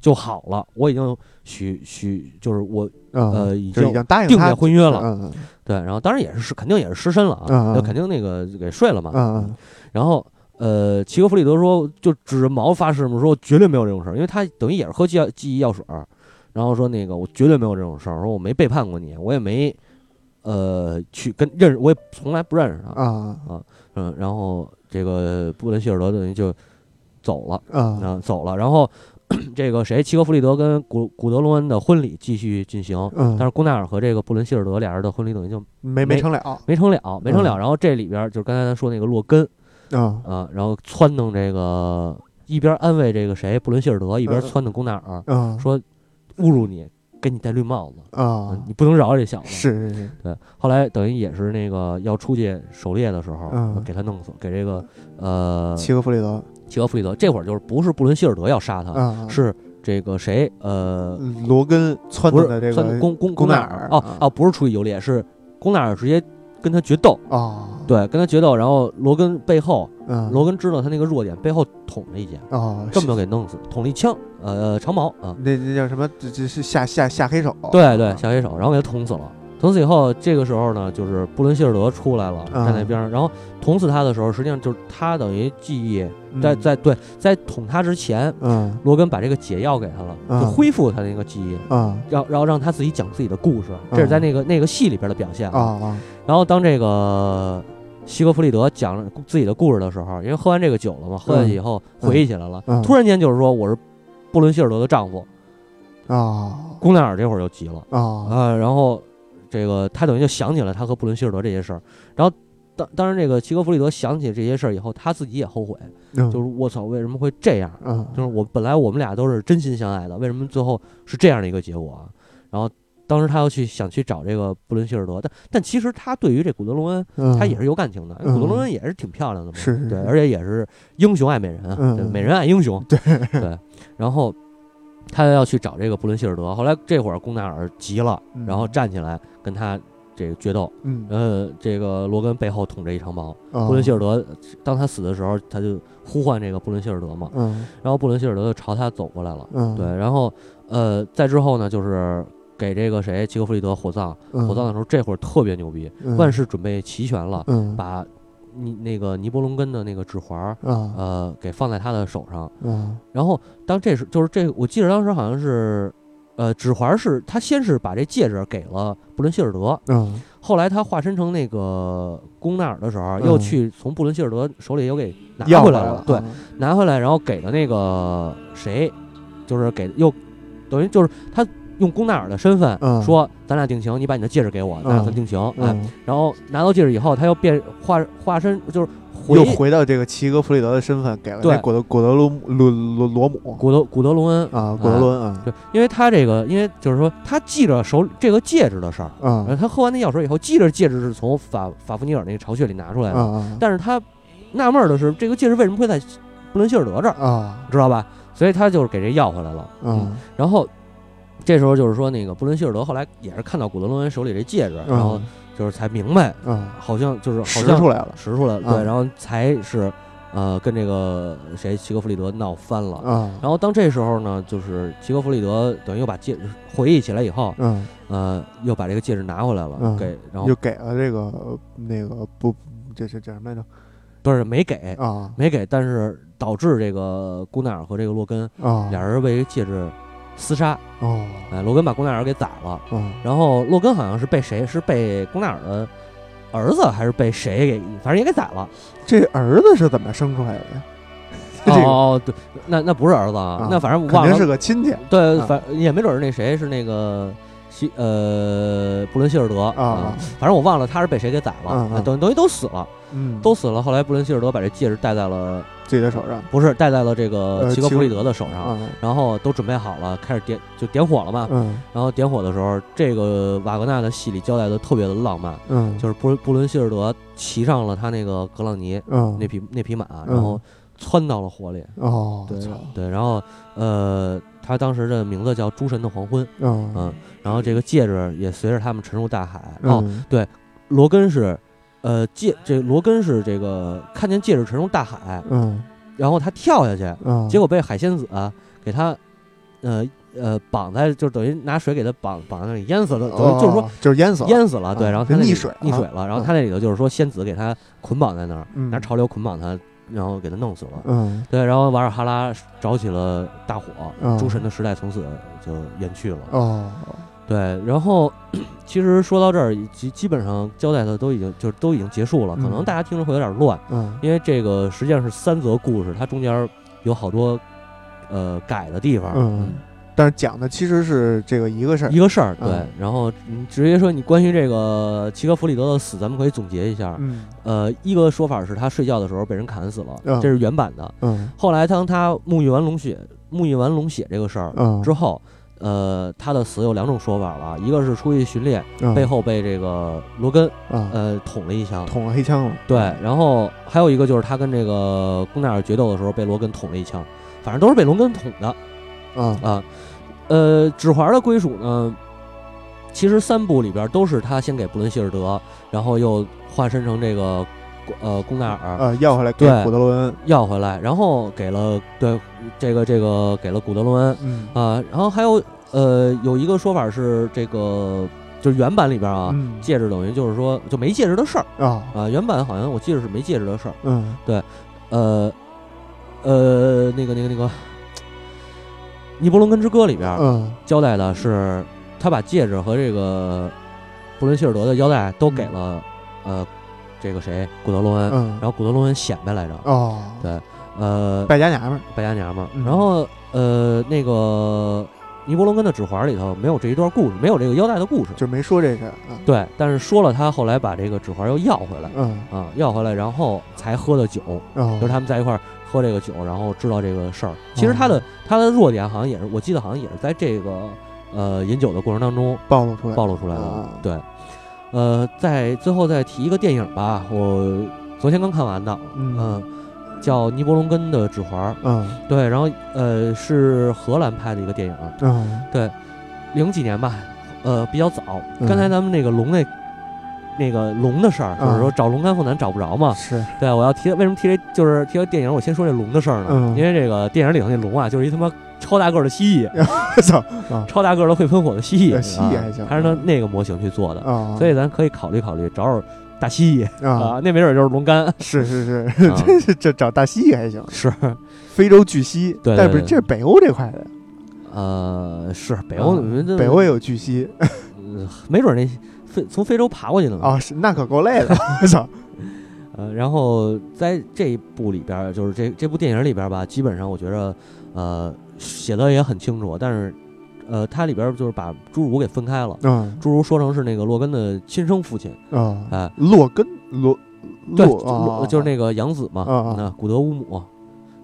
Speaker 2: 就好了，我已经许许就是我
Speaker 1: 嗯，
Speaker 2: 呃已
Speaker 1: 就
Speaker 2: 经
Speaker 1: 已经答应
Speaker 2: 定
Speaker 1: 他
Speaker 2: 下婚约了，
Speaker 1: 嗯
Speaker 2: 对，然后当然也是肯定也是失身了
Speaker 1: 嗯嗯
Speaker 2: 啊，那肯定那个给睡了嘛，
Speaker 1: 嗯
Speaker 2: 然后呃，齐格弗里德说，就指着毛发誓嘛，说绝对没有这种事儿，因为他等于也是喝记药记忆药水儿，然后说那个我绝对没有这种事儿，说我没背叛过你，我也没呃去跟认识，我也从来不认识
Speaker 1: 嗯
Speaker 2: 他，
Speaker 1: 啊
Speaker 2: 嗯，然后这个布伦希尔德等于就走了，
Speaker 1: 啊
Speaker 2: 嗯、走了，然后这个谁，齐格弗里德跟古古德隆恩的婚礼继续进行。
Speaker 1: 嗯
Speaker 2: 但，是龚奈尔和这个布伦希尔德俩人的婚礼等于就
Speaker 1: 没没
Speaker 2: 没
Speaker 1: 成了
Speaker 2: 没成了，没成了。然后这里边儿就是刚才咱说那个洛根，
Speaker 1: 啊，
Speaker 2: 啊，然后撺掇这个一边安慰这个谁布伦希尔德，一边
Speaker 1: 嗯嗯
Speaker 2: 撺掇龚纳尔
Speaker 1: 嗯
Speaker 2: 说侮辱你，给你戴绿帽子，
Speaker 1: 啊
Speaker 2: 嗯，你不能饶这小子。
Speaker 1: 是是是，
Speaker 2: 对，后来等于也是那个要出去狩猎的时候，
Speaker 1: 嗯
Speaker 2: 给他弄死，给这个呃
Speaker 1: 齐格弗里德
Speaker 2: 齐格弗里德。这会儿就是不是布伦希尔德要杀他，
Speaker 1: 啊，
Speaker 2: 是这个谁呃
Speaker 1: 罗根撺
Speaker 2: 不
Speaker 1: 掇
Speaker 2: 是
Speaker 1: 的这
Speaker 2: 撺掇
Speaker 1: 个
Speaker 2: 龚龚
Speaker 1: 龚
Speaker 2: 纳
Speaker 1: 纳尔
Speaker 2: 尔哦
Speaker 1: 啊
Speaker 2: 哦不是出去游猎，是龚纳尔直接跟他决斗。
Speaker 1: 啊，
Speaker 2: 对，跟他决斗，然后罗根背后，
Speaker 1: 嗯，
Speaker 2: 罗根知道他那个弱点，背后捅了一剑，
Speaker 1: 啊，
Speaker 2: 这么就给弄死，捅了一枪，呃，长矛啊，
Speaker 1: 那那叫什么？这这是下下下黑手？啊
Speaker 2: 对对，小黑手，然后给他捅死了。捅死以后，这个时候呢，就是布伦希尔德出来了，
Speaker 1: 嗯
Speaker 2: 站在边上。然后捅死他的时候，实际上就是他等于记忆
Speaker 1: 嗯
Speaker 2: 在在对在捅他之前，
Speaker 1: 嗯
Speaker 2: 罗根把这个解药给他了，
Speaker 1: 嗯
Speaker 2: 就恢复他那个记忆，
Speaker 1: 啊
Speaker 2: 让然后让他自己讲自己的故事。
Speaker 1: 嗯
Speaker 2: 这是在那个那个戏里边的表现
Speaker 1: 啊。啊
Speaker 2: 然后当这个希格弗里德讲了自己的故事的时候，因为喝完这个酒了嘛，喝下去以后
Speaker 1: 嗯
Speaker 2: 回忆起来了，
Speaker 1: 嗯
Speaker 2: 突然间就是说我是布伦希尔德的丈夫，
Speaker 1: 啊
Speaker 2: 龚奈尔这会儿就急了
Speaker 1: 啊！
Speaker 2: 啊，然后这个他等于就想起了他和布伦希尔德这些事儿，然后当当然这个齐格弗里德想起这些事儿以后，他自己也后悔，就是是我操，为什么会这样？啊
Speaker 1: 嗯
Speaker 2: 就是我本来我们俩都是真心相爱的，为什么最后是这样的一个结果啊？然后当时他要去想去找这个布伦希尔德，但但其实他对于这古德隆恩，
Speaker 1: 嗯，
Speaker 2: 他也是有感情的，
Speaker 1: 嗯
Speaker 2: 古德隆恩也是挺漂亮的嘛，
Speaker 1: 是是
Speaker 2: 对，
Speaker 1: 是
Speaker 2: 而且也是英雄爱美人啊，
Speaker 1: 嗯
Speaker 2: 对，
Speaker 1: 嗯
Speaker 2: 美人爱英雄，对然后他要去找这个布伦希尔德，后来这会儿龚纳尔急了，
Speaker 1: 嗯
Speaker 2: 然后站起来跟他这个决斗，
Speaker 1: 嗯哦
Speaker 2: 呃，这个罗根背后捅这一长矛，
Speaker 1: 布
Speaker 2: 布伦希尔德当他死的时候，他就呼唤这个布伦希尔德嘛，
Speaker 1: 嗯
Speaker 2: 然后布伦希尔德就朝他走过来了，
Speaker 1: 嗯
Speaker 2: 对，然后呃，再之后呢，就是给这个谁齐格弗里德火葬，
Speaker 1: 嗯
Speaker 2: 火葬的时候这会儿特别牛逼，万事准备齐全了，
Speaker 1: 嗯
Speaker 2: 把你那个尼伯龙根的那个指环儿，
Speaker 1: 啊
Speaker 2: 呃，给放在他的手上。
Speaker 1: 嗯
Speaker 2: 然后当这时就是这，我记得当时好像是，呃，指环是他先是把这戒指给了布伦希尔德，
Speaker 1: 嗯
Speaker 2: 后来他化身成那个龚纳尔的时候，
Speaker 1: 嗯
Speaker 2: 又去从布伦希尔德手里又给拿
Speaker 1: 要
Speaker 2: 回来
Speaker 1: 了嗯
Speaker 2: 对，拿回来，然后给了那个谁，就是给又等于就是他。用龚纳尔的身份
Speaker 1: 嗯
Speaker 2: 说：“咱俩定情，你把你的戒指给我，咱俩
Speaker 1: 嗯
Speaker 2: 算定情。”哎，
Speaker 1: 嗯，
Speaker 2: 然后拿到戒指以后，他又变化化身，就是回
Speaker 1: 又回到这个齐格弗里德的身份，给了那
Speaker 2: 对
Speaker 1: 果德果德罗姆罗罗罗姆
Speaker 2: 古德古德隆恩。
Speaker 1: 啊，果德伦啊
Speaker 2: 对，因为他这个，因为就是说，他记着手这个戒指的事儿。呃
Speaker 1: 啊
Speaker 2: 他喝完那药水以后，记着戒指是从法法夫尼尔那个巢穴里拿出来
Speaker 1: 啊
Speaker 2: 的，
Speaker 1: 啊
Speaker 2: 但是他纳闷儿的是，这个戒指为什么会在布伦希尔德这儿，
Speaker 1: 啊
Speaker 2: 嗯知道吧？所以他就是给这要回来了。，
Speaker 1: 啊
Speaker 2: 然后这时候就是说，那个布伦希尔德后来也是看到古德龙人手里这戒指，
Speaker 1: 嗯
Speaker 2: 然后就是才明白，
Speaker 1: 啊，
Speaker 2: 好像就是好
Speaker 1: 识
Speaker 2: 像
Speaker 1: 出来了
Speaker 2: 识出来了，对，
Speaker 1: 嗯
Speaker 2: 然后才是呃跟这个谁齐格弗里德闹翻了。
Speaker 1: 啊，
Speaker 2: 然后当这时候呢，就是齐格弗里德等于又把戒指回忆起来以后，
Speaker 1: 嗯，
Speaker 2: 呃，又把这个戒指拿回来了，
Speaker 1: 嗯
Speaker 2: 给然后
Speaker 1: 又给了这个呃那个不，这是这什么来着
Speaker 2: 不是没给
Speaker 1: 啊
Speaker 2: 没给，但是导致这个姑奈尔和这个洛根
Speaker 1: 啊，
Speaker 2: 俩人为戒指厮杀，
Speaker 1: 哦
Speaker 2: 哎，罗根把龚奈尔给宰了，
Speaker 1: 啊
Speaker 2: 然后洛根好像是被谁是被龚奈尔的儿子还是被谁给，反正也给宰了。
Speaker 1: 这儿子是怎么生出来的呀？ 这
Speaker 2: 哦
Speaker 1: 个
Speaker 2: 哦，对，那那不是儿子啊，
Speaker 1: 啊
Speaker 2: 那反正我
Speaker 1: 肯
Speaker 2: 忘
Speaker 1: 定
Speaker 2: 了
Speaker 1: 是，个亲戚
Speaker 2: 对，
Speaker 1: 啊
Speaker 2: 反也没准是那谁是那个希呃布伦希尔德
Speaker 1: 啊，
Speaker 2: 反正我忘了他是被谁给宰了，
Speaker 1: 啊啊
Speaker 2: 啊等于等于都死了，
Speaker 1: 嗯，
Speaker 2: 都死了。后来布伦希尔德把这戒指戴在了
Speaker 1: 自己的手上
Speaker 2: 不是戴在了这个
Speaker 1: 呃
Speaker 2: 齐格
Speaker 1: 齐
Speaker 2: 弗里
Speaker 1: 格
Speaker 2: 德的手上。
Speaker 1: 啊，
Speaker 2: 然后都准备好了，开始点就点火了嘛。
Speaker 1: 嗯
Speaker 2: 然后点火的时候，这个瓦格纳的戏里交代的特别的浪漫，
Speaker 1: 嗯，
Speaker 2: 就是布布伦希尔德骑上了他那个格朗尼
Speaker 1: 嗯
Speaker 2: 那匹那匹马，
Speaker 1: 嗯
Speaker 2: 然后窜到了火里。
Speaker 1: 哦，
Speaker 2: 对
Speaker 1: 操
Speaker 2: 对，然后呃，他当时的名字叫《诸神的黄昏》，
Speaker 1: 嗯
Speaker 2: 嗯，然后这个戒指也随着他们沉入大海。哦，
Speaker 1: 嗯
Speaker 2: 罗根是，呃，戒这罗根是这个看见戒指沉入大海，
Speaker 1: 嗯
Speaker 2: 然后他跳下去，
Speaker 1: 嗯，
Speaker 2: 结果被海仙子、给他，呃呃绑在，就等于拿水给他绑绑在那里淹死了，等于就是说
Speaker 1: 哦就是淹死了，
Speaker 2: 淹死了，对，
Speaker 1: 啊
Speaker 2: 然后
Speaker 1: 就
Speaker 2: 他那里
Speaker 1: 溺水了
Speaker 2: 溺水了，然后他那里头就是说仙子给他捆绑在那儿，
Speaker 1: 嗯
Speaker 2: 拿潮流捆绑他，然后给他弄死了。
Speaker 1: 嗯
Speaker 2: 对，然后瓦尔哈拉着起了大火，
Speaker 1: 嗯
Speaker 2: 诸神的时代从此就延续了。
Speaker 1: 哦
Speaker 2: 对，然后 其实说到这儿，基基本上交代的都已经就是都已经结束了，可能
Speaker 1: 嗯
Speaker 2: 大家听着会有点乱，
Speaker 1: 嗯
Speaker 2: 因为这个实际上是三则故事，它中间有好多呃改的地方。
Speaker 1: 嗯，但是讲的其实是这个一个事儿
Speaker 2: 一，个事儿，对，
Speaker 1: 嗯
Speaker 2: 然后你直接说你关于这个齐格弗里德的死，咱们可以总结一下。
Speaker 1: 嗯
Speaker 2: 呃，一个说法是他睡觉的时候被人砍死了，
Speaker 1: 嗯
Speaker 2: 这是原版的。
Speaker 1: 嗯
Speaker 2: 后来当他沐浴完龙血、沐浴完龙血这个事儿
Speaker 1: 嗯，
Speaker 2: 之后，呃，他的死有两种说法了，一个是出去巡猎，
Speaker 1: 嗯
Speaker 2: 背后被这个罗根
Speaker 1: 啊
Speaker 2: 呃捅了一枪，
Speaker 1: 捅了黑枪了，
Speaker 2: 对，然后还有一个就是他跟这个龚奈尔决斗的时候被罗根捅了一枪，反正都是被罗根捅的
Speaker 1: 啊
Speaker 2: 啊。呃，指环的归属呢，其实三部里边都是他先给布伦希尔德，然后又化身成这个呃龚奈尔
Speaker 1: 啊要回来给
Speaker 2: 对
Speaker 1: 古德罗恩，
Speaker 2: 要回来，然后给了对这个这个给了古德罗恩
Speaker 1: 嗯
Speaker 2: 啊，然后还有呃有一个说法是这个就是原版里边啊。
Speaker 1: 嗯
Speaker 2: 戒指等于就是说就没戒指的事儿
Speaker 1: 啊
Speaker 2: 啊，原版好像我记得是没戒指的事儿，
Speaker 1: 嗯
Speaker 2: 呃，呃，那个那个那个《尼伯龙根之歌》里边儿
Speaker 1: 嗯
Speaker 2: 交代的是，他把戒指和这个布伦希尔德的腰带都给了、呃这个谁古德洛恩，
Speaker 1: 嗯
Speaker 2: 然后古德洛恩显摆来着，
Speaker 1: 哦
Speaker 2: 对呃
Speaker 1: 败家娘们儿
Speaker 2: 败家娘们儿，
Speaker 1: 嗯
Speaker 2: 然后呃那个尼伯龙根的指环里头没有这一段故事，没有这个腰带的故事，
Speaker 1: 就没说这事儿啊
Speaker 2: 对，但是说了他后来把这个指环又要回来。
Speaker 1: 嗯
Speaker 2: 啊，要回来，然后才喝的酒，
Speaker 1: 哦
Speaker 2: 就是他们在一块儿喝这个酒，然后知道这个事儿。其实他的、他的弱点好像也是，我记得好像也是在这个呃饮酒的过程当中
Speaker 1: 暴露出来
Speaker 2: 暴露出来的。
Speaker 1: 哦
Speaker 2: 对，呃，在最后再提一个电影吧，我昨天刚看完的，
Speaker 1: 嗯
Speaker 2: 呃叫《尼伯龙根的指环》。
Speaker 1: 嗯
Speaker 2: 对，然后呃是荷兰拍的一个电影，
Speaker 1: 嗯
Speaker 2: 零几年吧，呃比较早。
Speaker 1: 嗯
Speaker 2: 刚才咱们那个龙那。那个龙的事儿，就是
Speaker 1: 嗯
Speaker 2: 说找龙甘凤男找不着 嘛，
Speaker 1: 是
Speaker 2: 对，我要提为什么提这就是提到电影，我先说这龙的事儿呢，
Speaker 1: 嗯
Speaker 2: 因为这个电影里头那龙啊，就是一他妈超大个儿的蜥蜴，
Speaker 1: 操
Speaker 2: 超大个儿的会喷火的蜥蜴，
Speaker 1: 呃蜥蜴还行
Speaker 2: 啊它是那
Speaker 1: 嗯
Speaker 2: 那个模型去做的，
Speaker 1: 啊
Speaker 2: 所以咱可以考虑考虑找找大蜥蜴
Speaker 1: 啊
Speaker 2: 啊，那没准就是 龙肝，
Speaker 1: 是是是
Speaker 2: 啊
Speaker 1: 这是 这找大蜥蜴还行
Speaker 2: 是，
Speaker 1: 非洲巨蜥
Speaker 2: 对对
Speaker 1: 但不
Speaker 2: 对
Speaker 1: 是这是北欧这块的
Speaker 2: 呃，是北欧，
Speaker 1: 啊
Speaker 2: 嗯
Speaker 1: 北欧也有巨蜥
Speaker 2: 呃没准那非从非洲爬过去的呢，
Speaker 1: 啊，是那可够累 的，我操，
Speaker 2: 呃，然后在这一部里边儿，就是这这部电影里边儿吧，基本上我觉着，呃，写的也很清楚，但是，呃，它里边儿就是把侏儒给分开了，
Speaker 1: 嗯
Speaker 2: 侏儒说成是那个洛根的亲生父亲，
Speaker 1: 啊，
Speaker 2: 啊，
Speaker 1: 洛根洛
Speaker 2: 对，
Speaker 1: 洛
Speaker 2: 洛
Speaker 1: 啊，
Speaker 2: 就是那个养子嘛，
Speaker 1: 啊啊
Speaker 2: 那古德乌姆，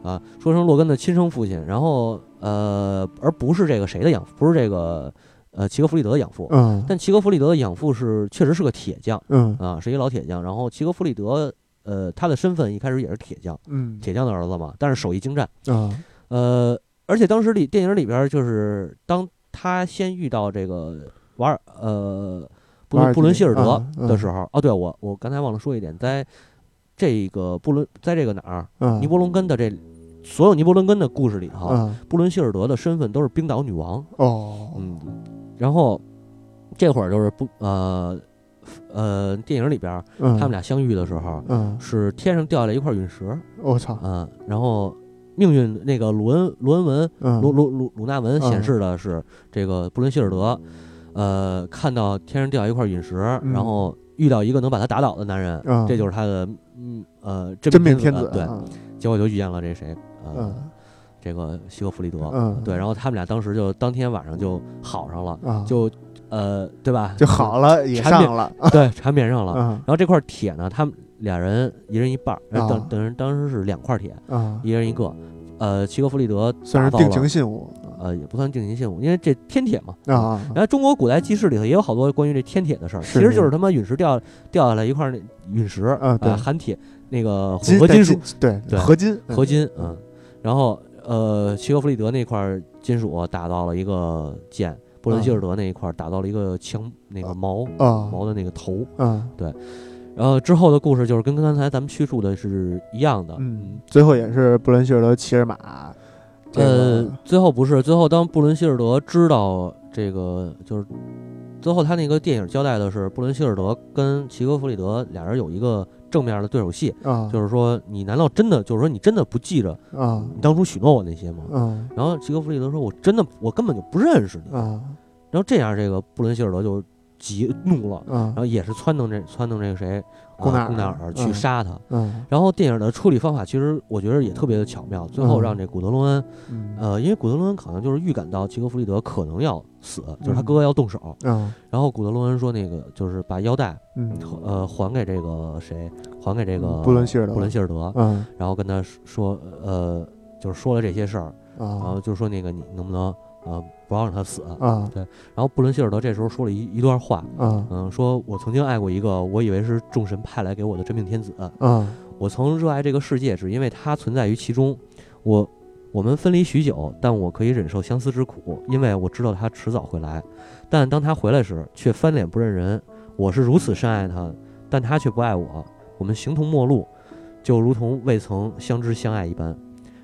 Speaker 2: 啊，说成洛根的亲生父亲，然后呃，而不是这个谁的养父，不是这个呃齐格弗里德的养父，
Speaker 1: 嗯
Speaker 2: 但齐格弗里德的养父是确实是个铁匠
Speaker 1: 嗯
Speaker 2: 啊，是一老铁匠，然后齐格弗里德呃他的身份一开始也是铁匠。
Speaker 1: 嗯
Speaker 2: 铁匠的儿子嘛，但是手艺精湛。
Speaker 1: 啊
Speaker 2: 呃，而且当时里电影里边就是当他先遇到这个瓦尔呃布
Speaker 1: 瓦尔
Speaker 2: 伦布伦
Speaker 1: 迪
Speaker 2: 希尔德
Speaker 1: 啊嗯
Speaker 2: 的时候，哦，对我我刚才忘了说一点，在这个布伦在这个哪儿
Speaker 1: 嗯，
Speaker 2: 尼伯龙根的这所有尼伯龙根的故事里头，
Speaker 1: 嗯
Speaker 2: 布伦希尔德的身份都是冰岛女王，
Speaker 1: 哦，
Speaker 2: 嗯，然后这会儿就是不呃呃电影里边儿
Speaker 1: 嗯，
Speaker 2: 他们俩相遇的时候。
Speaker 1: 嗯，
Speaker 2: 是天上掉下来一块陨石，
Speaker 1: 我操，
Speaker 2: 嗯，然后命运那个鲁恩鲁恩文
Speaker 1: 嗯，
Speaker 2: 鲁鲁鲁鲁纳文
Speaker 1: 嗯
Speaker 2: 显示的是这个布伦希尔德，呃，看到天上掉下一块陨石，
Speaker 1: 嗯
Speaker 2: 然后遇到一个能把他打倒的男人，
Speaker 1: 嗯
Speaker 2: 这就是他的嗯呃真
Speaker 1: 真
Speaker 2: 命
Speaker 1: 命天
Speaker 2: 子，
Speaker 1: 子，啊
Speaker 2: 对，结果就遇见了这谁，呃，
Speaker 1: 嗯
Speaker 2: 这个希格弗里德，
Speaker 1: 嗯，
Speaker 2: 对，然后他们俩当时就当天晚上就好上了，
Speaker 1: 啊，
Speaker 2: 就啊呃对吧，
Speaker 1: 就好了，也
Speaker 2: 缠绵
Speaker 1: 上了，
Speaker 2: 对缠绵上了，
Speaker 1: 嗯
Speaker 2: 然后这块铁呢，他们俩人一人一半儿，呃
Speaker 1: 啊
Speaker 2: 等等于当时是两块铁，
Speaker 1: 啊，
Speaker 2: 一人一个。呃，齐格弗里德
Speaker 1: 算
Speaker 2: 打
Speaker 1: 是
Speaker 2: 到
Speaker 1: 定
Speaker 2: 了
Speaker 1: 情信物
Speaker 2: 呃，也不算定情信物，因为这天铁嘛。
Speaker 1: 啊啊，
Speaker 2: 然后中国古代记事里头也有好多关于这天铁的事儿，
Speaker 1: 是
Speaker 2: 其实
Speaker 1: 是
Speaker 2: 就是他妈陨石掉掉下来一块儿那陨石
Speaker 1: 啊对
Speaker 2: 呃含铁那个混合
Speaker 1: 对
Speaker 2: 金属
Speaker 1: 对
Speaker 2: 对
Speaker 1: 合金
Speaker 2: 合金，嗯，然后呃，齐格弗里德那块儿金属啊打到了一个剑，布伦希尔德那一块儿打到了一个枪那个矛
Speaker 1: 啊
Speaker 2: 矛的那个头，
Speaker 1: 啊
Speaker 2: 然后之后的故事就是跟刚才咱们叙述的是一样的，
Speaker 1: 嗯，最后也是布伦希尔德骑着马，这
Speaker 2: 呃
Speaker 1: 个，
Speaker 2: 最后不是，最后当布伦希尔德知道这个，就是最后他那个电影交代的是，布伦希尔德跟齐格弗里德俩人有一个正面的对手戏，
Speaker 1: 啊
Speaker 2: 就是说你难道真的就是说你真的不记着
Speaker 1: 啊
Speaker 2: 你当初许诺我那些吗？
Speaker 1: 嗯
Speaker 2: 然后齐格弗里德说，我真的我根本就不认识你。
Speaker 1: 啊
Speaker 2: 然后这样，这个布伦希尔德就急怒了，
Speaker 1: 啊
Speaker 2: 然后也是撺掇这撺掇这个谁，啊
Speaker 1: 贡纳
Speaker 2: 纳
Speaker 1: 尔
Speaker 2: 贡尔去
Speaker 1: 嗯
Speaker 2: 杀他。
Speaker 1: 嗯
Speaker 2: 然后电影的处理方法其实我觉得也特别的巧妙，最后
Speaker 1: 嗯
Speaker 2: 让这古德隆恩。
Speaker 1: 嗯
Speaker 2: 呃，因为古德隆恩好像就是预感到齐格弗里德可能要死，就是他
Speaker 1: 嗯
Speaker 2: 哥哥要动手，
Speaker 1: 嗯
Speaker 2: 然后古德隆恩说那个就是把腰带
Speaker 1: 嗯
Speaker 2: 呃还给这个谁，还给这个
Speaker 1: 布伦希尔德
Speaker 2: 布伦希尔德，
Speaker 1: 嗯
Speaker 2: 然后跟他说呃就是说了这些事儿，然后
Speaker 1: 啊
Speaker 2: 就说那个你能不能呃不要让他死，
Speaker 1: 啊
Speaker 2: 然后布伦希尔德这时候说了一一段话。
Speaker 1: 啊
Speaker 2: 嗯，说我曾经爱过一个我以为是众神派来给我的真命天子，
Speaker 1: 啊
Speaker 2: 我曾热爱这个世界，只因为它存在于其中。我我们分离许久，但我可以忍受相思之苦，因为我知道它迟早会来。但当它回来时，却翻脸不认人。我是如此深爱它，但它却不爱我。我们形同陌路，就如同未曾相知相爱一般。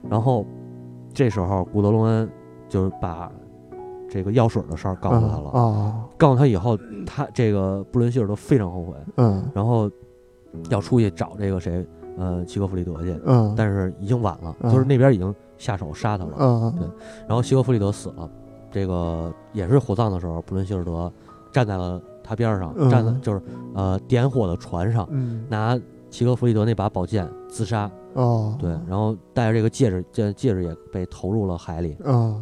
Speaker 2: 然后，这时候古德隆恩就把这个药水的事儿告诉他了。
Speaker 1: 啊
Speaker 2: 告诉他以后，他这个布伦希尔德非常后悔。
Speaker 1: 嗯
Speaker 2: 然后要出去找这个谁，呃，齐格弗里德去，
Speaker 1: 嗯
Speaker 2: 但是已经晚了，
Speaker 1: 嗯
Speaker 2: 就是那边已经下手杀他了。
Speaker 1: 啊
Speaker 2: 然后齐格弗里德死了，这个也是火葬的时候，布伦希尔德站在了他边上，
Speaker 1: 嗯
Speaker 2: 站在就是呃点火的船上，
Speaker 1: 嗯
Speaker 2: 拿齐格弗里德那把宝剑自杀，
Speaker 1: 哦
Speaker 2: 对，然后戴着这个戒指，这戒指也被投入了海里。
Speaker 1: 啊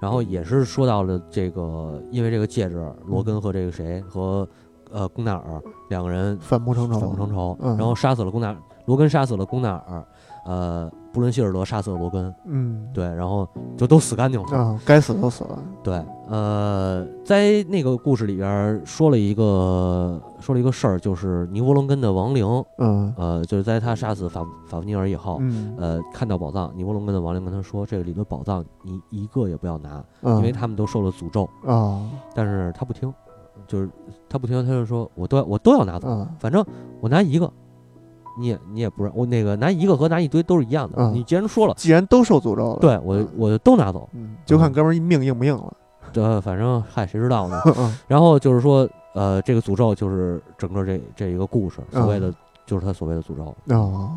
Speaker 2: 然后也是说到了这个，因为这个戒指，罗根和这个谁和呃龚纳尔两个人
Speaker 1: 反目成仇
Speaker 2: 反目成仇，
Speaker 1: 嗯
Speaker 2: 然后杀死了龚纳尔，罗根杀死了龚纳尔，呃，布伦希尔德杀死了罗根，
Speaker 1: 嗯
Speaker 2: 对，然后就都死干净了。
Speaker 1: 啊该死都死了
Speaker 2: 对，呃，在那个故事里边儿说了一个说了一个事儿，就是尼伯龙根的亡灵，
Speaker 1: 嗯
Speaker 2: 呃，就是在他杀死法法布尼尔以后。
Speaker 1: 嗯
Speaker 2: 呃，看到宝藏，尼伯龙根的亡灵跟他说：“这里的宝藏你一个也不要拿，因
Speaker 1: 因
Speaker 2: 为他们都受了诅咒。
Speaker 1: 嗯啊”
Speaker 2: 但是他不听，就是他不听，他就说：“我都要，我都要拿走。”
Speaker 1: 啊
Speaker 2: 反正我拿一个，你也你也不让我那个拿一个和拿一堆都是一样的。
Speaker 1: 嗯
Speaker 2: 你既然说了，
Speaker 1: 既然都受诅咒了
Speaker 2: 对我我都拿走，
Speaker 1: 嗯就看哥们儿命硬不硬了
Speaker 2: 呃，反正嗨，谁知道呢？
Speaker 1: 嗯
Speaker 2: 然后就是说，呃，这个诅咒就是整个这这一个故事，所谓
Speaker 1: 嗯
Speaker 2: 的、就是他所谓的诅咒。
Speaker 1: 啊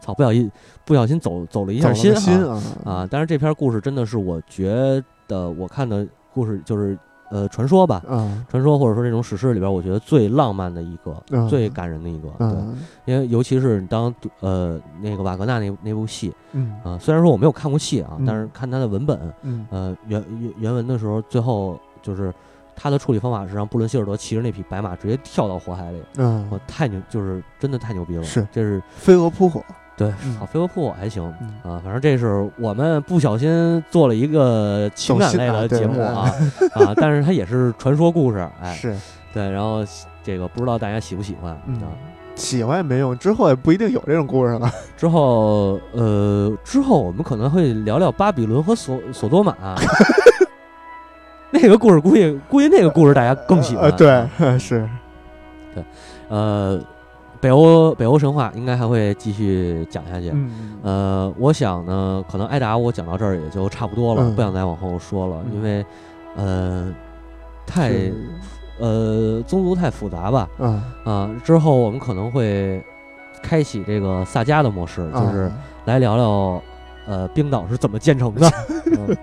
Speaker 2: 操，不小心不小心走走了一
Speaker 1: 走
Speaker 2: 下
Speaker 1: 了个
Speaker 2: 心
Speaker 1: 心
Speaker 2: 啊
Speaker 1: 啊
Speaker 2: 啊！但是这篇故事真的是我觉得我看的故事就是呃传说吧。
Speaker 1: 啊
Speaker 2: 传说或者说这种史诗里边，我觉得最浪漫的一个，
Speaker 1: 嗯
Speaker 2: 最感人的一个，对，
Speaker 1: 嗯
Speaker 2: 因为尤其是你当呃那个瓦格纳那那部戏
Speaker 1: 嗯
Speaker 2: 啊、虽然说我没有看过戏啊，
Speaker 1: 嗯
Speaker 2: 但是看他的文本，
Speaker 1: 嗯
Speaker 2: 呃原原原文的时候，最后就是他的处理方法是让布伦希尔德骑着那匹白马直接跳到火海里，我
Speaker 1: 嗯
Speaker 2: 太牛，就是真的太牛逼了，
Speaker 1: 是
Speaker 2: 这是
Speaker 1: 飞蛾扑火
Speaker 2: 对
Speaker 1: 嗯，
Speaker 2: 好飞蛾扑火还行。
Speaker 1: 嗯
Speaker 2: 啊，反正这是我们不小心做了一个情感类的
Speaker 1: 走心啊对
Speaker 2: 节目啊啊，但是它也是传说故事，哎，
Speaker 1: 是
Speaker 2: 对，然后这个不知道大家喜不喜欢
Speaker 1: 嗯
Speaker 2: 啊？
Speaker 1: 喜欢也没用，之后也不一定有这种故事 了。
Speaker 2: 之后，呃，之后我们可能会聊聊巴比伦和索索多玛， 那个故事估计估计那个故事大家更喜欢。啊
Speaker 1: 呃， 对，是，
Speaker 2: 呃，北欧北欧神话应该还会继续讲下去。
Speaker 1: 嗯，
Speaker 2: 呃，我想呢，可能艾达我讲到这儿也就差不多了，
Speaker 1: 嗯
Speaker 2: 不想再往后说了，
Speaker 1: 嗯
Speaker 2: 因为呃太
Speaker 1: 是
Speaker 2: 呃宗族太复杂吧。
Speaker 1: 啊，
Speaker 2: 啊、之后我们可能会开启这个萨迦的模式，就是
Speaker 1: 啊
Speaker 2: 来聊聊呃冰岛是怎么建 成的。嗯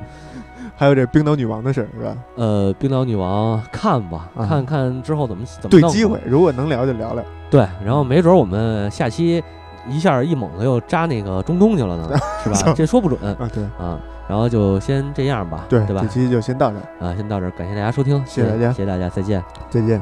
Speaker 1: 还有这冰岛女王的事儿是吧？
Speaker 2: 呃，冰岛女王看吧，
Speaker 1: 啊
Speaker 2: 看看之后怎么怎么
Speaker 1: 对
Speaker 2: 弄啊
Speaker 1: 机会，如果能聊就聊聊。
Speaker 2: 对，然后没准我们下期一下一猛子又扎那个中东去了呢， 是吧？这说不准
Speaker 1: 啊，对
Speaker 2: 啊。然后就先这样吧，
Speaker 1: 对，
Speaker 2: 吧
Speaker 1: 这？期就先到这儿，
Speaker 2: 啊，先到这儿，感谢大家收听，
Speaker 1: 谢谢大家
Speaker 2: 谢谢大家，再见。
Speaker 1: 再见。